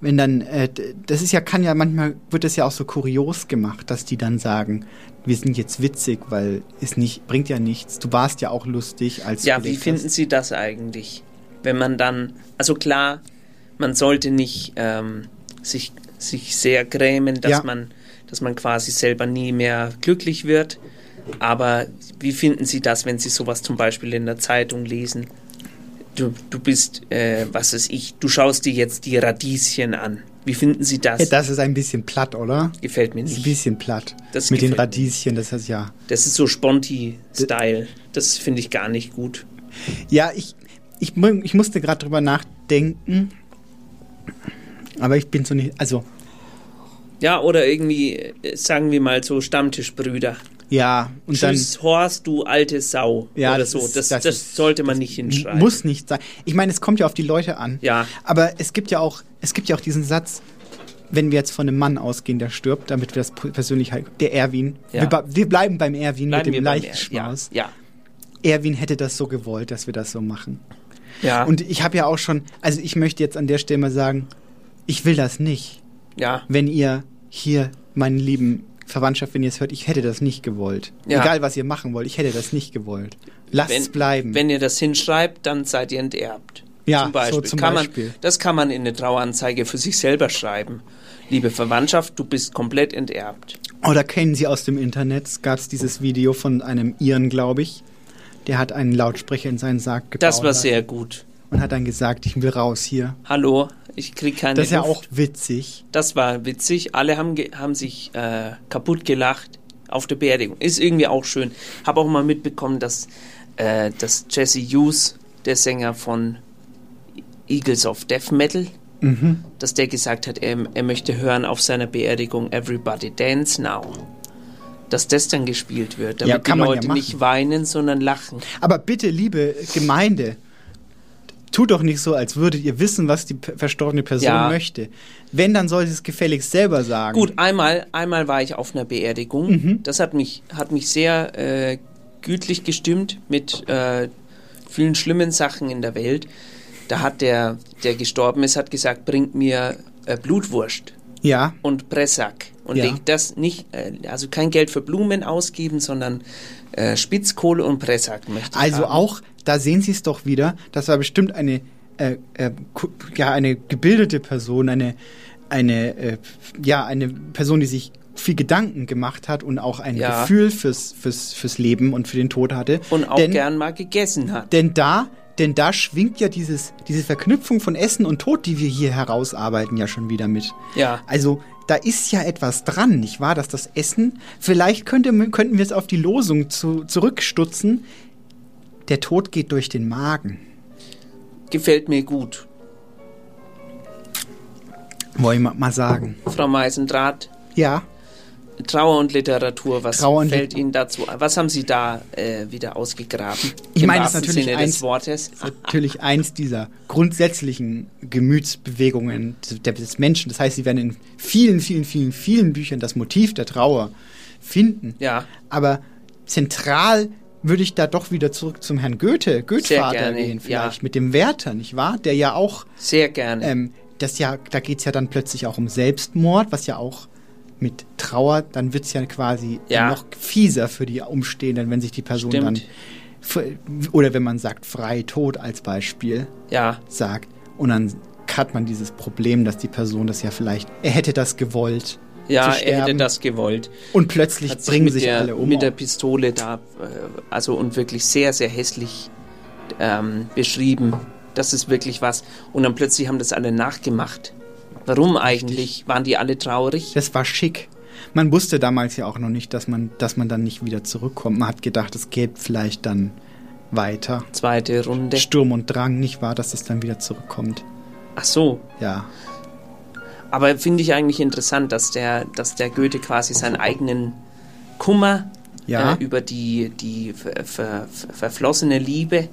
L: Wenn dann, äh, d- das ist ja, kann ja manchmal wird das ja auch so kurios gemacht, dass die dann sagen, wir sind jetzt witzig, weil es nicht bringt ja nichts. Du warst ja auch lustig, als
A: Ja,
L: du
A: wie
L: gelebt
A: finden Sie das eigentlich, wenn man dann, also klar, man sollte nicht ähm, sich, sich sehr grämen, dass,
L: Ja.
A: man, dass man quasi selber nie mehr glücklich wird. Aber wie finden Sie das, wenn Sie sowas zum Beispiel in der Zeitung lesen? Du, du bist, äh, was ist ich, du schaust dir jetzt die Radieschen an. Wie finden Sie das?
L: hast. das ist ein bisschen platt, oder?
A: Gefällt mir
L: Das ist ein
A: nicht.
L: bisschen platt.
A: Das
L: Mit den
A: gefällt mir.
L: Radieschen, das ist ja.
A: Das ist so Sponti-Style. Das finde ich gar nicht gut.
L: Ja, ich, ich, mu- ich musste gerade drüber nachdenken. Aber ich bin so nicht. Also,
A: Ja, oder irgendwie, äh, sagen wir mal so, Stammtischbrüder.
L: ja, und
A: Tschüss, Horst, du alte Sau.
L: Ja,
A: oder
L: das
A: so.
L: ist-
A: das,
L: das
A: das, sollte man nicht
L: dann
A: hinschreiben.
L: muss nicht sein. Ich meine, es kommt ja auf die Leute an.
A: Ja.
L: Aber es gibt ja auch, es gibt ja auch diesen Satz, wenn wir jetzt von einem Mann ausgehen, der stirbt, damit wir das pu- persönlich halten. Der Erwin.
A: Ja.
L: Wir, ba- wir bleiben beim Erwin
A: Bleiben
L: mit
A: wir
L: dem
A: beim
L: Leichenschmaus.
A: Ja.
L: Erwin hätte das so gewollt, dass wir das so machen.
A: Ja.
L: Und ich habe ja auch schon, also ich möchte jetzt an der Stelle mal sagen, ich will das nicht.
A: Ja.
L: wenn ihr hier, meine lieben Verwandtschaft, wenn ihr es hört, ich hätte das nicht gewollt.
A: Ja.
L: Egal, was ihr machen wollt, ich hätte das nicht gewollt. Lasst
A: Wenn-
L: es bleiben.
A: Wenn ihr das hinschreibt, dann seid ihr enterbt.
L: Ja,
A: zum Beispiel.
L: so zum
A: kann
L: Beispiel.
A: Man, das kann man in eine Traueranzeige für sich selber schreiben. Liebe Verwandtschaft, du bist komplett enterbt.
L: Oder kennen Sie aus dem Internet, gab es dieses Video von einem Iren, glaube ich. Der hat einen Lautsprecher in seinen Sarg gebaut.
A: Das war sehr gut.
L: Und hat dann gesagt, ich will raus hier.
A: Hallo, ich krieg keine
L: das ist ja
A: Luft.
L: auch witzig.
A: Das war witzig. Alle haben, ge- haben sich äh, kaputt gelacht auf der Beerdigung. Ist irgendwie auch schön. Habe auch mal mitbekommen, dass, äh, dass Jesse Hughes, der Sänger von Eagles of Death Metal,
L: Mhm.
A: dass der gesagt hat, er, er möchte hören auf seiner Beerdigung Everybody Dance Now. Dass das dann gespielt wird, damit
L: Ja, kann
A: die
L: man ja
A: Leute
L: machen.
A: nicht weinen, sondern lachen.
L: Aber bitte, liebe Gemeinde, tut doch nicht so, als würdet ihr wissen, was die p- verstorbene Person
A: Ja.
L: möchte. Wenn, dann sollte sie es gefälligst selber sagen.
A: Gut, einmal, einmal war ich auf einer Beerdigung.
L: Mhm.
A: Das hat mich, hat mich sehr äh, gütlich gestimmt mit äh, vielen schlimmen Sachen in der Welt. Da hat der, der gestorben ist, hat gesagt, bringt mir äh, Blutwurst
L: Ja.
A: und Pressack. Und
L: Ja.
A: legt das nicht, äh, also kein Geld für Blumen ausgeben, sondern äh, Spitzkohle und Pressack möchte ich
L: Also
A: haben.
L: auch, da sehen Sie es doch wieder, das war bestimmt eine, äh, äh, ku- ja, eine gebildete Person, eine, eine, äh, ja, eine Person, die sich viel Gedanken gemacht hat und auch ein
A: Ja.
L: Gefühl fürs, fürs, fürs Leben und für den Tod hatte.
A: Und auch
L: denn,
A: gern mal gegessen hat.
L: denn da, denn da schwingt ja dieses, diese Verknüpfung von Essen und Tod, die wir hier herausarbeiten, ja schon wieder mit.
A: Ja.
L: Also da ist ja etwas dran, nicht wahr? Dass das Essen, vielleicht könnte, könnten wir es auf die Losung zu, zurückstutzen. Der Tod geht durch den Magen.
A: Gefällt mir gut.
L: Wollen wir mal sagen.
A: Frau Meisendraht,
L: Ja,
A: Trauer und Literatur, was fällt Ihnen dazu ein? Was haben Sie da äh, wieder ausgegraben?
L: Ich
A: Im
L: meine, das ist
A: wahrsten
L: natürlich
A: Sinne
L: eins,
A: des Wortes.
L: ist natürlich eins dieser grundsätzlichen Gemütsbewegungen des- des Menschen. Das heißt, sie werden in vielen, vielen, vielen, vielen Büchern das Motiv der Trauer finden.
A: Ja.
L: Aber zentral würde ich da doch wieder zurück zum Herrn Goethe, Goethvater
A: gerne,
L: gehen,
A: ja.
L: vielleicht mit dem Werther, nicht wahr? Der ja auch.
A: Sehr gerne.
L: Ähm, das ja, da geht es ja dann plötzlich auch um Selbstmord, was ja auch mit Trauer, dann wird es ja quasi
A: Ja.
L: noch fieser für die Umstehenden, wenn sich die Person
A: Stimmt.
L: dann f- oder wenn man sagt frei tot als Beispiel
A: Ja.
L: sagt und dann hat man dieses Problem, dass die Person das ja vielleicht er hätte das gewollt
A: Ja,
L: zu
A: er hätte
L: sterben.
A: das gewollt.
L: und plötzlich
A: Hat
L: bringen
A: mit
L: sich
A: der,
L: alle um.
A: Mit der Pistole da, äh, also und wirklich sehr, sehr hässlich ähm, beschrieben. Das ist wirklich was. Und dann plötzlich haben das alle nachgemacht. Warum eigentlich? Waren die alle traurig?
L: Das war schick. Man wusste damals ja auch noch nicht, dass man, dass man dann nicht wieder zurückkommt. Man hat gedacht, es gäbe vielleicht dann weiter.
A: Zweite Runde.
L: Sturm und Drang, nicht wahr, dass es dann wieder zurückkommt.
A: Ach so.
L: Ja.
A: Aber finde ich eigentlich interessant, dass der, dass der Goethe quasi seinen eigenen Kummer
L: Ja.
A: äh, über die, die ver, ver, ver, verflossene Liebe,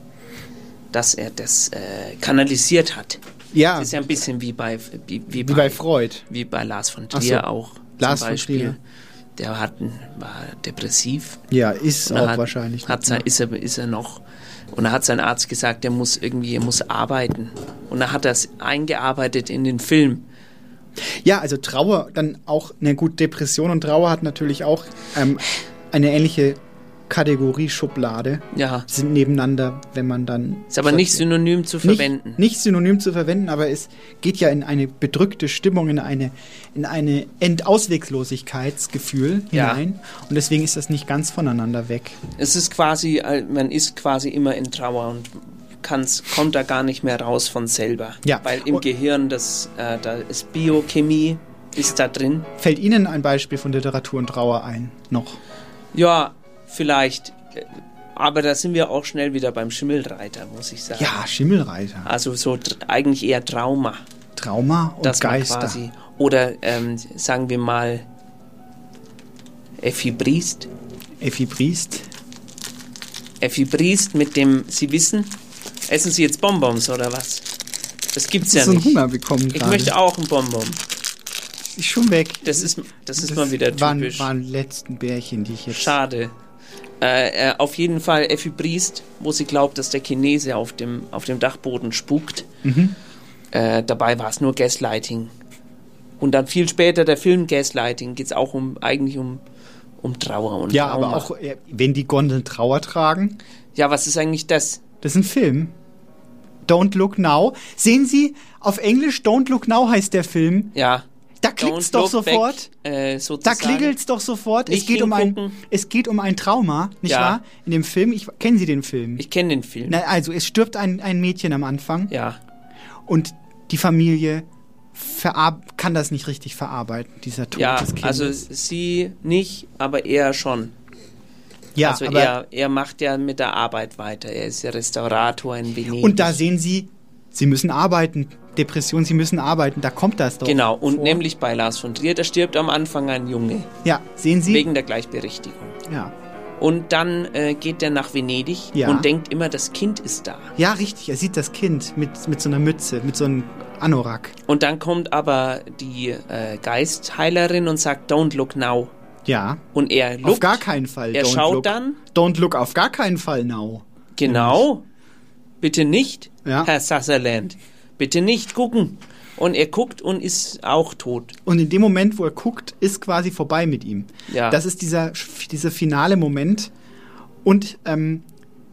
A: dass er das äh, kanalisiert hat.
L: Ja.
A: Das ist ja ein bisschen wie bei, wie, wie
L: Wie bei Freud.
A: Wie bei Lars von
L: Ach
A: Trier
L: so.
A: auch.
L: Lars
A: zum
L: von
A: Beispiel.
L: Trier.
A: Der hat, ein- war depressiv.
L: Ja, ist
A: Und er
L: auch
A: hat,
L: wahrscheinlich
A: Hat
L: noch,
A: sein,
L: ja.
A: ist, er, ist er noch. Und da hat sein Arzt gesagt, er muss irgendwie, er muss arbeiten. Und da hat er es eingearbeitet in den Film.
L: Ja, also Trauer dann auch, na gut, Depression und Trauer hat natürlich auch ähm, eine ähnliche Kategorie Schublade.
A: Ja.
L: Sind nebeneinander, wenn man dann.
A: Ist aber nicht synonym zu verwenden.
L: Nicht, nicht synonym zu verwenden, aber es geht ja in eine bedrückte Stimmung, in eine, in eine Endausweglosigkeitsgefühl
A: Ja.
L: hinein. Und deswegen ist das nicht ganz voneinander weg.
A: Es ist quasi, äh, man ist quasi immer in Trauer und kann's, kommt da gar nicht mehr raus von selber.
L: Ja.
A: Weil im Gehirn das, äh, da ist Biochemie, ist da drin.
L: Fällt Ihnen ein Beispiel von Literatur und Trauer ein? Noch.
A: Ja, vielleicht. äh, Aber da sind wir auch schnell wieder beim Schimmelreiter, muss ich sagen.
L: Ja, Schimmelreiter.
A: Also so tr- eigentlich eher Trauma.
L: Trauma und
A: man
L: Geister.
A: oder ähm, sagen wir mal Effi Briest.
L: Effi Briest.
A: Effi Briest mit dem Sie wissen, essen Sie jetzt Bonbons oder was? Das gibt's ja
L: so einen
A: nicht.
L: Hunger bekommen
A: Ich
L: gerade.
A: möchte auch ein Bonbon.
L: Ist schon weg.
A: Das ist, das ist mal wieder
L: waren,
A: typisch.
L: waren letzten Bärchen, die ich jetzt.
A: Schade. Äh, äh, auf jeden Fall Effi Briest, wo sie glaubt, dass der Chinese auf dem, auf dem Dachboden spukt.
L: Mhm.
A: Äh, dabei war es nur Gaslighting. Und dann viel später der Film Gaslighting geht es auch um eigentlich um, um Trauer und
L: Ja,
A: Trauma.
L: aber auch, äh, wenn die Gondeln Trauer tragen.
A: Ja, was ist eigentlich das?
L: Das ist ein Film. Don't Look Now. Sehen Sie, auf Englisch Don't Look Now heißt der Film.
A: Ja.
L: Da klickt's doch sofort.
A: Back, äh,
L: Da
A: sozusagen.
L: klingelt es doch sofort. Es
A: Nicht
L: geht, um ein,
A: hingucken.
L: es geht um ein Trauma, nicht
A: Ja.
L: wahr? In dem Film. Ich, kennen Sie den Film?
A: Ich kenne den Film.
L: Na, also, es stirbt ein, ein Mädchen am Anfang.
A: Ja.
L: Und die Familie verar- kann das nicht richtig verarbeiten, dieser Tod
A: ja,
L: des Kindes.
A: also sie nicht, aber er schon.
L: Ja,
A: also
L: aber-
A: er, er macht ja mit der Arbeit weiter. Er ist ja Restaurator in Venedig.
L: Und da sehen Sie, Sie müssen arbeiten. Depression, Sie müssen arbeiten. Da kommt das doch.
A: Genau, und
L: vor.
A: nämlich bei Lars von Trier, da stirbt am Anfang ein Junge.
L: Ja, sehen Sie?
A: Wegen der Gleichberechtigung.
L: Ja.
A: Und dann äh, geht er nach Venedig
L: Ja.
A: und denkt immer, das Kind ist da.
L: Ja, richtig. Er sieht das Kind mit, mit so einer Mütze, mit so einem Anorak.
A: Und dann kommt aber die äh, Geistheilerin und sagt, don't look now.
L: Ja.
A: Und er lookt,
L: Auf gar keinen Fall.
A: Er
L: don't
A: schaut
L: look.
A: dann.
L: Don't look auf gar keinen Fall now.
A: Genau. Bitte nicht,
L: Ja.
A: Herr Sutherland. Bitte nicht gucken. Und er guckt und ist auch tot.
L: Und in dem Moment, wo er guckt, ist quasi vorbei mit ihm.
A: Ja.
L: Das ist dieser, dieser finale Moment. Und ähm,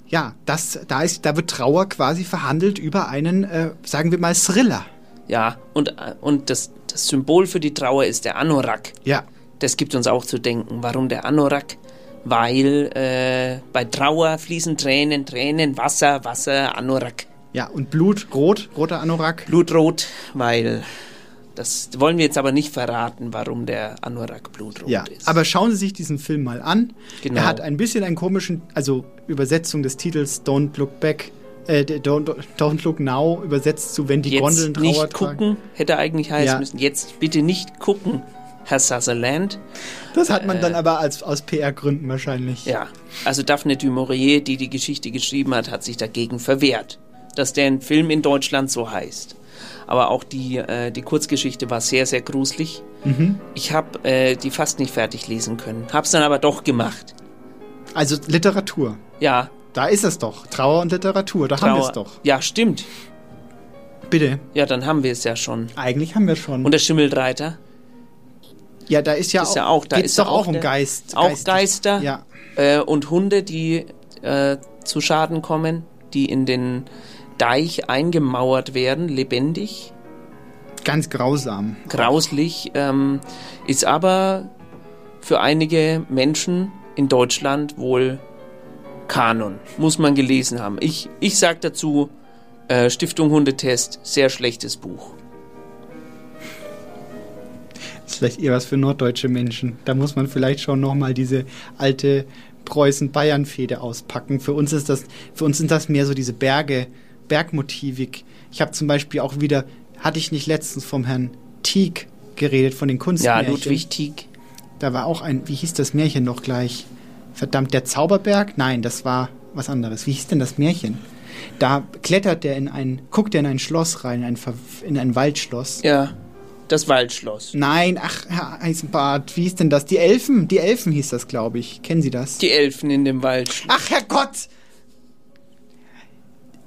L: ja, das, da, ist, da wird Trauer quasi verhandelt über einen, äh, sagen wir mal, Thriller.
A: Ja, und, äh, und das, das Symbol für die Trauer ist der Anorak.
L: Ja.
A: Das gibt uns auch zu denken. Warum der Anorak? Weil äh, bei Trauer fließen Tränen, Tränen, Wasser, Wasser, Anorak.
L: Ja, und blutrot, roter Anorak.
A: Blutrot, weil das wollen wir jetzt aber nicht verraten, warum der Anorak blutrot
L: Ja,
A: ist.
L: aber schauen Sie sich diesen Film mal an.
A: Genau.
L: Er hat ein bisschen einen komischen, also Übersetzung des Titels Don't Look Back, äh, Don't, Don't Look Now, übersetzt zu Wenn die
A: jetzt
L: Gondeln Trauer
A: nicht
L: tragen.
A: gucken, hätte eigentlich heißen
L: Ja.
A: müssen. Jetzt bitte nicht gucken. Herr Sutherland.
L: Das hat man dann aber als, aus PR-Gründen wahrscheinlich.
A: Äh. Ja, also Daphne du Maurier, die die Geschichte geschrieben hat, hat sich dagegen verwehrt, dass der Film in Deutschland so heißt. Aber auch die, äh, die Kurzgeschichte war sehr, sehr gruselig.
L: Mhm.
A: Ich habe äh, die fast nicht fertig lesen können, hab's dann aber doch gemacht.
L: Also Literatur.
A: Ja.
L: Da ist es doch. Trauer und Literatur, da haben wir
A: Trauer.
L: es doch.
A: Ja, stimmt.
L: Bitte.
A: Ja, dann haben wir es ja schon.
L: Eigentlich haben wir schon.
A: Und der Schimmelreiter?
L: Ja, da ist ja
A: ist
L: auch,
A: ja auch da
L: geht's
A: ist
L: doch
A: ja
L: auch um
A: der-
L: Geist.
A: Auch
L: Geist.
A: Geister
L: Ja.
A: äh, und Hunde, die äh, zu Schaden kommen, die in den Deich eingemauert werden, lebendig.
L: Ganz grausam.
A: Grauslich ähm, ist aber für einige Menschen in Deutschland wohl Kanon. Muss man gelesen haben. Ich, ich sag dazu äh, Stiftung Hundetest, sehr schlechtes Buch.
L: Ist vielleicht eher was für norddeutsche Menschen. Da muss man vielleicht schon nochmal diese alte Preußen-Bayern-Fehde auspacken. Für uns, ist das, für uns sind das mehr so diese Berge, Bergmotivik. Ich habe zum Beispiel auch wieder, hatte ich nicht letztens vom Herrn Tieck geredet, von den Kunstmärchen.
A: Ja, Ludwig Tieck.
L: Da war auch ein, wie hieß das Märchen noch gleich? Verdammt, der Zauberberg? Nein, das war was anderes. Wie hieß denn das Märchen? Da klettert er in ein, guckt er in ein Schloss rein, in ein, Ver- in ein Waldschloss.
A: Ja, das Waldschloss.
L: Nein, ach, Herr Eisenbart, wie hieß denn das? Die Elfen? Die Elfen hieß das, glaube ich. Kennen Sie das?
A: Die Elfen in dem Waldschloss.
L: Ach, Herrgott!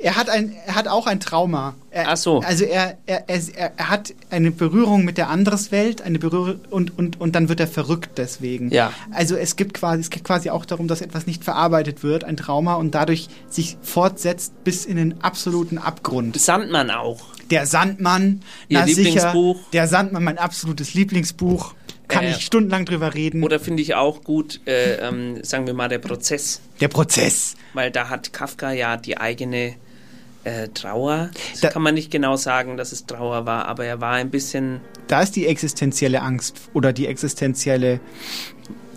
L: Er hat, ein, er hat auch ein Trauma. Er,
A: Ach so.
L: Also er, er, er, er- er hat eine Berührung mit der Anderswelt, eine Berührung und, und, und dann wird er verrückt deswegen.
A: Ja.
L: Also es gibt quasi, es geht quasi auch darum, dass etwas nicht verarbeitet wird, ein Trauma und dadurch sich fortsetzt bis in den absoluten Abgrund.
A: Sandmann auch.
L: Der Sandmann,
A: Ihr
L: na sicher.
A: Lieblingsbuch.
L: Der Sandmann, mein absolutes Lieblingsbuch. Kann
A: Äh,
L: ich stundenlang drüber reden.
A: Oder finde ich auch gut, äh, ähm, sagen wir mal, der Prozess.
L: Der Prozess.
A: Weil da hat Kafka ja die eigene äh, Trauer. Das kann man nicht genau sagen, dass es Trauer war, aber er war ein bisschen.
L: Da ist die existenzielle Angst oder die existenzielle.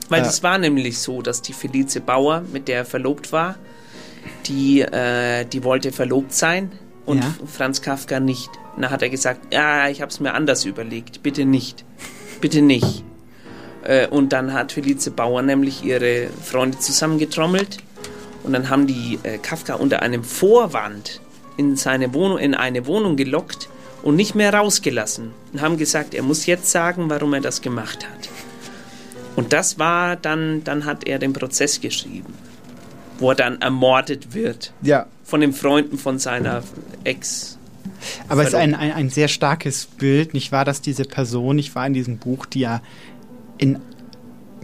A: Weil
L: äh,
A: es war nämlich so, dass die Felice Bauer, mit der er verlobt war, die, äh, die wollte verlobt sein und
L: Ja.
A: Franz Kafka nicht. Und da hat er gesagt, ja, ich habe es mir anders überlegt, bitte nicht, bitte nicht. Äh, und dann hat Felice Bauer nämlich ihre Freunde zusammengetrommelt und dann haben die äh, Kafka unter einem Vorwand in seine Wohnung, in eine Wohnung gelockt und nicht mehr rausgelassen und haben gesagt, er muss jetzt sagen, warum er das gemacht hat. Und das war dann, dann hat er den Prozess geschrieben, wo er dann ermordet wird
L: Ja,
A: von den Freunden von seiner Ex.
L: aber es ist ein,
A: Verlobt.
L: ein, ein sehr starkes Bild, nicht wahr, dass diese Person, ich war in diesem Buch, die ja in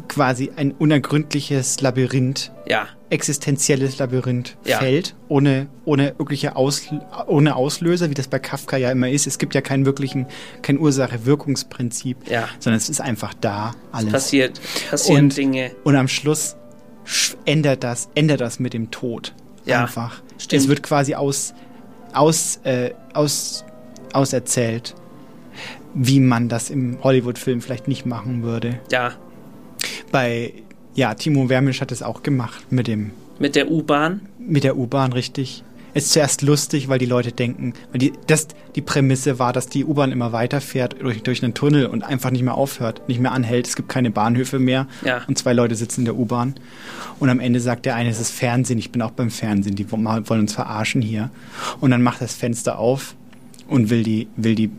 L: quasi ein unergründliches Labyrinth,
A: Ja.
L: existenzielles Labyrinth
A: Ja.
L: fällt, ohne, ohne wirkliche Aus, ohne Auslöser, wie das bei Kafka ja immer ist. Es gibt ja keinen wirklichen, kein Ursache-Wirkungsprinzip,
A: Ja.
L: sondern es ist einfach da alles.
A: Passiert, passieren
L: Und-
A: Dinge.
L: Und am Schluss sch- ändert das, ändert das mit dem Tod.
A: Ja,
L: Einfach.
A: stimmt.
L: Es wird quasi aus, aus, äh, aus, auserzählt, wie man das im Hollywood-Film vielleicht nicht machen würde.
A: Ja,
L: Bei, ja, Timo Wermisch hat es auch gemacht mit dem,
A: mit der U-Bahn.
L: mit der U-Bahn, richtig. Ist zuerst lustig, weil die Leute denken, weil die, das, die Prämisse war, dass die U-Bahn immer weiterfährt durch, durch einen Tunnel und einfach nicht mehr aufhört, nicht mehr anhält. Es gibt keine Bahnhöfe mehr
A: Ja.
L: und zwei Leute sitzen in der U-Bahn. Und am Ende sagt der eine, es ist Fernsehen, ich bin auch beim Fernsehen, die wollen wollen uns verarschen hier. Und dann macht das Fenster auf und will die, will die,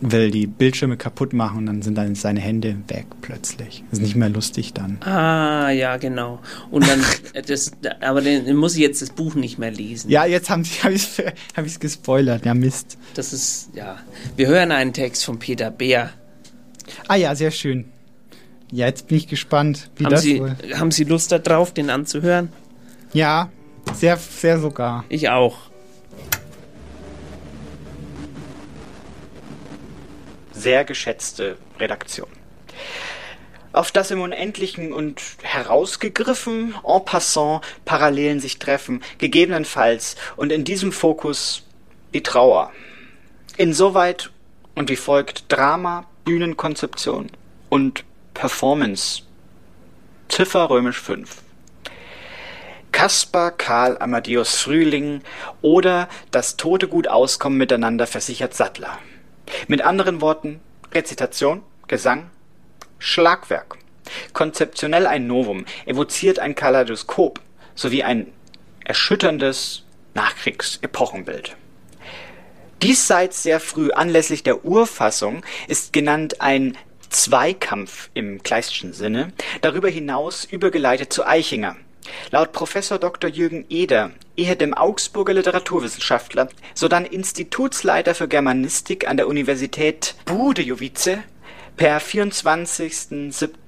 L: will die Bildschirme kaputt machen und dann sind dann seine Hände weg plötzlich. Ist nicht mehr lustig dann.
A: Ah, ja, genau. Und dann, äh, das, aber dann muss ich jetzt das Buch nicht mehr lesen.
L: Ja, jetzt haben sie, habe ich es hab ich's gespoilert. Ja, Mist.
A: Das ist, ja. Wir hören einen Text von Peter Bär.
L: Ah ja, sehr schön. Ja, jetzt bin ich gespannt, wie
A: Haben
L: das
A: Sie,
L: wohl.
A: haben Sie Lust darauf, den anzuhören?
L: Ja, sehr, sehr sogar.
A: Ich auch.
T: sehr geschätzte Redaktion. Auf das im Unendlichen und herausgegriffen, en passant, Parallelen sich treffen, gegebenenfalls und in diesem Fokus die Trauer. Insoweit und wie folgt Drama, Bühnenkonzeption und Performance. Ziffer römisch 5. Kaspar Karl Amadeus Frühling oder das tote gut Auskommen miteinander versichert Sattler. Mit anderen Worten, Rezitation, Gesang,
L: Schlagwerk. Konzeptionell ein Novum, evoziert ein Kaleidoskop sowie ein erschütterndes Nachkriegsepochenbild. Diesseits sehr früh anlässlich der Urfassung ist genannt ein Zweikampf im Kleistschen Sinne, darüber hinaus übergeleitet zu Eichinger. Laut Professor Dr. Jürgen Eder, ehedem Augsburger Literaturwissenschaftler, sodann Institutsleiter für Germanistik an der Universität Budejowice, per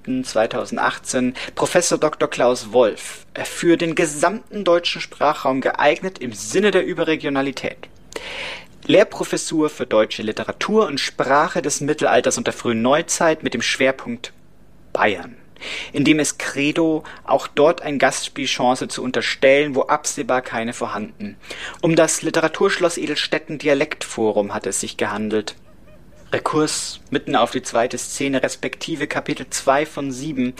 L: 24.07.2018 Professor Dr. Klaus Wolf äh, für den gesamten deutschen Sprachraum geeignet im Sinne der Überregionalität. Lehrprofessur für deutsche Literatur und Sprache des Mittelalters und der frühen Neuzeit mit dem Schwerpunkt Bayern, indem es Credo auch dort ein Gastspielchance zu unterstellen, wo absehbar keine vorhanden. Um das Literaturschloss Edelstetten Dialektforum hat es sich gehandelt. Rekurs mitten auf die zweite Szene, respektive Kapitel 2 von 7,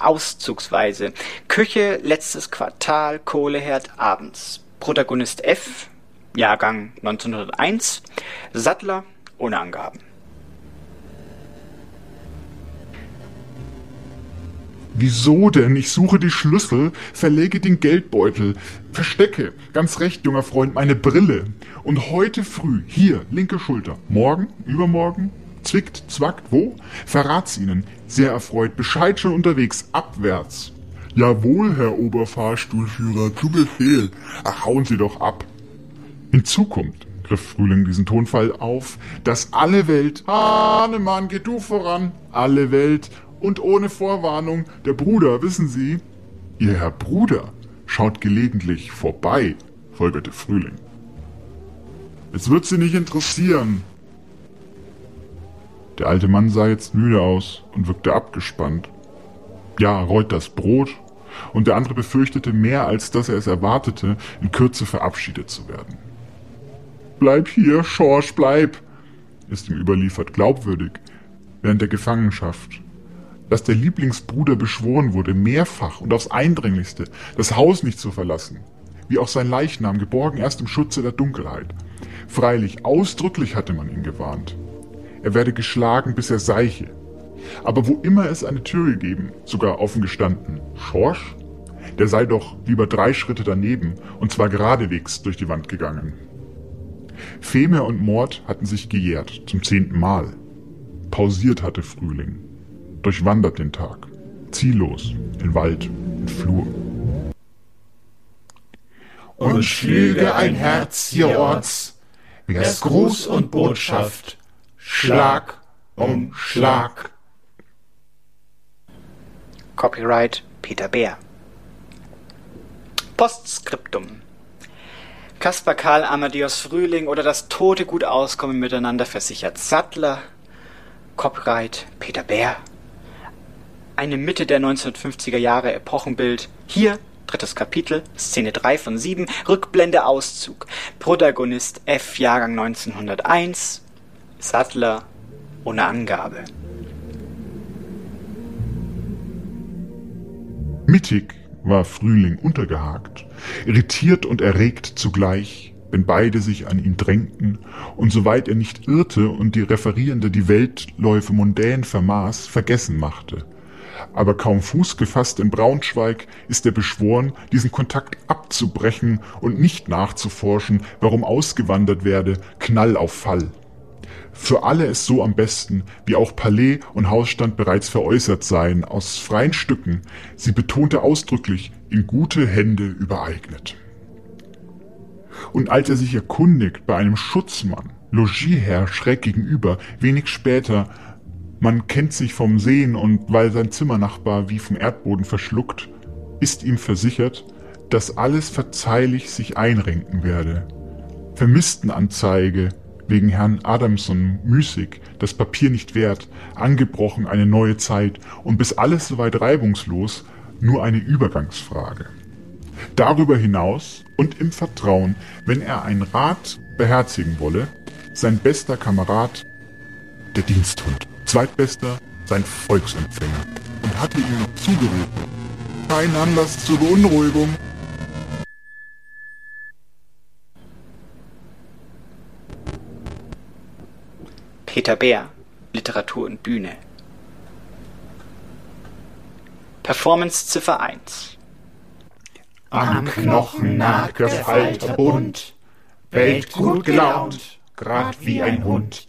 L: auszugsweise. Küche, letztes Quartal, Kohleherd, abends. Protagonist F, Jahrgang 1901, Sattler, ohne Angaben.
I: Wieso denn? Ich suche die Schlüssel, verlege den Geldbeutel, verstecke, ganz recht, junger Freund, meine Brille. Und heute früh, hier, linke Schulter, morgen, übermorgen, zwickt, zwackt, wo? Verrat's Ihnen, sehr erfreut, Bescheid schon unterwegs, abwärts. Jawohl, Herr Oberfahrstuhlführer, zu Befehl. Ach, hauen Sie doch ab. In Zukunft, griff Frühling diesen Tonfall auf, dass alle Welt, Hahnemann, geh du voran, alle Welt und ohne Vorwarnung. Der Bruder, wissen Sie? Ihr Herr Bruder schaut gelegentlich vorbei, folgerte Frühling. Es wird Sie nicht interessieren. Der alte Mann sah jetzt müde aus und wirkte abgespannt. Ja, reut das Brot, und der andere befürchtete mehr, als dass er es erwartete, in Kürze verabschiedet zu werden. Bleib hier, Schorsch, bleib, ist ihm überliefert glaubwürdig, während der Gefangenschaft dass der Lieblingsbruder beschworen wurde, mehrfach und aufs Eindringlichste, das Haus nicht zu verlassen, wie auch sein Leichnam, geborgen erst im Schutze der Dunkelheit. Freilich, ausdrücklich hatte man ihn gewarnt. Er werde geschlagen, bis er seiche. Aber wo immer es eine Tür gegeben, sogar offen gestanden, Schorsch, der sei doch lieber drei Schritte daneben und zwar geradewegs durch die Wand gegangen. Feme und Mord hatten sich gejährt, zum zehnten Mal. Pausiert hatte Frühling durchwandert den Tag, ziellos in Wald und Flur.
U: Und schlüge ein Herz hierorts, wär's Gruß und Botschaft, Schlag um Schlag.
L: Copyright Peter Bär. Postskriptum. Kaspar Karl Amadeus Frühling oder das tote Gut auskommen miteinander versichert Sattler. Copyright Peter Bär eine Mitte der 1950er Jahre Epochenbild. Hier, drittes Kapitel, Szene 3 von 7, Rückblende Auszug. Protagonist F, Jahrgang 1901, Sattler ohne Angabe.
I: Mittig war Frühling untergehakt, irritiert und erregt zugleich, wenn beide sich an ihn drängten, und soweit er nicht irrte und die Referierende die Weltläufe mundän vermaß, vergessen machte aber kaum Fuß gefasst in Braunschweig ist er beschworen, diesen Kontakt abzubrechen und nicht nachzuforschen, warum ausgewandert werde, Knall auf Fall. Für alle es so am besten, wie auch Palais und Hausstand bereits veräußert seien, aus freien Stücken, sie betonte ausdrücklich, in gute Hände übereignet. Und als er sich erkundigt bei einem Schutzmann, Logieherr schräg gegenüber, wenig später, man kennt sich vom Sehen und weil sein Zimmernachbar wie vom Erdboden verschluckt, ist ihm versichert, dass alles verzeihlich sich einrenken werde. Vermisstenanzeige wegen Herrn Adamson müßig, das Papier nicht wert, angebrochen eine neue Zeit und bis alles soweit reibungslos nur eine Übergangsfrage. Darüber hinaus und im Vertrauen, wenn er einen Rat beherzigen wolle, sein bester Kamerad, der Diensthund zweitbester sein Volksempfänger und hatte ihm noch zugerufen. Kein Anlass zur Beunruhigung.
L: Peter Bär, Literatur und Bühne.
V: Performance Ziffer 1.
I: Am Knochen nagt der Falter bunt, bellt gut gelaunt, grad wie ein Hund.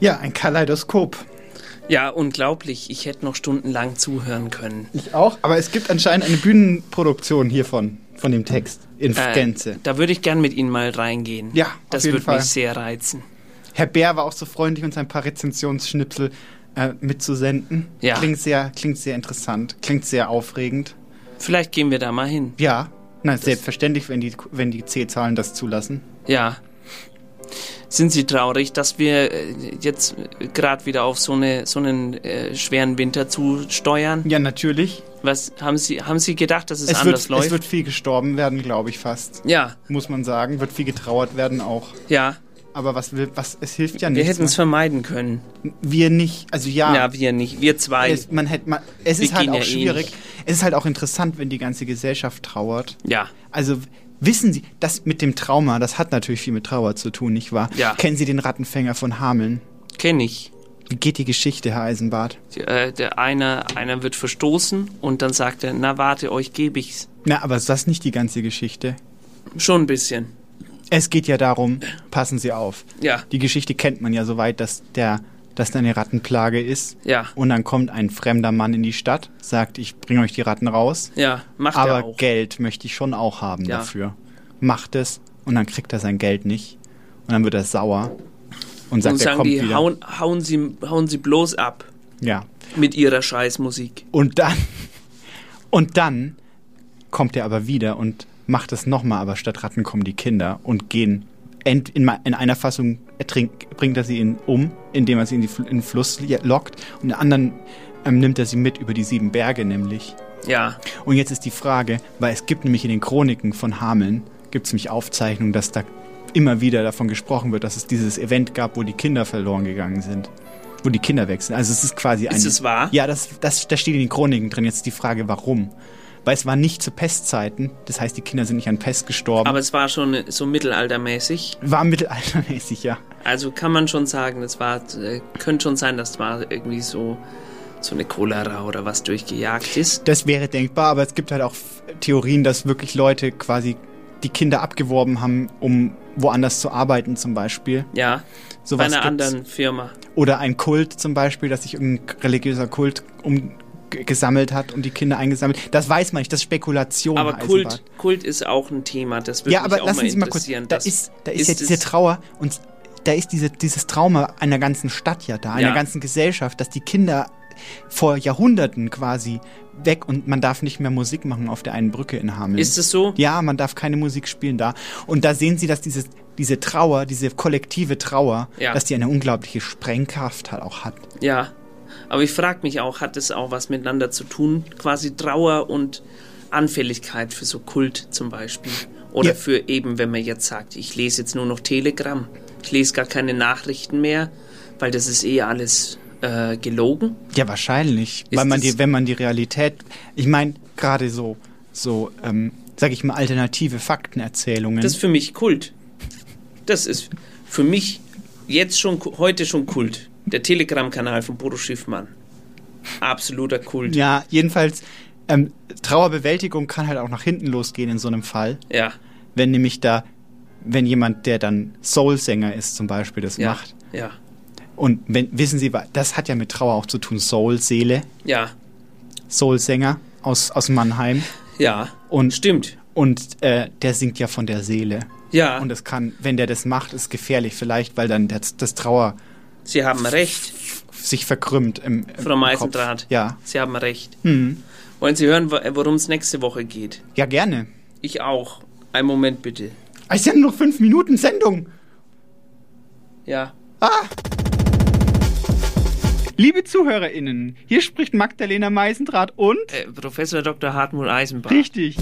L: Ja, ein Kaleidoskop.
A: Ja, unglaublich. Ich hätte noch stundenlang zuhören können.
L: Ich auch, aber es gibt anscheinend eine Bühnenproduktion hiervon, von dem Text, in
A: Äh,
L: Gänze.
A: Da würde ich gern mit Ihnen mal reingehen.
L: Ja, auf
A: das
L: jeden
A: würde
L: Fall.
A: mich sehr reizen.
L: Herr Bär war auch so freundlich, uns ein paar Rezensionsschnipsel äh, mitzusenden.
A: Ja.
L: Klingt sehr, klingt sehr interessant, klingt sehr aufregend.
A: Vielleicht gehen wir da mal hin.
L: Ja, na, selbstverständlich, wenn die, wenn die C-Zahlen das zulassen.
A: Ja. Sind Sie traurig, dass wir äh, jetzt gerade wieder auf so, eine, so einen äh, schweren Winter zusteuern?
L: Ja, natürlich.
A: Was haben Sie, haben Sie gedacht, dass es,
L: Es
A: anders
L: wird,
A: läuft?
L: es wird viel gestorben werden, glaube ich fast.
A: Ja.
L: Muss man sagen, wird viel getrauert werden auch.
A: Ja.
L: Aber was will, was, es hilft ja
A: wir
L: nichts.
A: hätten es
L: man-
A: vermeiden können.
L: Wir nicht, also ja.
A: Ja, wir nicht, wir zwei.
L: Es, man hätte, man, es
A: Wir
L: ist halt
A: gehen
L: auch
A: ja eh
L: schwierig.
A: nicht.
L: es ist halt auch interessant, wenn die ganze Gesellschaft trauert.
A: Ja.
L: Also w- wissen Sie, das mit dem Trauma, das hat natürlich viel mit Trauer zu tun, nicht wahr?
A: Ja.
L: Kennen Sie den Rattenfänger von Hameln?
A: Kenn ich.
L: Wie geht die Geschichte, Herr Eisenbart?
A: Die, äh, der einer, einer wird verstoßen und dann sagt er, na warte, euch gebe ich's.
L: Na, aber ist das nicht die ganze Geschichte?
A: Schon ein bisschen.
L: Es geht ja darum, passen Sie auf.
A: Ja.
L: Die Geschichte kennt man ja soweit, dass der dass da eine Rattenplage ist.
A: Ja.
L: Und dann kommt ein fremder Mann in die Stadt, sagt, ich bringe euch die Ratten raus.
A: Ja, macht er
L: Aber
A: auch.
L: Geld möchte ich schon auch haben
A: Ja.
L: dafür. Macht es und dann kriegt er sein Geld nicht. Und dann wird er sauer und sagt,
A: und
L: er
A: sagen
L: kommt
A: die,
L: wieder.
A: Hauen, hauen, sie, hauen sie bloß ab
L: Ja.
A: mit ihrer Scheißmusik.
L: Und dann, und dann kommt er aber wieder und macht es nochmal, aber statt Ratten kommen die Kinder und gehen ent, in, ma- in einer Fassung ertrink, bringt er sie ihn um, indem er sie in, die, Fl- in den Fluss li- lockt und in der anderen ähm, nimmt er sie mit über die sieben Berge nämlich.
A: Ja.
L: Und jetzt ist die Frage, weil es gibt nämlich in den Chroniken von Hameln, gibt es nämlich Aufzeichnungen, dass da immer wieder davon gesprochen wird, dass es dieses Event gab, wo die Kinder verloren gegangen sind. Wo die Kinder weg sind. Also es ist quasi ein...
A: Ist es wahr?
L: Ja, das, das, das steht in den Chroniken drin. Jetzt ist die Frage, warum? Weil es war nicht zu Pestzeiten. Das heißt, die Kinder sind nicht an Pest gestorben.
A: Aber es war schon so mittelaltermäßig.
L: war mittelaltermäßig, ja.
A: Also kann man schon sagen, es war, äh, könnte schon sein, dass war irgendwie so, so eine Cholera oder was durchgejagt ist.
L: Das wäre denkbar, aber es gibt halt auch F- Theorien, dass wirklich Leute quasi die Kinder abgeworben haben, um woanders zu arbeiten zum Beispiel.
A: Ja.
L: Sowas
A: bei einer
L: gibt's.
A: anderen Firma.
L: Oder ein Kult zum Beispiel, dass sich irgendein religiöser Kult um g- gesammelt hat und die Kinder eingesammelt. Das weiß man nicht, das ist Spekulation.
A: Aber
L: Herr
A: Kult,
L: Eisenbart.
A: Kult ist auch ein Thema, das würde
L: Ja, aber
A: mich auch
L: lassen
A: mal
L: Sie mal kurz,
A: interessieren.
L: da
A: Das
L: ist, da ist, ja
A: es-
L: diese Trauer und da ist diese, dieses Trauma einer ganzen Stadt ja da, einer
A: Ja.
L: ganzen Gesellschaft, dass die Kinder vor Jahrhunderten quasi weg und man darf nicht mehr Musik machen auf der einen Brücke in Hameln.
A: Ist es so?
L: Ja, man darf keine Musik spielen da. Und da sehen Sie, dass dieses, diese Trauer, diese kollektive Trauer,
A: Ja.
L: dass die eine unglaubliche Sprengkraft halt auch hat.
A: Ja, aber ich frage mich auch, hat es auch was miteinander zu tun? Quasi Trauer und Anfälligkeit für so Kult zum Beispiel. Oder
L: Ja.
A: für eben, wenn man jetzt sagt, ich lese jetzt nur noch Telegram, ich lese gar keine Nachrichten mehr, weil das ist eh alles äh, gelogen.
L: Ja, wahrscheinlich.
A: Ist
L: weil man
A: das-
L: die, wenn man die Realität, ich meine, gerade so, so, ähm, sag ich mal, alternative Faktenerzählungen.
A: Das ist für mich Kult. Das ist für mich jetzt schon, heute schon Kult. Der Telegram-Kanal von Bodo Schiffmann. Absoluter Kult.
L: ja, jedenfalls, ähm, Trauerbewältigung kann halt auch nach hinten losgehen in so einem Fall.
A: Ja.
L: Wenn nämlich da, wenn jemand, der dann Soul-Sänger ist zum Beispiel, das
A: Ja.
L: macht.
A: Ja.
L: Und wenn, wissen Sie, wa- das hat ja mit Trauer auch zu tun, Soul, Seele,
A: Ja.
L: Soul-Sänger aus, aus Mannheim.
A: Ja.
L: Und,
A: Stimmt.
L: Und äh, der singt ja von der Seele.
A: Ja.
L: Und es kann, wenn der das macht, ist gefährlich vielleicht, weil dann das, das Trauer
A: Sie haben recht.
L: sich verkrümmt im, im
A: Frau
L: Kopf.
A: Meisendraht,
L: Ja.
A: Sie haben recht.
L: Mhm.
A: Wollen Sie hören, wo- worum es nächste Woche geht?
L: Ja, gerne.
A: Ich auch. Einen Moment bitte.
L: Ah, Es sind nur noch fünf Minuten Sendung.
A: Ja.
P: Ah. Liebe ZuhörerInnen, hier spricht Magdalena Meisendraht und
A: Äh, Professor Dr. Hartmut Eisenbach.
P: Richtig.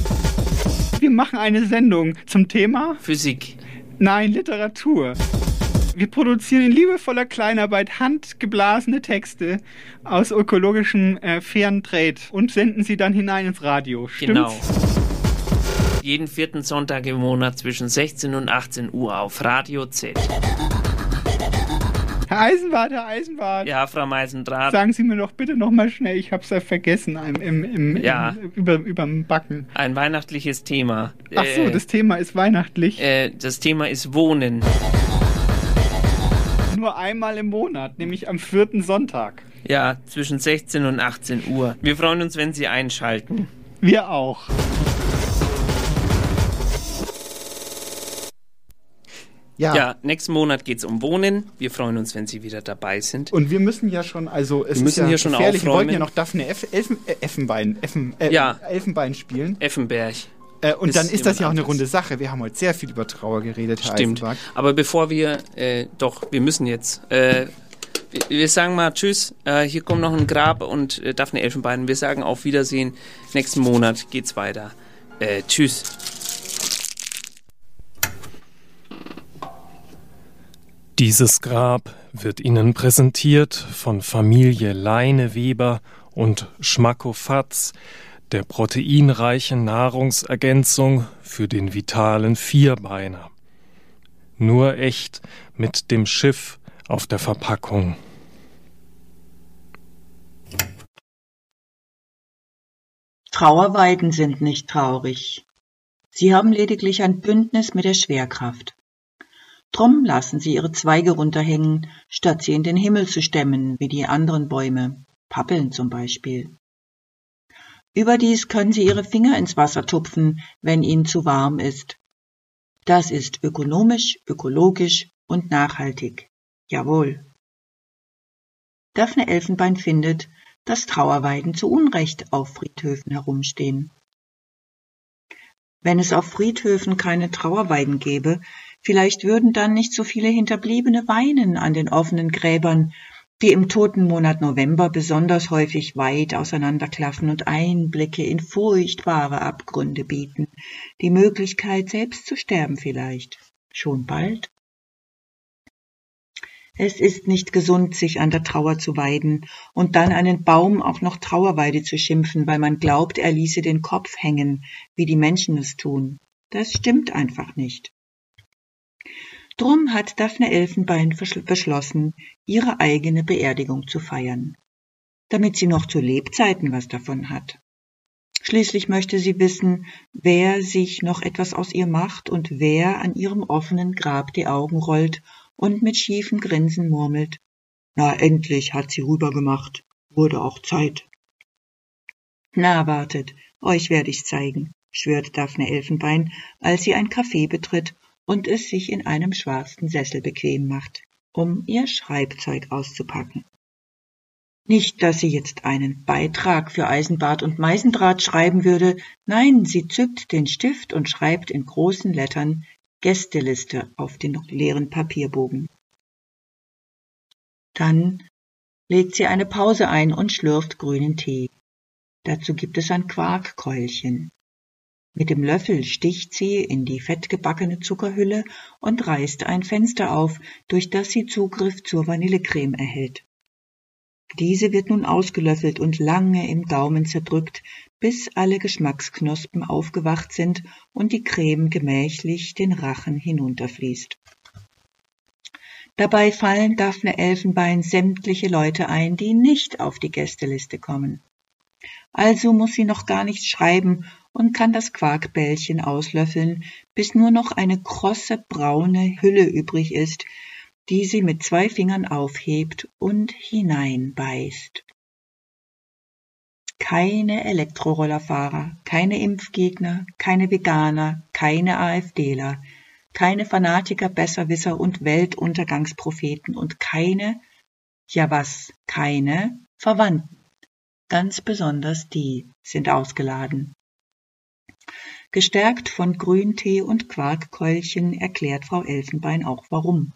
P: Wir machen eine Sendung zum Thema
A: Physik.
P: Nein, Literatur. Wir produzieren in liebevoller Kleinarbeit handgeblasene Texte aus ökologischem äh, fairen Trade und senden sie dann hinein ins Radio. Stimmt's?
A: Genau. Jeden vierten Sonntag im Monat zwischen 16 und 18 Uhr auf Radio Z.
W: Herr Eisenbart, Herr Eisenbart.
A: Ja, Frau Meisendraht.
W: Sagen Sie mir doch bitte nochmal schnell, ich hab's ja vergessen im, im, im,
A: Ja.
W: im, über, überm Backen.
A: Ein weihnachtliches Thema.
W: Ach so,
A: Äh,
W: das Thema ist weihnachtlich.
A: äh, das Thema ist Wohnen.
W: Nur einmal im Monat, nämlich am vierten Sonntag.
A: Ja, zwischen 16 und 18 Uhr. Wir freuen uns, wenn Sie einschalten.
W: Wir auch.
A: Ja.
W: Ja.
A: nächsten Monat geht's um Wohnen. Wir freuen uns, wenn Sie wieder dabei sind.
W: Und wir müssen ja schon, also es
A: Wir müssen
W: ist ja
A: hier schon
W: gefährlich, wir
A: aufräumen.
W: wollten ja noch Daphne Eff Elfen äh, Effenbein, Effen äh,
A: Ja.
W: Elfenbein spielen.
A: Effenberg.
W: Äh, und
A: Ist
W: dann ist das ja auch
A: jemand
W: eine runde Sache. Wir haben heute sehr viel über Trauer geredet, Herr
A: Stimmt.
W: Eisenbart.
A: Aber bevor wir, äh, doch, wir müssen jetzt. Äh, wir, wir sagen mal Tschüss. Äh, hier kommt noch ein Grab und äh, Daphne Elfenbein. Wir sagen auf Wiedersehen. Nächsten Monat geht's weiter. Äh, tschüss.
H: Dieses Grab wird Ihnen präsentiert von Familie Leineweber und Schmackofatz, der proteinreichen Nahrungsergänzung für den vitalen Vierbeiner. Nur echt mit dem Schiff auf der Verpackung.
B: Trauerweiden sind nicht traurig. Sie haben lediglich ein Bündnis mit der Schwerkraft. Drum lassen sie ihre Zweige runterhängen, statt sie in den Himmel zu stemmen, wie die anderen Bäume, Pappeln zum Beispiel. Überdies können sie ihre Finger ins Wasser tupfen, wenn ihnen zu warm ist. Das ist ökonomisch, ökologisch und nachhaltig. Jawohl. Daphne Elfenbein findet, dass Trauerweiden zu Unrecht auf Friedhöfen herumstehen. Wenn es auf Friedhöfen keine Trauerweiden gäbe, vielleicht würden dann nicht so viele Hinterbliebene weinen an den offenen Gräbern, die im Totenmonat November besonders häufig weit auseinanderklaffen und Einblicke in furchtbare Abgründe bieten, die Möglichkeit selbst zu sterben vielleicht, schon bald. Es ist nicht gesund, sich an der Trauer zu weiden und dann einen Baum auch noch Trauerweide zu schimpfen, weil man glaubt, er ließe den Kopf hängen, wie die Menschen es tun. Das stimmt einfach nicht. Drum hat Daphne Elfenbein verschl- beschlossen, ihre eigene Beerdigung zu feiern, damit sie noch zu Lebzeiten was davon hat. Schließlich möchte sie wissen, wer sich noch etwas aus ihr macht und wer an ihrem offenen Grab die Augen rollt und mit schiefem Grinsen murmelt. Na, endlich hat sie rübergemacht. Wurde auch Zeit. Na, wartet, euch werde ich zeigen, schwört Daphne Elfenbein, als sie ein Café betritt und es sich in einem schwarzen Sessel bequem macht, um ihr Schreibzeug auszupacken. Nicht, dass sie jetzt einen Beitrag für Eisenbart und Meisendraht schreiben würde, nein, sie zückt den Stift und schreibt in großen Lettern Gästeliste auf den leeren Papierbogen. Dann legt sie eine Pause ein und schlürft grünen Tee. Dazu gibt es ein Quarkkeulchen. Mit dem Löffel sticht sie in die fettgebackene Zuckerhülle und reißt ein Fenster auf, durch das sie Zugriff zur Vanillecreme erhält. Diese wird nun ausgelöffelt und lange im Gaumen zerdrückt, bis alle Geschmacksknospen aufgewacht sind und die Creme gemächlich den Rachen hinunterfließt. Dabei fallen Daphne Elfenbein sämtliche Leute ein, die nicht auf die Gästeliste kommen. Also muss sie noch gar nichts schreiben und kann das Quarkbällchen auslöffeln, bis nur noch eine krosse braune Hülle übrig ist, die sie mit zwei Fingern aufhebt und hineinbeißt. Keine Elektrorollerfahrer, keine Impfgegner, keine Veganer, keine AfDler, keine Fanatiker, Besserwisser und Weltuntergangspropheten und keine, ja was, keine Verwandten. Ganz besonders die sind ausgeladen. Gestärkt von Grüntee und Quarkkeulchen erklärt Frau Elfenbein auch warum.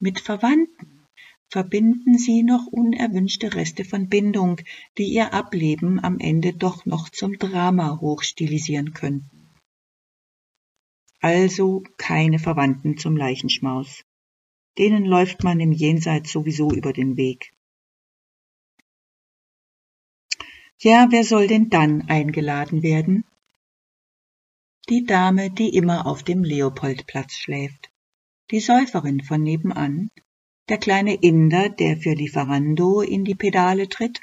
B: Mit Verwandten verbinden sie noch unerwünschte Reste von Bindung, die ihr Ableben am Ende doch noch zum Drama hochstilisieren könnten. Also keine Verwandten zum Leichenschmaus. Denen läuft man im Jenseits sowieso über den Weg. Ja, wer soll denn dann eingeladen werden? Die Dame, die immer auf dem Leopoldplatz schläft die Säuferin von nebenan, der kleine Inder, der für Lieferando in die Pedale tritt,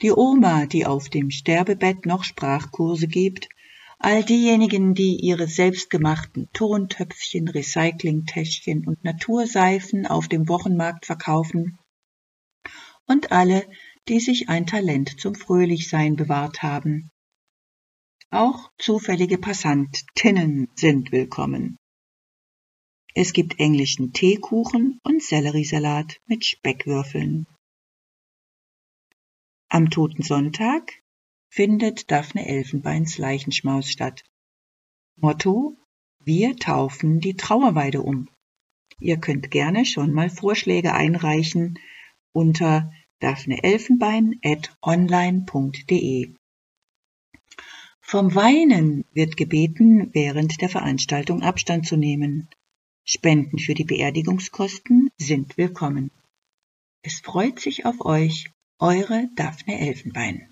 B: die Oma, die auf dem Sterbebett noch Sprachkurse gibt, all diejenigen, die ihre selbstgemachten Tontöpfchen, Recyclingtäschchen und Naturseifen auf dem Wochenmarkt verkaufen und alle, die sich ein Talent zum Fröhlichsein bewahrt haben. Auch zufällige Passantinnen sind willkommen. Es gibt englischen Teekuchen und Selleriesalat mit Speckwürfeln. Am Toten Sonntag findet Daphne Elfenbeins Leichenschmaus statt. Motto: Wir taufen die Trauerweide um. Ihr könnt gerne schon mal Vorschläge einreichen unter daphneelfenbein.online.de. Vom Weinen wird gebeten, während der Veranstaltung Abstand zu nehmen. Spenden für die Beerdigungskosten sind willkommen. Es freut sich auf euch, eure Daphne Elfenbein.